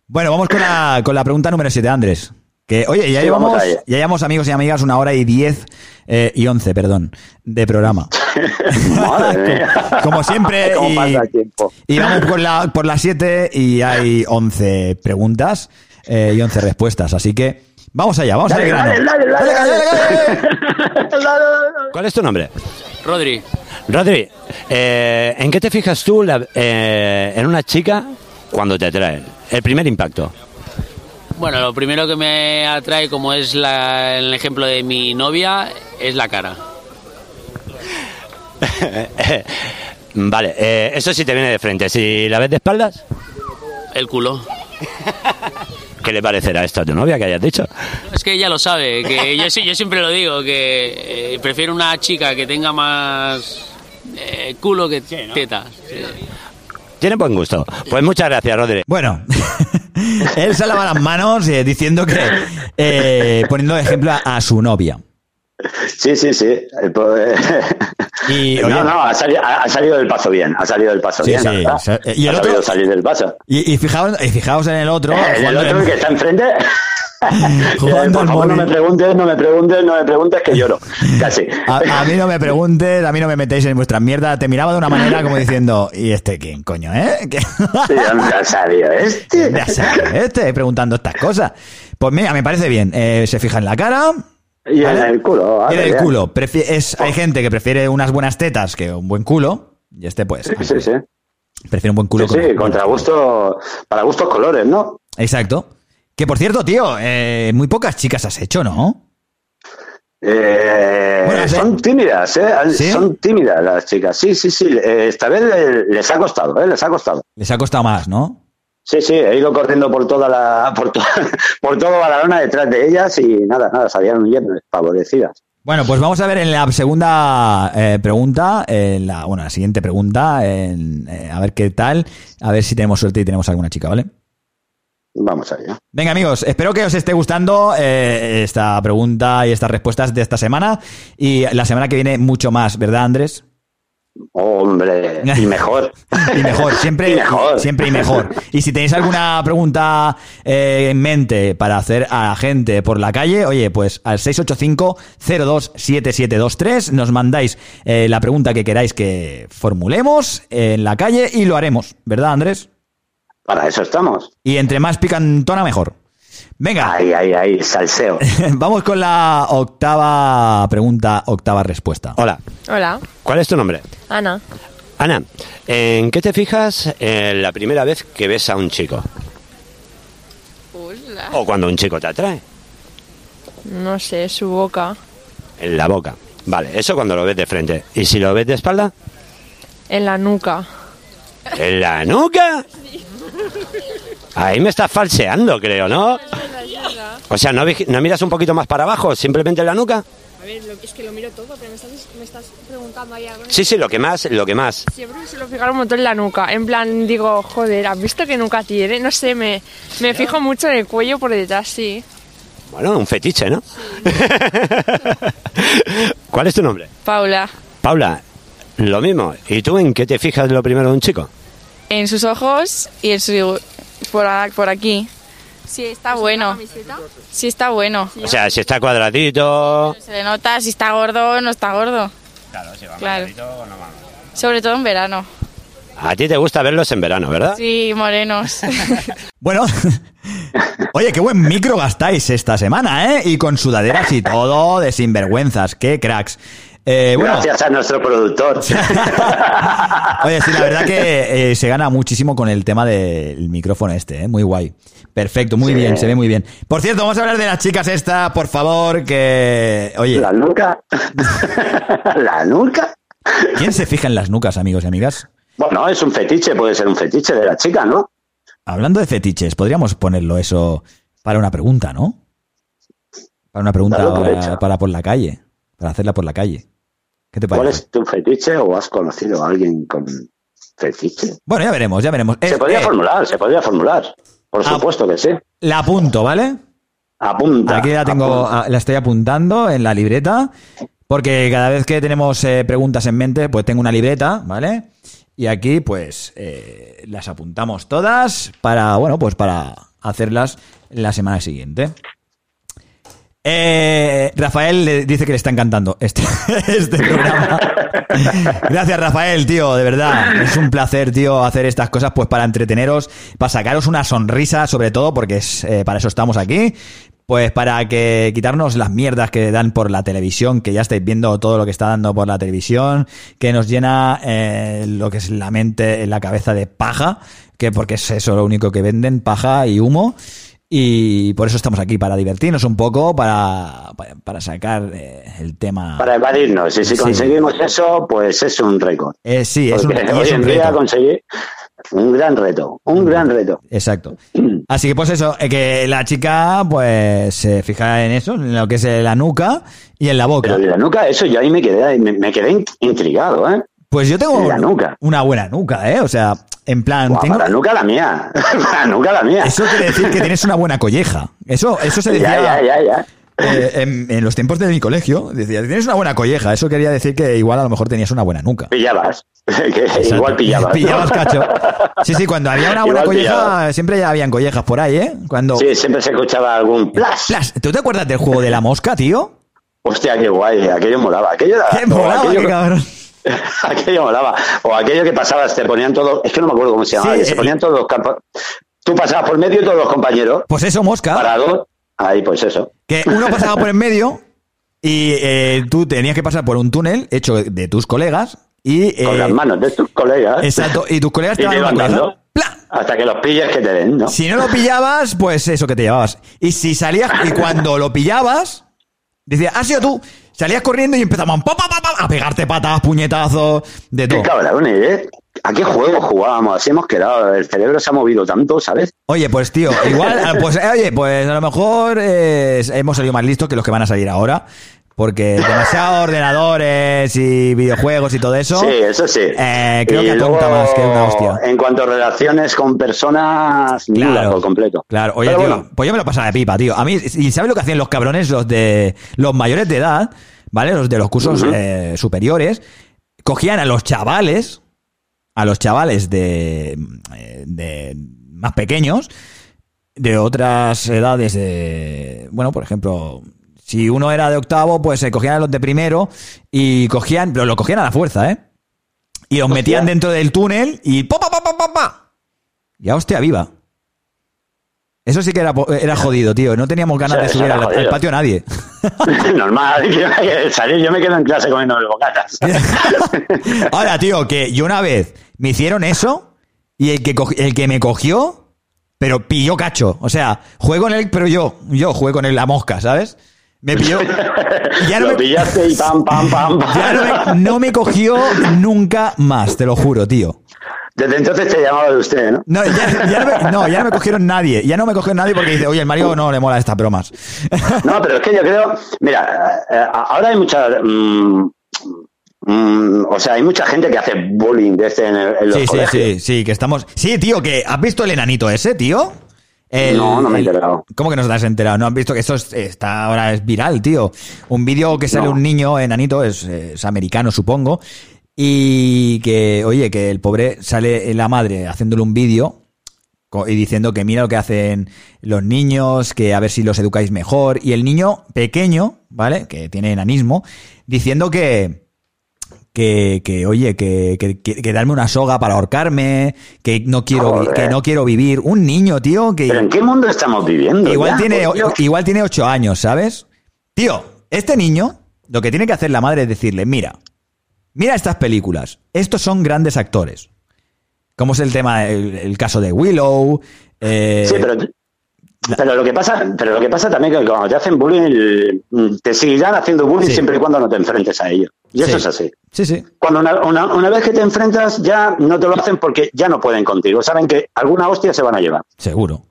Speaker 2: Bueno, vamos con la, con la pregunta número 7, Andrés. Que, oye, ya
Speaker 3: Sí, vamos
Speaker 2: llevamos,
Speaker 3: a ello.
Speaker 2: ya llevamos, amigos y amigas, una hora y diez eh, y once, perdón, de programa.
Speaker 3: *laughs*
Speaker 2: *laughs*
Speaker 3: Madre mía.
Speaker 2: Como siempre,
Speaker 3: *laughs* ¿Cómo
Speaker 2: y-
Speaker 3: pasa el tiempo?
Speaker 2: Y vamos por, la, por las 7 y hay 11 preguntas eh, y 11 respuestas. Así que vamos allá, vamos
Speaker 12: Dale,
Speaker 2: al grano.
Speaker 12: dale, dale, dale, ¿Cuál es tu nombre?
Speaker 16: Rodri.
Speaker 12: Rodri, eh, ¿en qué te fijas tú la- eh, en una chica cuando te atrae? El primer impacto.
Speaker 21: *laughs* Bueno, lo primero que me atrae, como es la- el ejemplo de mi novia, es la cara.
Speaker 12: vale, eh, eso sí te viene de frente. Si la ves de espaldas,
Speaker 21: El culo.
Speaker 12: ¿qué le parecerá esto a tu novia que hayas dicho?
Speaker 21: Es que ella lo sabe,
Speaker 2: *laughs*
Speaker 21: que yo, sí- yo siempre lo digo, que eh, prefiero una chica que tenga más eh, culo que teta.
Speaker 12: Tiene buen gusto. Pues muchas gracias, Rodri.
Speaker 2: Bueno, *laughs* él se lava las manos eh, diciendo que, eh, poniendo de ejemplo a, a su novia.
Speaker 3: Sí, sí, sí. El
Speaker 2: *laughs*
Speaker 3: po- no, no, ha salido, ha ha salido del paso bien, ha salido del paso
Speaker 2: Sí,
Speaker 3: bien.
Speaker 2: sí,
Speaker 3: la verdad.
Speaker 2: o sea, eh, y el
Speaker 3: ha
Speaker 2: otro-
Speaker 3: sabido salir del paso.
Speaker 2: Y, y fijaos, y fijaos en el otro.
Speaker 3: Eh, el
Speaker 2: jugando
Speaker 3: otro
Speaker 2: en-
Speaker 3: que está *laughs* enfrente.
Speaker 2: *laughs* Jugando
Speaker 3: Eh,
Speaker 2: al
Speaker 3: por favor,
Speaker 2: móvil.
Speaker 3: no me preguntes, no me preguntes, no me preguntes, que lloro. Casi.
Speaker 2: a, a mí no me preguntes, a mí no me metéis en vuestras mierdas. Te miraba de una manera como diciendo, ¿y este quién, coño, eh? *laughs* ¿Qué-
Speaker 3: *laughs* Sí, ¿dónde ha salido este?
Speaker 2: Ya sabes, este preguntando estas cosas. Pues mira, me parece bien. Eh, se fija en la cara.
Speaker 3: Y en
Speaker 2: ¿vale?
Speaker 3: el culo.
Speaker 2: Y en
Speaker 3: vale,
Speaker 2: el
Speaker 3: bien.
Speaker 2: culo. Prefi- es, hay gente que prefiere unas buenas tetas que un buen culo. Y este, pues,
Speaker 3: Sí, sí, sí.
Speaker 2: prefiere un buen culo.
Speaker 3: Sí,
Speaker 2: con-
Speaker 3: sí, contra gusto, para gustos colores, ¿no?
Speaker 2: Exacto. Que por cierto, tío, eh, muy pocas chicas has hecho, ¿no?
Speaker 3: Eh, son tímidas, ¿eh? Han- Son tímidas las chicas. Sí, sí, sí. Eh, Esta vez eh, les ha costado, ¿eh? Les ha costado.
Speaker 2: Les ha costado más, ¿no?
Speaker 3: Sí, sí, he ido corriendo por toda la, por, to- *laughs* por todo Badalona detrás de ellas y nada, nada, salían bien favorecidas.
Speaker 2: Bueno, pues vamos a ver en la segunda eh, pregunta, en la, bueno, la siguiente pregunta, en- eh, a ver qué tal, a ver si tenemos suerte y tenemos alguna chica, ¿vale?
Speaker 3: Vamos allá.
Speaker 2: Venga amigos, espero que os esté gustando eh, esta pregunta y estas respuestas de esta semana y la semana que viene mucho más, ¿verdad Andrés?
Speaker 3: Hombre,
Speaker 12: *laughs*
Speaker 3: y mejor.
Speaker 2: Y mejor, siempre y mejor. Siempre y mejor. Y si tenéis alguna pregunta eh, en mente para hacer a la gente por la calle, oye, pues al 685-027723 nos mandáis eh, la pregunta que queráis que formulemos en la calle y lo haremos, ¿verdad Andrés?
Speaker 3: Para eso estamos.
Speaker 2: Y entre más picantona, mejor. Venga.
Speaker 3: Ahí, ahí, ahí, salseo.
Speaker 2: *laughs* Vamos con la octava pregunta, octava respuesta.
Speaker 12: Hola,
Speaker 1: Hola,
Speaker 12: ¿cuál es tu nombre?
Speaker 1: Ana.
Speaker 12: Ana, ¿en qué te fijas eh, la primera vez que ves a un chico? O cuando un chico te atrae,
Speaker 1: No sé, su boca.
Speaker 12: en la boca. Vale, eso cuando lo ves de frente. ¿Y si lo ves de espalda?
Speaker 1: En la nuca.
Speaker 12: En la nuca. Ahí me estás falseando, creo, ¿no? O sea, ¿no, vi- no miras un poquito más para abajo? ¿Simplemente en la nuca?
Speaker 22: A ver, lo- es que lo miro todo, pero me estás, me estás preguntando ahí algo.
Speaker 12: Sí, sí, lo que más, lo que más.
Speaker 22: Siempre me suelo fijar un montón en la nuca. En plan, digo, joder, ¿has visto que nunca tiene? No sé, me, me fijo mucho en el cuello por detrás, sí.
Speaker 12: Bueno, un fetiche, ¿no? *laughs* ¿Cuál es tu nombre?
Speaker 22: Paula,
Speaker 12: Paula, lo mismo. ¿Y tú en qué te fijas lo primero de un chico?
Speaker 22: en sus ojos y en su. por, a- por aquí.
Speaker 17: Sí, está bueno. Sí, está bueno.
Speaker 12: O sea, si está cuadradito...
Speaker 17: Se le nota si está gordo o no está gordo. Claro,
Speaker 12: si
Speaker 17: va Sobre todo en verano.
Speaker 12: A ti te gusta verlos en verano, ¿verdad?
Speaker 17: Sí, *laughs* morenos.
Speaker 2: Bueno, *laughs* oye, qué buen micro gastáis esta semana, ¿eh? Y con sudaderas y todo, de sinvergüenzas, qué cracks. Eh, bueno,
Speaker 3: Gracias a nuestro productor.
Speaker 2: *laughs* oye, sí, la verdad que eh, se gana muchísimo con el tema del micrófono este, ¿eh? Muy guay. Perfecto, muy
Speaker 3: Sí.
Speaker 2: bien, se ve muy bien. Por cierto, vamos a hablar de las chicas esta, por favor, que... Oye...
Speaker 3: ¿La nuca? *laughs* ¿La nuca?
Speaker 2: ¿Quién se fija en las nucas, amigos y amigas?
Speaker 3: Bueno, es un fetiche, puede ser un fetiche de la chica, ¿no?
Speaker 2: Hablando de fetiches, podríamos ponerlo eso para una pregunta, ¿no? Para una pregunta
Speaker 3: Dalo por
Speaker 2: para,
Speaker 3: hecho.
Speaker 2: para por la calle, para hacerla por la calle. ¿Qué te
Speaker 3: ¿Cuál
Speaker 2: parece?
Speaker 3: es tu fetiche o has conocido a alguien con fetiche?
Speaker 2: Bueno, ya veremos, ya veremos.
Speaker 3: Se
Speaker 2: Eh,
Speaker 3: podría
Speaker 2: eh,
Speaker 3: formular, se podría formular.
Speaker 12: Ah.
Speaker 3: Por supuesto que sí.
Speaker 2: La apunto, ¿vale?
Speaker 3: Apunta.
Speaker 2: Aquí la tengo,
Speaker 3: apunta.
Speaker 2: a- la estoy apuntando en la libreta, porque cada vez que tenemos eh, preguntas en mente, pues tengo una libreta, ¿vale? Y aquí, pues, eh, las apuntamos todas para, bueno, pues para hacerlas la semana siguiente. Eh, Rafael le dice que le está encantando este, *laughs* este programa. Gracias, Rafael, tío, de verdad. Es un placer, tío, hacer estas cosas pues para entreteneros, para sacaros una sonrisa, sobre todo, porque es, eh, para eso estamos aquí. Pues para que quitarnos las mierdas que dan por la televisión, que ya estáis viendo todo lo que está dando por la televisión, que nos llena eh, lo que es la mente, la cabeza de paja, que porque es eso lo único que venden, paja y humo. Y por eso estamos aquí, para divertirnos un poco, para, para, para sacar eh, el tema.
Speaker 3: Para evadirnos, y si
Speaker 2: Sí.
Speaker 3: conseguimos eso, pues es un récord.
Speaker 2: Eh, sí, es un,
Speaker 3: Porque
Speaker 2: y
Speaker 3: hoy
Speaker 2: es un
Speaker 3: en día
Speaker 2: reto. Mm.
Speaker 3: conseguir un gran reto, un gran reto. *clears throat*
Speaker 2: Exacto. Así que pues eso, eh, que la chica pues se fija en eso, en lo que es eh, la nuca y en la boca.
Speaker 3: Pero de la nuca, eso yo ahí me quedé, me, me quedé in- intrigado, ¿eh?
Speaker 2: Pues yo tengo
Speaker 3: de la nuca.
Speaker 2: una buena nuca, ¿eh? O sea, en plan...
Speaker 3: Guau,
Speaker 2: tengo-
Speaker 3: para la nuca la mía, *laughs* para la nuca la mía.
Speaker 2: Eso quiere decir que tienes una buena colleja. Eso, eso se decía...
Speaker 3: Ya, ya, ya, ya.
Speaker 2: eh, en, en los tiempos de mi colegio, decía, tienes una buena colleja. Eso quería decir que igual a lo mejor tenías una buena nuca.
Speaker 3: Pillabas. *laughs* Que
Speaker 2: Exacto.
Speaker 3: igual
Speaker 2: *laughs*
Speaker 3: pillabas. ¿no?
Speaker 2: Pillabas, cacho. Sí, sí, cuando había una buena
Speaker 3: Igual
Speaker 2: colleja,
Speaker 3: pillabas.
Speaker 2: siempre ya habían collejas por ahí, ¿eh? Cuando...
Speaker 3: Sí, siempre se escuchaba algún plas.
Speaker 2: Plas. ¿Tú te acuerdas del juego de la mosca, tío?
Speaker 3: Hostia, qué guay, aquello molaba. Aquello era-
Speaker 2: ¡Qué
Speaker 3: o
Speaker 2: molaba,
Speaker 3: Ah, aquello,
Speaker 2: qué cabrón!
Speaker 3: *laughs* aquello molaba. O aquello que pasabas, te ponían todos, es que no me acuerdo cómo se llamaba,
Speaker 2: Sí,
Speaker 3: que se
Speaker 2: eh,
Speaker 3: ponían todos los campos. Tú pasabas por medio y todos los compañeros,
Speaker 2: Pues eso, mosca.
Speaker 3: parados, ahí pues eso.
Speaker 2: Que uno pasaba por en medio y eh, tú tenías que pasar por un túnel hecho de tus colegas y... eh,
Speaker 3: Con las manos de tus colegas.
Speaker 2: Exacto, y tus colegas te
Speaker 3: *laughs* Y te
Speaker 2: daban
Speaker 3: iban
Speaker 2: una
Speaker 3: dando.
Speaker 2: colleja.
Speaker 3: Hasta que los pillas que te den,
Speaker 2: *laughs*
Speaker 3: ¿no?
Speaker 2: Si no lo pillabas, pues eso que te llevabas. Y si salías, y cuando lo pillabas, decías, ha sido tú. Salías corriendo y empezamos pa, pa, pa, pa, a pegarte patas, puñetazos, de todo.
Speaker 3: Qué cabrones, ¿eh? ¿A qué juego jugábamos? Así hemos quedado. El cerebro se ha movido tanto, ¿sabes?
Speaker 2: Oye, pues tío, igual, pues eh, oye, pues a lo mejor eh, hemos salido más listos que los que van a salir ahora. Porque demasiados *laughs* ordenadores y videojuegos y todo eso.
Speaker 3: Sí, eso sí.
Speaker 2: eh, creo
Speaker 3: Y
Speaker 2: que atonta
Speaker 3: luego,
Speaker 2: más que una hostia.
Speaker 3: En cuanto a relaciones con personas, nula por completo.
Speaker 2: Claro, oye,
Speaker 3: Pero
Speaker 2: tío,
Speaker 3: bueno.
Speaker 2: pues yo me lo pasaba de pipa, tío. A mí, ¿y sabes lo que hacían los cabrones, los de los mayores de edad, ¿vale? Los de los cursos
Speaker 3: Ujú.
Speaker 2: eh, superiores, cogían a los chavales, a los chavales de, eh, de más pequeños, de otras edades de, bueno, por ejemplo, si uno era de octavo, pues se cogían a los de primero y cogían, pero lo cogían a la fuerza, ¿eh? Y los metían dentro del túnel y ¡pa, pa, pa, pa, pa, pa! Ya hostia viva. Eso sí que era, po- era jodido, tío. No teníamos ganas
Speaker 3: Sí,
Speaker 2: de
Speaker 3: eso
Speaker 2: subir
Speaker 3: era
Speaker 2: al, al
Speaker 3: jodido.
Speaker 2: patio nadie.
Speaker 3: *laughs* Normal, yo- salir yo me quedo en clase comiendo bocatas.
Speaker 2: Ahora, tío, que yo una vez me hicieron eso y el que, cog- el que me cogió, pero pilló cacho. O sea, jugué con él, pero yo, yo jugué con él la mosca, ¿sabes? Me
Speaker 3: *laughs*
Speaker 2: pilló. *laughs* Ya no
Speaker 3: Lo
Speaker 2: me-
Speaker 3: pillaste y pam, pam, pam,
Speaker 2: *laughs*
Speaker 3: pam.
Speaker 2: Ya no me, no me cogió nunca más, te lo juro, tío.
Speaker 3: Desde entonces te llamaba de usted, ¿no?
Speaker 2: No, ya, ya no me, no, ya no me cogieron nadie. Ya no me cogió nadie porque dice, oye, el Mario no le mola estas bromas.
Speaker 3: No, pero es que yo creo, mira, eh, eh, ahora hay mucha, mm, mm, o sea, hay mucha gente que hace bullying de este en, el- en los
Speaker 2: Sí, sí,
Speaker 3: colegios.
Speaker 2: sí, sí, que estamos. Sí, tío, que ¿has visto el enanito ese, tío? El-
Speaker 3: No, no me he
Speaker 2: el-
Speaker 3: enterado.
Speaker 2: ¿Cómo que no te has enterado? No has visto que esto es- está ahora es viral, tío. Un vídeo que sale
Speaker 3: No.
Speaker 2: un niño enanito, es, es americano, supongo. Y que, oye, que el pobre sale la madre haciéndole un vídeo co- y diciendo que mira lo que hacen los niños, que a ver si los educáis mejor. Y el niño pequeño, ¿vale? Que tiene enanismo, diciendo que, que, que oye, que, que, que- que darme una soga para ahorcarme, que no quiero, vi-
Speaker 3: Joder.
Speaker 2: que no quiero vivir. Un niño, tío, que
Speaker 3: Pero ¿en qué mundo estamos viviendo?
Speaker 2: igual,
Speaker 3: ya?
Speaker 2: tiene,
Speaker 3: Por Dios.
Speaker 2: igual tiene ocho años, ¿sabes? Tío, este niño, lo que tiene que hacer la madre es decirle, mira, mira estas películas, estos son grandes actores. Como es el tema, el, el caso de Willow. eh,
Speaker 3: Sí, pero, pero lo que pasa, pero lo que pasa también es que cuando te hacen bullying, el- mm, te seguirán haciendo bullying
Speaker 2: Sí.
Speaker 3: siempre y cuando no te enfrentes a ello. Y eso
Speaker 2: Sí.
Speaker 3: es así.
Speaker 2: Sí, sí.
Speaker 3: Cuando una, una- una vez que te enfrentas, ya no te lo hacen porque ya no pueden contigo. Saben que alguna hostia se van a llevar.
Speaker 2: Seguro.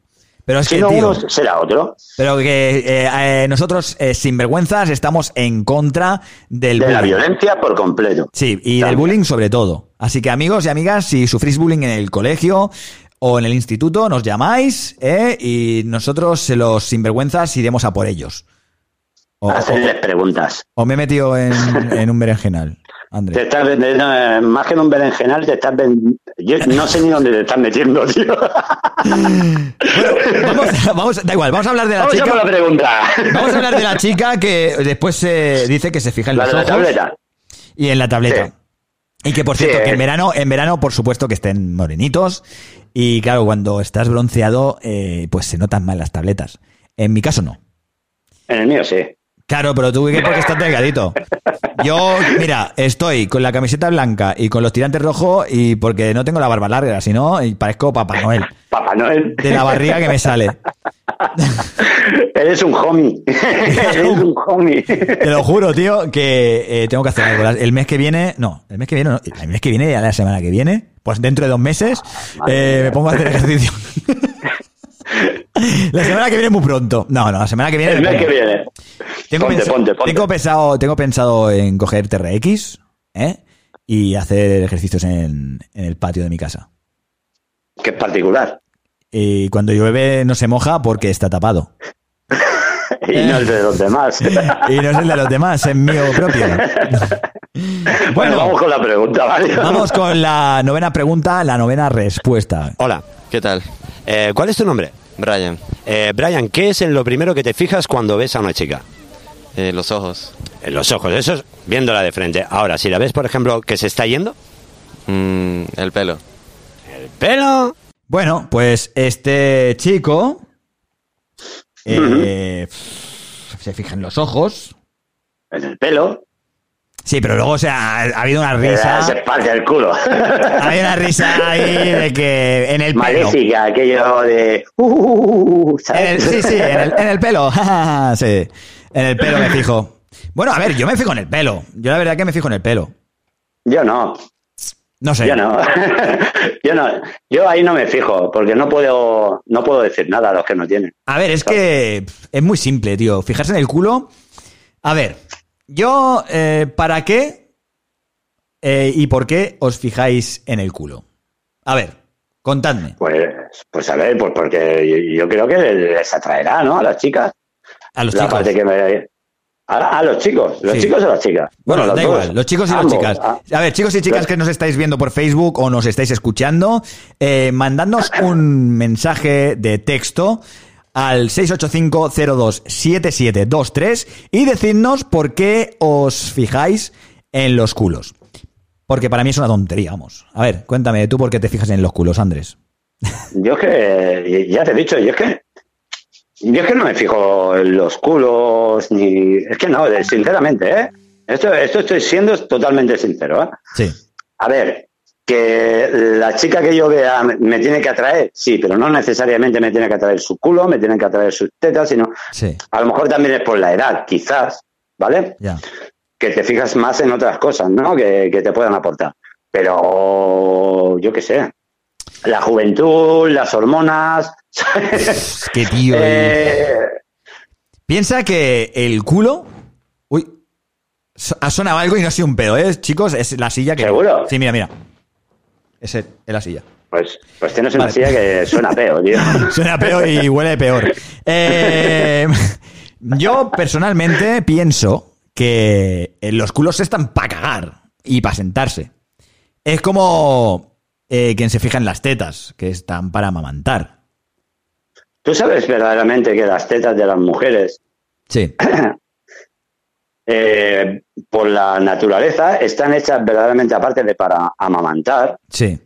Speaker 2: Pero es
Speaker 3: Si
Speaker 2: que,
Speaker 3: no
Speaker 2: tío,
Speaker 3: uno, será otro.
Speaker 2: Pero que eh, eh, nosotros, eh, sinvergüenzas, estamos en contra del
Speaker 3: de la
Speaker 2: bullying.
Speaker 3: violencia por completo.
Speaker 2: Sí, y del bullying sobre todo. Así que amigos y amigas, si sufrís bullying en el colegio o en el instituto, nos llamáis ¿eh? y nosotros, eh, los sinvergüenzas, iremos a por ellos. O,
Speaker 3: Hacerles preguntas.
Speaker 2: o- o me he metido
Speaker 3: *laughs*
Speaker 2: en, en un berenjenal,
Speaker 3: Te
Speaker 2: Andrés.
Speaker 3: estás vendiendo, eh, más que en un berenjenal, te estás vendiendo. Yo no sé ni dónde te estás metiendo, *laughs* tío.
Speaker 2: Vamos, *laughs* vamos, da igual, vamos a hablar de la
Speaker 3: Vamos a
Speaker 2: chica.
Speaker 3: por la pregunta.
Speaker 2: Vamos a hablar de la chica que después eh, dice que se fija en
Speaker 3: La
Speaker 2: los
Speaker 3: de la
Speaker 2: ojos.
Speaker 3: tableta.
Speaker 2: Y en la tableta. Y que por
Speaker 3: Sí,
Speaker 2: cierto, que
Speaker 3: eh.
Speaker 2: en verano, en verano, por supuesto que estén morenitos. Y claro, cuando estás bronceado, eh, pues se notan más las tabletas. En mi caso no.
Speaker 3: En el mío sí.
Speaker 2: Claro, pero tú que porque estás delgadito. Yo, mira, estoy con la camiseta blanca y con los tirantes rojos y porque no tengo la barba larga, si no, y parezco Papá Noel.
Speaker 3: Papá Noel.
Speaker 2: De la barriga que me sale.
Speaker 3: *laughs* Eres
Speaker 2: *laughs*
Speaker 3: un homie. Eres un homie.
Speaker 2: Te lo juro, tío, que eh, tengo que hacer algo. La- El mes que viene, no, el mes que viene, no, el mes que viene, ya la semana que viene, pues dentro de dos meses, eh, me pongo a hacer
Speaker 3: *laughs*
Speaker 2: ejercicio. la semana que viene muy pronto. No, no, la semana que viene.
Speaker 3: El
Speaker 2: me
Speaker 3: mes que
Speaker 2: pongo.
Speaker 3: viene.
Speaker 2: Tengo,
Speaker 3: Ponte,
Speaker 2: pensa-
Speaker 3: ponte, ponte.
Speaker 2: tengo pensado, tengo pensado en coger TRX ¿eh? y hacer ejercicios en, en el patio de mi casa.
Speaker 3: Que es particular.
Speaker 2: Y cuando llueve no se moja porque está tapado.
Speaker 3: Y no es de los demás.
Speaker 2: *laughs*
Speaker 3: bueno,
Speaker 2: Y no es el de los demás, es mío
Speaker 3: *laughs*
Speaker 2: propio. *laughs*
Speaker 3: vamos con la pregunta, ¿vale?
Speaker 2: Vamos con la novena pregunta, la novena respuesta.
Speaker 12: Hola. ¿Qué tal? ¿Cuál es tu nombre? Brian. Eh, Brian, ¿qué es en lo primero que te fijas cuando ves a una chica? eh, los ojos. En los ojos, eso es viéndola de frente. Ahora, si la ves, por ejemplo, que se está yendo. Mm, el pelo. ¿El pelo?
Speaker 2: Bueno, pues este chico eh, se fija en los ojos.
Speaker 3: En el pelo.
Speaker 2: Sí, pero luego o sea, ha, ha habido una
Speaker 3: Eh, Se
Speaker 2: risa.
Speaker 3: *laughs* parte
Speaker 2: *laughs*
Speaker 3: el culo.
Speaker 2: Ha habido una risa ahí de que en el pelo.
Speaker 3: Maléfica, aquello de. uh, uh, uh,
Speaker 2: En el-
Speaker 3: ¿sabes?
Speaker 2: Eh, sí, sí, en el, en el pelo. *laughs* sí, en el pelo me fijo. Bueno, a ver, yo me fijo en el pelo. Yo la verdad que me fijo en el pelo.
Speaker 3: Yo no.
Speaker 2: No sé.
Speaker 3: Yo no. *laughs* yo no. Yo ahí no me fijo, porque no puedo, no puedo decir nada a los que no tienen.
Speaker 2: A ver, es que pf, es muy simple, tío. Fijarse en el culo. A ver, Yo, eh, ¿para qué eh, y por qué os fijáis en el culo? A ver, contadme.
Speaker 3: Pues, pues a ver, pues porque yo yo creo que les atraerá, ¿no? A las chicas.
Speaker 2: A los
Speaker 3: La
Speaker 2: chicos.
Speaker 3: parte que me- A, a los chicos, los
Speaker 2: Sí.
Speaker 3: chicos o las chicas. Bueno, los
Speaker 2: da
Speaker 3: dos.
Speaker 2: igual, los chicos y
Speaker 3: Ambos.
Speaker 2: las
Speaker 3: Ah,
Speaker 2: chicas. A ver, chicos y chicas que nos estáis viendo por Facebook o nos estáis escuchando, eh,
Speaker 3: *coughs*
Speaker 2: mandadnos un mensaje de texto al 685027723 y decidnos por qué os fijáis en los culos. Porque para mí es una tontería, vamos. A ver, cuéntame tú por qué te fijas en los culos, Andrés.
Speaker 3: Yo es que, ya te he dicho, yo es que, yo es que no me fijo en los culos, ni. Es que no, de- sinceramente, ¿eh? Esto, esto estoy siendo totalmente sincero, ¿eh?
Speaker 2: Sí.
Speaker 3: A ver, que la chica que yo vea me- me tiene que atraer, sí, pero no necesariamente me tiene que atraer su culo, me tiene que atraer sus tetas, sino.
Speaker 2: Sí.
Speaker 3: A lo mejor también es por la edad, quizás, ¿vale?
Speaker 2: Ya.
Speaker 3: Que te fijas más en otras cosas, ¿no? Que, que te puedan aportar. Pero yo qué sé. La juventud, las hormonas. ¿sabes?
Speaker 2: Qué tío.
Speaker 3: Eh,
Speaker 2: Piensa que el culo. Uy. so- Ha sonado algo y no ha sido un pedo, ¿eh? Chicos, es la silla que.
Speaker 3: ¿Seguro?
Speaker 2: Sí, mira, mira. Es, el- es la silla. *laughs*
Speaker 3: pues, pues tienes una
Speaker 2: Vale.
Speaker 3: silla que suena feo, tío.
Speaker 2: Suena peor y huele peor. Eh, *laughs* yo personalmente pienso que los culos están para cagar y para sentarse. Es como eh, quien se fija en las tetas, que están para amamantar.
Speaker 3: ¿Tú sabes verdaderamente que las tetas de las mujeres
Speaker 2: Sí.
Speaker 3: eh, por la naturaleza están hechas verdaderamente aparte de para amamantar,
Speaker 2: Sí.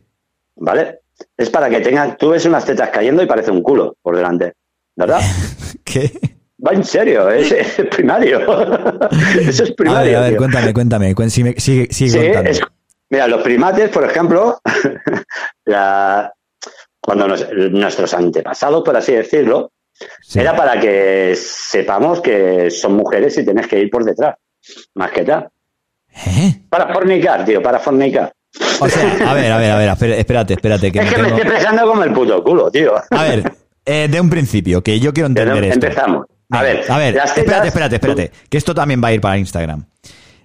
Speaker 3: ¿vale? Es para que tengan, tú ves unas tetas cayendo y parece un culo por delante,
Speaker 2: *laughs*
Speaker 3: ¿verdad?
Speaker 2: ¿Qué?
Speaker 3: Va en serio, ¿eh? es, es primario. *laughs* Eso es
Speaker 2: A ver,
Speaker 3: primario.
Speaker 2: a ver,
Speaker 3: tío.
Speaker 2: cuéntame, cuéntame. cuen- sigue, sigue- sigue
Speaker 3: Sí,
Speaker 2: contando.
Speaker 3: es- mira, los primates, por ejemplo, *laughs* la- cuando nos- nuestros antepasados, por así decirlo, era para que sepamos que son mujeres y tenés que ir por detrás, más que tal.
Speaker 2: ¿Eh?
Speaker 3: Para fornicar, tío, para fornicar.
Speaker 2: O sea, a ver, a ver, a ver, espera- espérate, espérate. Que
Speaker 3: es
Speaker 2: me
Speaker 3: que me
Speaker 2: tengo-
Speaker 3: estoy expresando como el puto culo, tío.
Speaker 2: A ver, eh, de un principio, que yo quiero entender esto.
Speaker 3: Empezamos. A
Speaker 2: Venga,
Speaker 3: ver,
Speaker 2: a ver,
Speaker 3: las tetas-
Speaker 2: espérate, espérate, espérate. Que esto también va a ir para Instagram.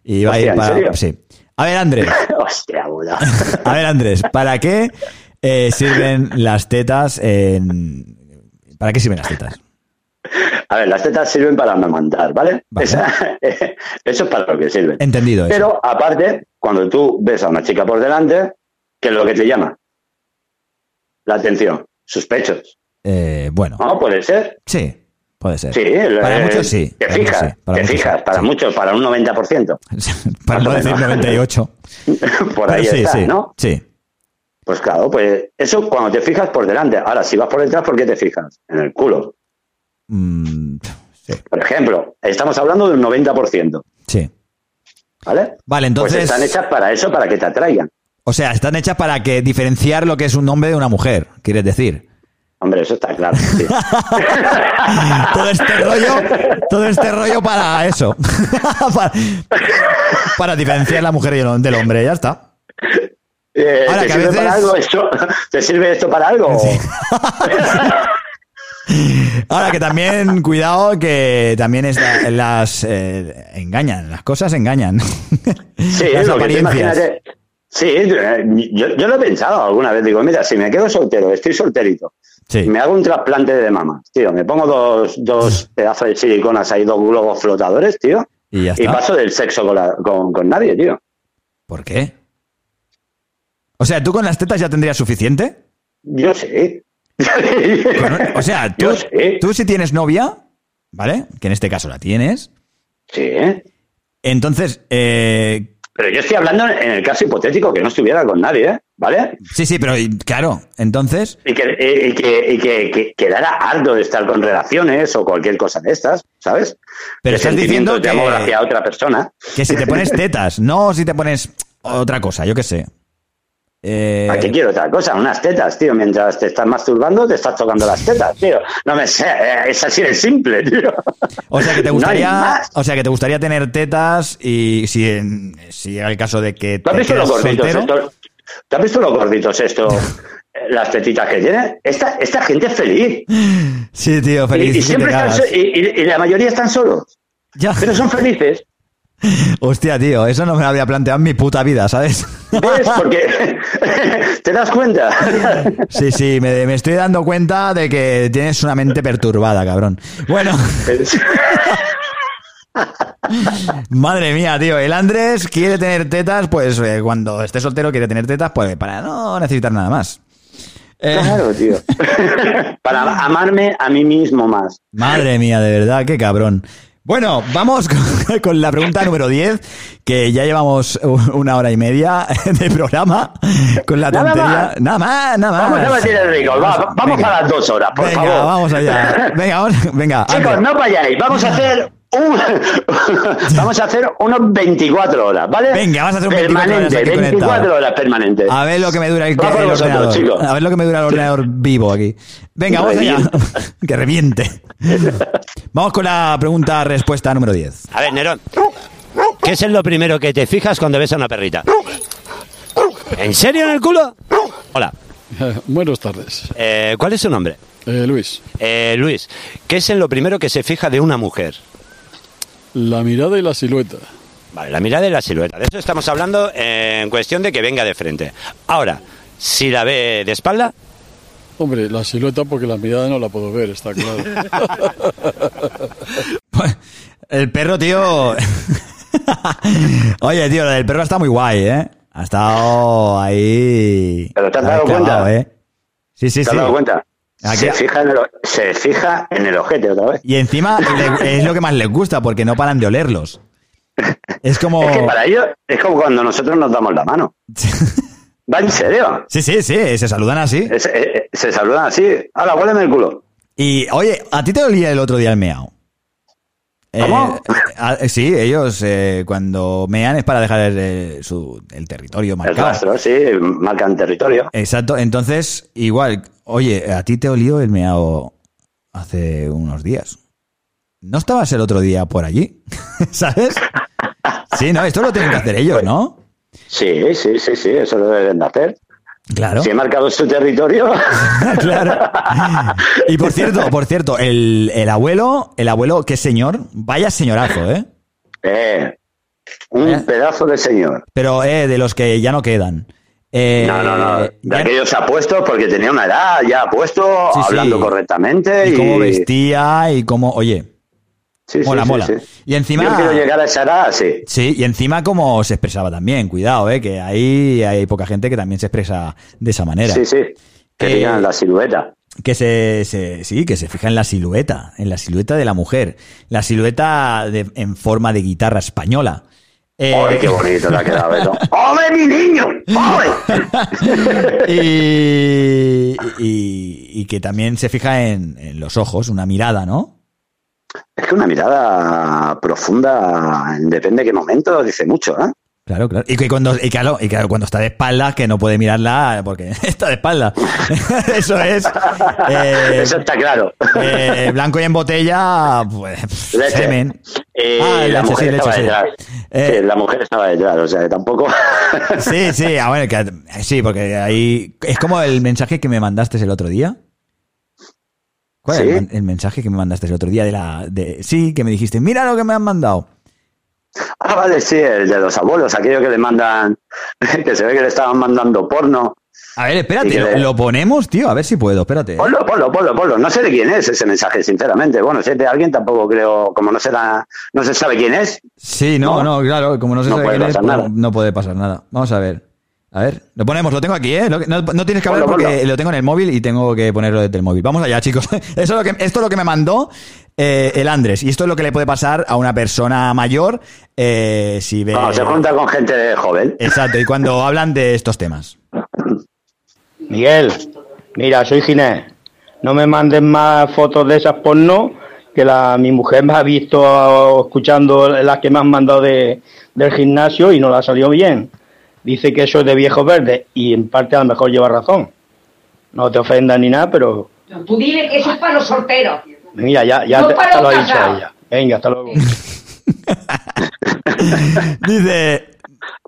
Speaker 2: Y va a
Speaker 3: Hostia,
Speaker 2: ir
Speaker 3: ¿en
Speaker 2: para.
Speaker 3: serio?
Speaker 2: Sí. A ver, Andrés.
Speaker 3: *laughs* Hostia, puta.
Speaker 2: A ver, Andrés, ¿para qué eh, sirven las tetas en. ¿Para qué sirven las tetas?
Speaker 3: A ver, las tetas sirven para amamantar, ¿vale? Esa- *laughs* eso es para lo que sirven.
Speaker 2: Entendido eso.
Speaker 3: Pero aparte, cuando tú ves a una chica por delante, ¿qué es lo que te llama? La atención, sus pechos.
Speaker 2: Eh, bueno,
Speaker 3: ¿No? ¿Puede ser?
Speaker 2: sí, puede ser.
Speaker 3: Ah. Sí, eh,
Speaker 2: para
Speaker 3: eh,
Speaker 2: muchos sí.
Speaker 3: Te
Speaker 2: para muchos
Speaker 3: fijas,
Speaker 2: sí, para
Speaker 3: te
Speaker 2: muchos sí.
Speaker 3: fijas, para muchos, para un 90%.
Speaker 2: *laughs* Para
Speaker 3: más
Speaker 2: no
Speaker 3: o
Speaker 2: decir
Speaker 3: menos.
Speaker 2: 98.
Speaker 3: *laughs* por
Speaker 2: Pero
Speaker 3: ahí
Speaker 2: sí,
Speaker 3: está,
Speaker 2: sí,
Speaker 3: ¿no?
Speaker 2: Sí.
Speaker 3: Pues claro, pues eso cuando te fijas por delante. Ahora, si vas por detrás, ¿por qué te fijas? En el culo.
Speaker 2: Mm,
Speaker 3: Por ejemplo, estamos hablando de un 90%.
Speaker 2: Sí.
Speaker 3: ¿Vale?
Speaker 2: Vale, entonces.
Speaker 3: Pues están hechas para eso, para que te atraigan.
Speaker 2: O sea, están hechas para que diferenciar lo que es un hombre de una mujer, quieres decir. *laughs*
Speaker 3: Hombre, eso está claro. sí.
Speaker 2: Todo este rollo, todo este rollo para eso. *laughs* para, para diferenciar la mujer y el, del hombre, ya está.
Speaker 3: Eh,
Speaker 2: Ahora
Speaker 3: ¿te,
Speaker 2: que a
Speaker 3: sirve
Speaker 2: veces-
Speaker 3: para algo esto? *laughs* ¿Te sirve esto para algo?
Speaker 2: Ahora que también, cuidado, que también es la- las eh, engañan, las cosas engañan.
Speaker 3: Sí,
Speaker 2: *laughs* las
Speaker 3: lo que tú
Speaker 2: apariencias.
Speaker 3: imagínate. Sí, eh, yo, yo lo he pensado alguna vez. Digo, mira, si me quedo soltero, estoy solterito, me hago un trasplante de mamas, tío. Me pongo dos, dos pedazos de siliconas ahí, dos globos flotadores, tío.
Speaker 2: Y ya está.
Speaker 3: paso del sexo con, la- con- con nadie, tío.
Speaker 2: ¿Por qué? O sea, ¿tú con las tetas ya tendrías suficiente?
Speaker 3: Yo sí.
Speaker 2: Con un- o sea, tú, tú si tienes novia, ¿vale? Que en este caso la tienes.
Speaker 3: Sí. ¿eh?
Speaker 2: Entonces, eh,
Speaker 3: Pero yo estoy hablando en el caso hipotético que no estuviera con nadie, ¿eh? ¿vale?
Speaker 2: sí, sí, pero y- claro, entonces,
Speaker 3: Y que, y- y que, y que- que quedara harto de estar con relaciones o cualquier cosa de estas, ¿sabes?
Speaker 2: Pero
Speaker 3: De
Speaker 2: estás diciendo
Speaker 3: sentimientos de
Speaker 2: que-
Speaker 3: amor hacia otra persona.
Speaker 2: que si te pones tetas, no si te pones otra cosa, yo qué sé. Eh,
Speaker 3: ¿Para qué quiero otra cosa? Unas tetas, tío. Mientras te estás masturbando, te estás tocando las tetas, tío. No me sé, eh, es así de simple, tío.
Speaker 2: o sea que te
Speaker 3: No hay
Speaker 2: gustaría,
Speaker 3: más.
Speaker 2: o sea que te gustaría tener tetas y si en, si era el caso de que
Speaker 3: ¿Tú has
Speaker 2: te
Speaker 3: visto los
Speaker 2: quedas
Speaker 3: gorditos
Speaker 2: soltero-
Speaker 3: estos? ¿Tú has visto los gorditos estos?
Speaker 2: *laughs*
Speaker 3: eh, Las tetitas que tienen. Esta, esta gente es feliz.
Speaker 2: Sí, tío,
Speaker 3: Y-
Speaker 2: feliz. sí
Speaker 3: y,
Speaker 2: te
Speaker 3: siempre están
Speaker 2: cagas.
Speaker 3: so- y, y- y la mayoría están solos.
Speaker 2: Ya.
Speaker 3: Pero son felices.
Speaker 2: Hostia, tío, eso no me lo había planteado en mi puta vida, ¿sabes? *laughs*
Speaker 3: ¿Ves? Porque *laughs* te das cuenta.
Speaker 2: Sí, sí, me, me estoy dando cuenta de que tienes una mente perturbada, cabrón. Bueno. *laughs* Madre mía, tío. El Andrés quiere tener tetas, pues eh, cuando esté soltero quiere tener tetas, pues para no necesitar nada más. *laughs* Eh,
Speaker 3: Claro, tío. *laughs* Para amarme a mí mismo más.
Speaker 2: Madre mía, de verdad, qué cabrón. Bueno, vamos con, *laughs* con la pregunta número 10, que ya llevamos u- una hora y media de programa con la
Speaker 3: Nada
Speaker 2: tontería.
Speaker 3: más.
Speaker 2: Nada más, nada más.
Speaker 3: Vamos a batir el récord, va, va- vamos a las dos horas, por
Speaker 2: Ah, venga,
Speaker 3: favor.
Speaker 2: vamos
Speaker 3: *laughs*
Speaker 2: allá. Venga, vamos- venga.
Speaker 3: Chicos,
Speaker 2: Andrés.
Speaker 3: no vayáis, vamos a hacer un, *laughs* vamos a hacer unos 24 horas, ¿vale?
Speaker 2: Venga, vas a hacer un 24 horas
Speaker 3: permanente,
Speaker 2: aquí conectado.
Speaker 3: 24 horas permanentes.
Speaker 2: A ver lo que me dura el,
Speaker 3: eh, Va por
Speaker 2: el
Speaker 3: vosotros,
Speaker 2: ordenador.
Speaker 3: chicos.
Speaker 2: A ver lo que me dura el ordenador vivo aquí. Venga, vamos allá. *laughs* que reviente. Vamos con la pregunta-respuesta número 10.
Speaker 12: A ver, Nerón. ¿Qué es lo primero que te fijas cuando ves a una perrita? ¿En serio en el culo? Hola.
Speaker 4: Buenas tardes.
Speaker 12: Eh, ¿Cuál es su nombre? Eh,
Speaker 4: Luis.
Speaker 12: Luis, ¿qué es en lo primero que se fija de una mujer?
Speaker 4: La mirada y la silueta.
Speaker 12: Vale, la mirada y la silueta. De eso estamos hablando eh, en cuestión de que venga de frente. Ahora, si la ve de espalda,
Speaker 4: Hombre, la silueta porque la mirada no la puedo ver, está claro.
Speaker 2: *laughs* El perro, tío. *laughs* Oye, tío, lo del perro está muy guay, ¿eh? Ha estado ahí.
Speaker 3: Pero te has
Speaker 2: Ha
Speaker 3: dado
Speaker 2: clavado,
Speaker 3: cuenta.
Speaker 2: ¿eh? Sí, sí,
Speaker 3: ¿Te
Speaker 2: sí.
Speaker 3: has dado cuenta?
Speaker 2: Aquí-
Speaker 3: Se fija, en el, o- se fija en el ojete otra vez.
Speaker 2: Y encima le- es lo que más les gusta porque no paran de olerlos. Es como.
Speaker 3: *laughs* Es que para ellos es como cuando nosotros nos damos
Speaker 2: *laughs*
Speaker 3: la mano. ¿Va en serio?
Speaker 2: Sí, sí, sí, se saludan así.
Speaker 3: Es- eh, se saludan así. Ahora, huéleme el culo.
Speaker 2: Y, oye, ¿a ti te olía el otro día el meao?
Speaker 3: ¿Cómo?
Speaker 2: Eh, a- eh, sí, ellos eh, cuando mean es para dejar el, su- el territorio
Speaker 3: El
Speaker 2: marcado.
Speaker 3: rastro, sí, marcan territorio.
Speaker 2: Exacto, entonces, igual, oye, a ti te olió el meao hace unos días. ¿No estabas el otro día por allí? *laughs* ¿Sabes? Sí, no, esto lo tienen que hacer ellos, ¿no?
Speaker 3: Sí, sí, sí, sí, eso lo deben de hacer.
Speaker 2: Claro.
Speaker 3: Si he marcado su territorio,
Speaker 2: *laughs* claro. Y por cierto, por cierto, el, el abuelo, el abuelo, qué señor, vaya señorazo, ¿eh?
Speaker 3: eh, un pedazo de señor.
Speaker 2: Pero eh, de los que ya no quedan. Eh,
Speaker 3: no, no, no. De
Speaker 2: ya-
Speaker 3: aquellos apuestos, porque tenía una edad ya apuesto,
Speaker 2: Sí, sí.
Speaker 3: hablando correctamente.
Speaker 2: y cómo vestía y cómo, oye,
Speaker 3: Sí, sí,
Speaker 2: mola,
Speaker 3: sí,
Speaker 2: mola.
Speaker 3: sí.
Speaker 2: Y encima,
Speaker 3: Yo quiero llegar a esa edad, sí.
Speaker 2: sí, y encima cómo se expresaba también, cuidado, eh, que ahí hay poca gente que también se expresa de esa manera.
Speaker 3: Sí, sí. Que
Speaker 2: Eh,
Speaker 3: digan la silueta.
Speaker 2: Que se, se- sí, que se fija en la silueta, en la silueta de la mujer, la silueta de- en forma de guitarra española. Eh,
Speaker 3: ¡Ay, qué bonito te ha quedado, Beto! ¡Ole, mi niño! ¡Ole!
Speaker 2: *laughs* y, y- y que también se fija en, en los ojos, una mirada, ¿no?
Speaker 3: Es que una mirada profunda, depende de qué momento, dice mucho, ¿eh?
Speaker 2: Claro, claro. Y que cuando, y claro, y claro, cuando está de espaldas, que no puede mirarla porque *laughs* está de espaldas. Eso es. eh,
Speaker 3: Eso está claro.
Speaker 2: eh, blanco y en botella, pues,
Speaker 3: Leche.
Speaker 2: semen.
Speaker 3: Eh,
Speaker 2: Ah,
Speaker 3: la
Speaker 2: leche,
Speaker 3: mujer
Speaker 2: sí, leche,
Speaker 3: estaba
Speaker 2: sí.
Speaker 3: detrás.
Speaker 2: Eh.
Speaker 3: Sí, la mujer estaba detrás, o sea, que tampoco. *laughs*
Speaker 2: Sí, sí, a ver, que- sí, porque ahí. Es como el mensaje que me mandaste el otro día. ¿Cuál era
Speaker 3: ¿Sí?
Speaker 2: el, men- el mensaje que me mandaste el otro día de la. De, sí, que me dijiste, mira lo que me han mandado.
Speaker 3: Ah, vale, sí, el de los abuelos, aquello que le mandan, *laughs* que se ve que le estaban mandando porno.
Speaker 2: A ver,
Speaker 3: Y
Speaker 2: espérate,
Speaker 3: que
Speaker 2: lo,
Speaker 3: le-
Speaker 2: lo ponemos, tío, a ver si puedo, espérate.
Speaker 3: Ponlo, ponlo, ponlo, ponlo. No sé de quién es ese mensaje, sinceramente. Bueno, si es de alguien, tampoco creo, como no será, no se sabe quién es.
Speaker 2: Sí, no, no, claro, como no se
Speaker 3: No
Speaker 2: sabe
Speaker 3: puede
Speaker 2: quién es,
Speaker 3: pasar
Speaker 2: pues,
Speaker 3: nada.
Speaker 2: no puede pasar nada. Vamos a ver. A ver, lo ponemos, lo tengo aquí, ¿eh? Lo que- No, no tienes que hablar
Speaker 3: Ponlo,
Speaker 2: porque
Speaker 3: ponlo.
Speaker 2: lo tengo en el móvil y tengo que ponerlo desde el móvil. Vamos allá, chicos. *laughs* Eso es lo que, esto es lo que me mandó eh, el Andrés. Y esto es lo que le puede pasar a una persona mayor eh, si ve...
Speaker 3: No, se junta con gente joven.
Speaker 2: Exacto, y cuando hablan de estos temas.
Speaker 5: Miguel, mira, soy Ginés. No me mandes más fotos de esas porno, que la, mi mujer me ha visto escuchando las que me han mandado de, del gimnasio y no la salió bien. Dice que eso es de viejos verdes y en parte a lo mejor lleva razón. No te ofendas ni nada, pero
Speaker 23: Tú dile que eso es para los solteros.
Speaker 5: mira, ya, ya
Speaker 23: No
Speaker 5: te,
Speaker 23: para
Speaker 5: te lo ha
Speaker 23: otra
Speaker 5: dicho
Speaker 23: nada.
Speaker 5: ella. Venga, hasta luego.
Speaker 2: Dice...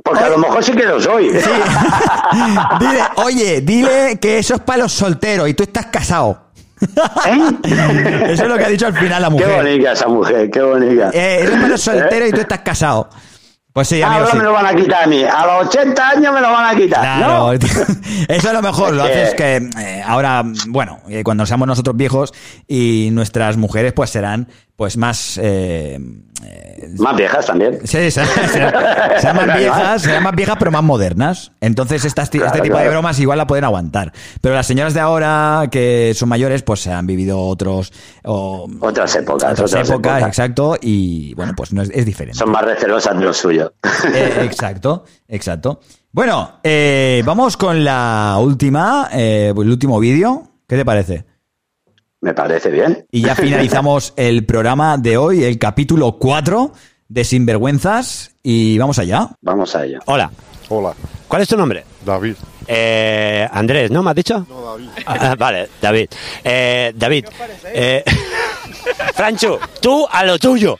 Speaker 3: Porque a lo mejor sí que lo soy.
Speaker 2: Dile, oye, dile que eso es para los solteros y tú estás casado. *laughs* Eso es lo que ha dicho al final la mujer.
Speaker 3: *laughs* ¿Eh? Qué bonita esa mujer, qué bonita. Ah,
Speaker 2: Eh,
Speaker 3: *laughs*
Speaker 2: eres malo soltero y tú estás casado. Pues sí, amigo,
Speaker 3: Ahora
Speaker 2: sí.
Speaker 3: me lo van a quitar a mí. A los 80 años me lo van a quitar.
Speaker 2: Claro, *laughs*
Speaker 3: ¿no?
Speaker 2: eso es lo mejor. Lo
Speaker 3: Es que-
Speaker 2: haces que eh, ahora, bueno, eh, cuando seamos nosotros viejos y nuestras mujeres, pues serán pues más. eh, eh,
Speaker 3: Más viejas también.
Speaker 2: *laughs* Sí, serán, serán- serán más viejas, serán más viejas, pero más modernas. Entonces, estas ti- este
Speaker 3: Claro,
Speaker 2: tipo de
Speaker 3: claro.
Speaker 2: bromas igual la pueden aguantar. Pero las señoras de ahora, que son mayores, pues han vivido otros. o-
Speaker 3: Otras épocas.
Speaker 2: otras épocas, exacto, y bueno, pues no es, es diferente.
Speaker 3: Son más recelosas de lo suyo.
Speaker 2: Eh, exacto, exacto. Bueno, eh, vamos con la última, eh, el último vídeo. ¿Qué te parece?
Speaker 3: Me parece bien.
Speaker 2: Y ya finalizamos el programa de hoy, el capítulo 4 de Sinvergüenzas. Y vamos allá.
Speaker 3: Vamos a ello.
Speaker 12: Hola.
Speaker 6: Hola.
Speaker 12: ¿Cuál es tu nombre?
Speaker 6: David.
Speaker 12: Eh, Andrés, ¿no me has dicho? No, David. vale, David. Eh, David. eh, *laughs* Franchu, tú a lo tuyo.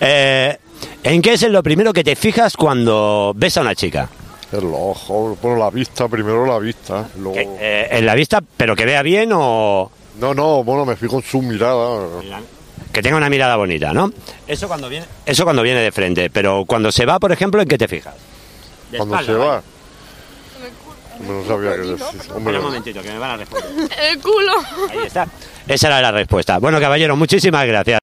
Speaker 12: Eh, ¿En qué es lo primero que te fijas cuando ves a una chica?
Speaker 6: El ojo, por la vista, primero la vista. luego-
Speaker 12: Eh, ¿En la vista, pero que vea bien o...?
Speaker 6: No, no, bueno, me fijo en su mirada.
Speaker 12: Que tenga una mirada bonita, ¿no? Eso cuando viene. Eso cuando viene de frente, pero cuando se va, por ejemplo, ¿en qué te fijas?
Speaker 6: Cuando
Speaker 12: espalda,
Speaker 6: se
Speaker 12: ¿vale?
Speaker 6: va. Hombre, no sabía qué decir. Hombre,
Speaker 12: Espera un momentito, que me van a responder.
Speaker 22: El culo.
Speaker 12: Ahí está. Esa era la respuesta. Bueno, caballero, muchísimas gracias.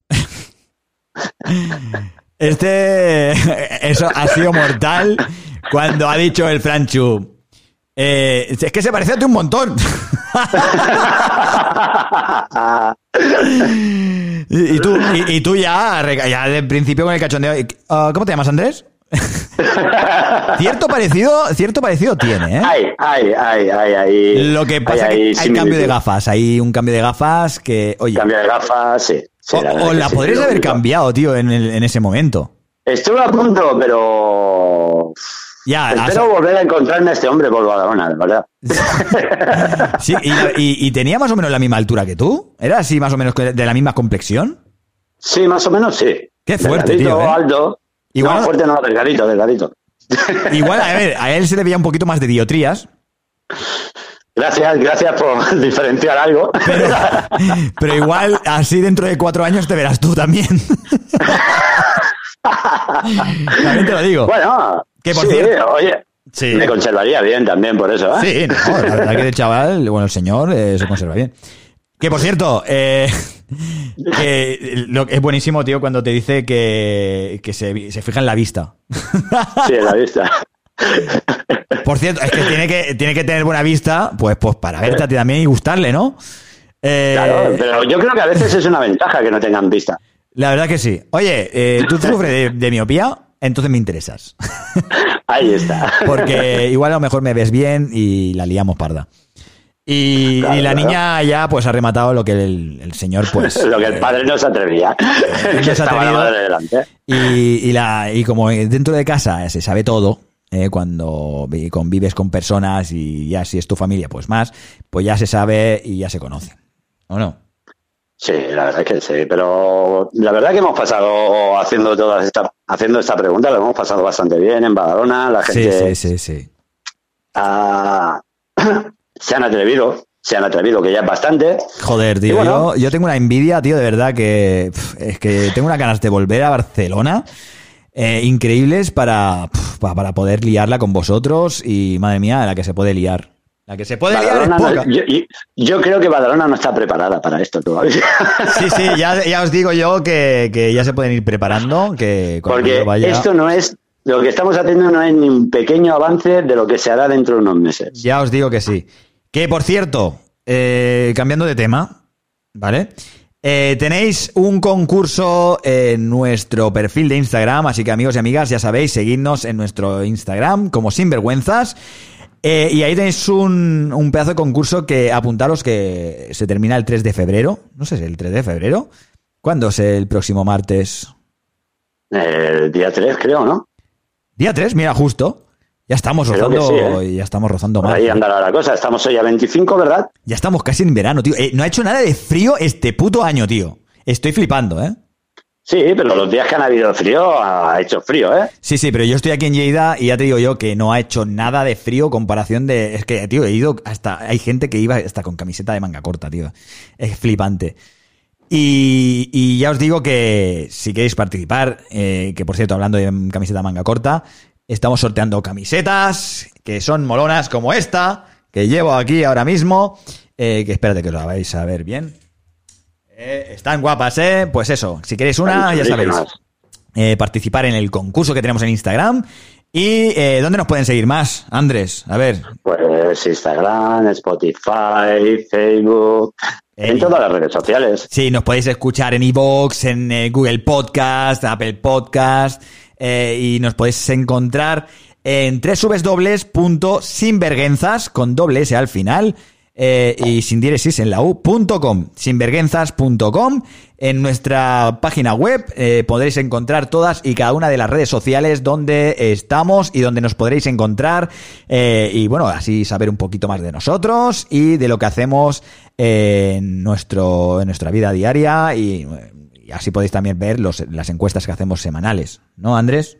Speaker 2: Este. *laughs* Eso ha sido mortal cuando ha dicho el Franchu. eh, es que se parece a ti un montón. *laughs* Y, y tú, y, y tú ya, re- ya del principio con el cachondeo. y- ah, ¿Cómo te llamas, Andrés? *laughs* cierto parecido, cierto parecido tiene, ¿eh?
Speaker 3: Ay, ay, ay, ay, ay.
Speaker 2: Lo que pasa
Speaker 3: Ay, ay,
Speaker 2: es que hay cambio de
Speaker 3: similitud.
Speaker 2: gafas, hay un cambio de gafas que, oye,
Speaker 3: Cambio de gafas, sí. Sí,
Speaker 2: o,
Speaker 3: la verdad
Speaker 2: o
Speaker 3: que
Speaker 2: la
Speaker 3: sí,
Speaker 2: podrías
Speaker 3: lo
Speaker 2: haber
Speaker 3: único.
Speaker 2: cambiado, tío, en, el- en ese momento.
Speaker 3: Estuve a punto, pero.
Speaker 2: Ya,
Speaker 3: Espero
Speaker 2: has-
Speaker 3: volver a encontrarme a este hombre por Badalona, de verdad.
Speaker 2: *laughs* Sí, y, y- y tenía más o menos la misma altura que tú. Era así, más o menos de la misma complexión.
Speaker 3: Sí, más o menos, sí.
Speaker 2: Qué fuerte,
Speaker 3: Delgadito,
Speaker 2: tío, ¿eh?
Speaker 3: alto.
Speaker 2: Igual-
Speaker 3: No, fuerte no, delgadito, delgadito.
Speaker 2: Igual, a ver, a él se le veía un poquito más de diotrías,
Speaker 3: Gracias, gracias por *laughs* diferenciar algo. *laughs*
Speaker 2: pero igual así dentro de cuatro años te verás tú también. *laughs* también te lo digo.
Speaker 3: Bueno,
Speaker 2: Que por
Speaker 3: sí,
Speaker 2: cierto-
Speaker 3: oye,
Speaker 2: Sí.
Speaker 3: me conservaría bien también por eso,
Speaker 2: Sí,
Speaker 3: ¿eh?
Speaker 2: no, la verdad que el chaval, bueno, el señor eh, se conserva bien. Que por cierto, eh, que lo, es buenísimo, tío, cuando te dice que, que se, se fija en la vista.
Speaker 3: Sí, en la vista.
Speaker 2: *laughs* Por cierto, es que tiene que, tiene que tener buena vista, pues, pues para verte a ti también y gustarle, ¿no? Eh,
Speaker 3: Claro, pero yo creo que a veces es una ventaja que no tengan vista.
Speaker 2: La verdad que sí. Oye, eh, tú sufres de, de miopía, entonces me interesas.
Speaker 3: Ahí está.
Speaker 2: Porque igual a lo mejor me ves bien y la liamos parda. Y, y
Speaker 3: Claro,
Speaker 2: la
Speaker 3: claro.
Speaker 2: niña ya pues ha rematado lo que el, el señor pues...
Speaker 3: *laughs* *laughs* Lo que el
Speaker 2: eh,
Speaker 3: padre no se *laughs* atrevía.
Speaker 2: no
Speaker 3: que
Speaker 2: se ha
Speaker 3: estaba
Speaker 2: atrevido.
Speaker 3: la madre delante.
Speaker 2: Y, y la, y como dentro de casa eh, se sabe todo, eh, cuando vi- convives con personas y ya si es tu familia, pues más, pues ya se sabe y ya se conocen. ¿O no?
Speaker 3: Sí, la verdad es que sí, pero la verdad que hemos pasado haciendo todas esta, haciendo esta pregunta, lo hemos pasado bastante bien en Badalona, la
Speaker 2: Sí,
Speaker 3: gente
Speaker 2: sí, sí, sí.
Speaker 3: ha- *clears throat* se han atrevido, se han atrevido, que ya es bastante.
Speaker 2: Joder, tío,
Speaker 3: Y bueno.
Speaker 2: yo, yo tengo una envidia, tío, de verdad que pf, es que tengo unas ganas de volver a Barcelona. eh, increíbles para, pf, pa- para poder liarla con vosotros y madre mía, la que se puede liar. La que se puede liar es
Speaker 3: Badalona no-
Speaker 2: poca.
Speaker 3: yo, y- yo creo que Badalona no está preparada para esto todavía. *laughs*
Speaker 2: Sí, sí, ya, ya os digo yo que, que ya se pueden ir preparando, que cuando
Speaker 3: Porque
Speaker 2: yo vaya...
Speaker 3: esto no es, lo que estamos haciendo no es ni un pequeño avance de lo que se hará dentro de unos meses.
Speaker 2: Ya os digo que sí. Que por cierto, eh, cambiando de tema, ¿vale? Eh, tenéis un concurso en nuestro perfil de Instagram, así que amigos y amigas, ya sabéis, seguidnos en nuestro Instagram como sinvergüenzas. Eh, y ahí tenéis un, un pedazo de concurso que apuntaros que se termina el 3 de febrero. No sé si el 3 de febrero. ¿Cuándo es el próximo martes?
Speaker 3: El día 3, creo, ¿no?
Speaker 2: Día 3, mira, justo. Ya estamos
Speaker 3: Creo que
Speaker 2: rozando,
Speaker 3: sí, ¿eh?
Speaker 2: ya estamos rozando
Speaker 3: Por
Speaker 2: más.
Speaker 3: ahí andará la cosa. Estamos hoy a 25, ¿verdad?
Speaker 2: Ya estamos casi en verano, tío. Eh, no ha hecho nada de frío este puto año, tío. Estoy flipando, ¿eh?
Speaker 3: Sí, pero los días que han habido frío, ha hecho frío, ¿eh?
Speaker 2: Sí, sí, pero yo estoy aquí en Lleida y ya te digo yo que no ha hecho nada de frío comparación de... Es que, tío, he ido hasta... Hay gente que iba hasta con camiseta de manga corta, tío. Es flipante. Y, y ya os digo que si queréis participar, eh, que por cierto, hablando de camiseta de manga corta, estamos sorteando camisetas que son molonas como esta, que llevo aquí ahora mismo, eh, que espérate que lo vais a ver bien. Eh, están guapas, ¿eh? Pues eso, si queréis una, ya sabéis. Eh, participar en el concurso que tenemos en Instagram. ¿Y eh, dónde nos pueden seguir más, Andrés? A ver.
Speaker 3: Pues Instagram, Spotify, Facebook, en todas las redes sociales.
Speaker 2: Sí, nos podéis escuchar en iVoox, en eh, Google Podcast, Apple Podcast, eh, y nos podéis encontrar en www.sinvergüenzas, con doble S al final, eh, y sin diéresis en la U.com, sinvergüenzas.com. En nuestra página web eh, podréis encontrar todas y cada una de las redes sociales donde estamos y donde nos podréis encontrar eh, y bueno, así saber un poquito más de nosotros y de lo que hacemos eh, en, nuestro, en nuestra vida diaria y, y así podéis también ver los- las encuestas que hacemos semanales, ¿no, Andrés?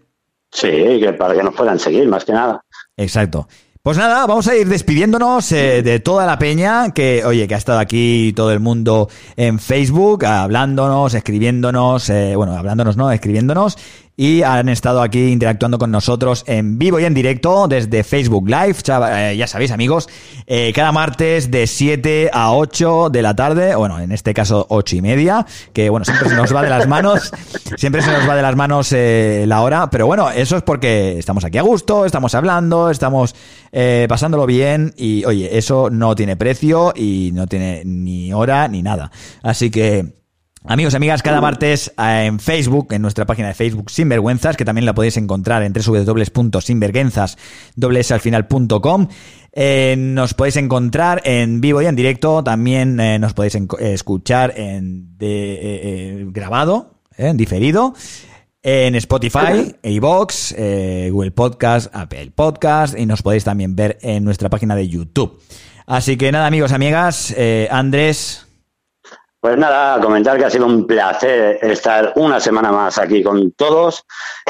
Speaker 3: Sí, que para que nos puedan seguir, más que nada.
Speaker 2: Exacto. Pues nada, vamos a ir despidiéndonos eh, de toda la peña que, oye, que ha estado aquí todo el mundo en Facebook, hablándonos, escribiéndonos, eh, bueno, hablándonos, no, escribiéndonos, y han estado aquí interactuando con nosotros en vivo y en directo desde Facebook Live, Chava- eh, ya sabéis amigos, eh, cada martes de 7 a 8 de la tarde, bueno, en este caso 8 y media, que bueno, siempre se nos va de las manos, siempre se nos va de las manos eh, la hora, pero bueno, eso es porque estamos aquí a gusto, estamos hablando, estamos eh, pasándolo bien y oye, eso no tiene precio y no tiene ni hora ni nada. Así que... Amigos y amigas, cada martes eh, en Facebook, en nuestra página de Facebook Sinvergüenzas, que también la podéis encontrar en www.sinvergüenzas, doble S al final, punto com. Eh, nos podéis encontrar en vivo y en directo, también eh, nos podéis enco- eh, escuchar en de, eh, eh, grabado, eh, en diferido, en Spotify, iVoox, eh, Google Podcast, Apple Podcast, y nos podéis también ver en nuestra página de YouTube. Así que nada, amigos y amigas, eh, Andrés...
Speaker 3: Pues nada, comentar que ha sido un placer estar una semana más aquí con todos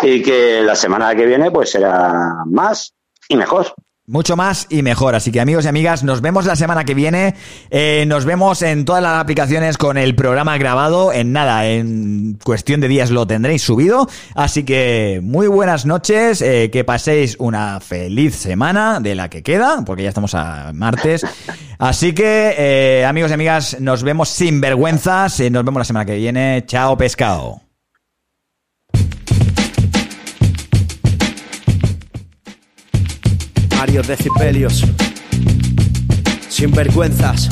Speaker 3: y que la semana que viene pues será más y mejor.
Speaker 2: Mucho más y mejor. Así que amigos y amigas, nos vemos la semana que viene. Eh, nos vemos en todas las aplicaciones con el programa grabado. En nada, en cuestión de días lo tendréis subido. Así que muy buenas noches. eh, que paséis una feliz semana de la que queda, porque ya estamos a martes. Así que eh, amigos y amigas, nos vemos sin vergüenzas. eh, nos vemos la semana que viene. Chao pescado.
Speaker 12: Arios decibelios. Sinvergüenzas.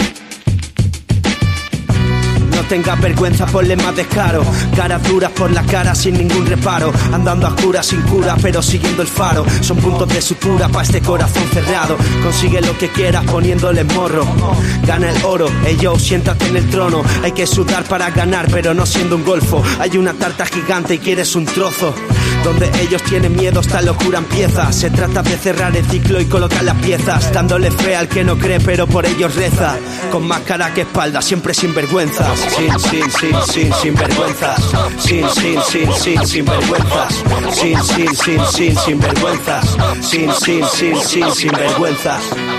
Speaker 12: No tengas vergüenza, ponle más descaro. Caras duras por la cara sin ningún reparo. Andando a curas sin cura, pero siguiendo el faro. Son puntos de sutura para este corazón cerrado. Consigue lo que quieras poniéndole morro. Gana el oro, ellos siéntate en el trono. Hay que sudar para ganar, pero no siendo un golfo. Hay una tarta gigante y quieres un trozo. Donde ellos tienen miedo, esta locura empieza. Se trata de cerrar el ciclo y colocar las piezas, dándole fe al que no cree, pero por ellos reza. Con más cara que espalda, siempre sin vergüenzas. Sin, sin, sin, sin, sin vergüenzas. Sin, sin, sin, sin, sin vergüenzas. Sin, sin, sin, sin, sin vergüenzas. Sin, sin, sin, sin, sin vergüenzas.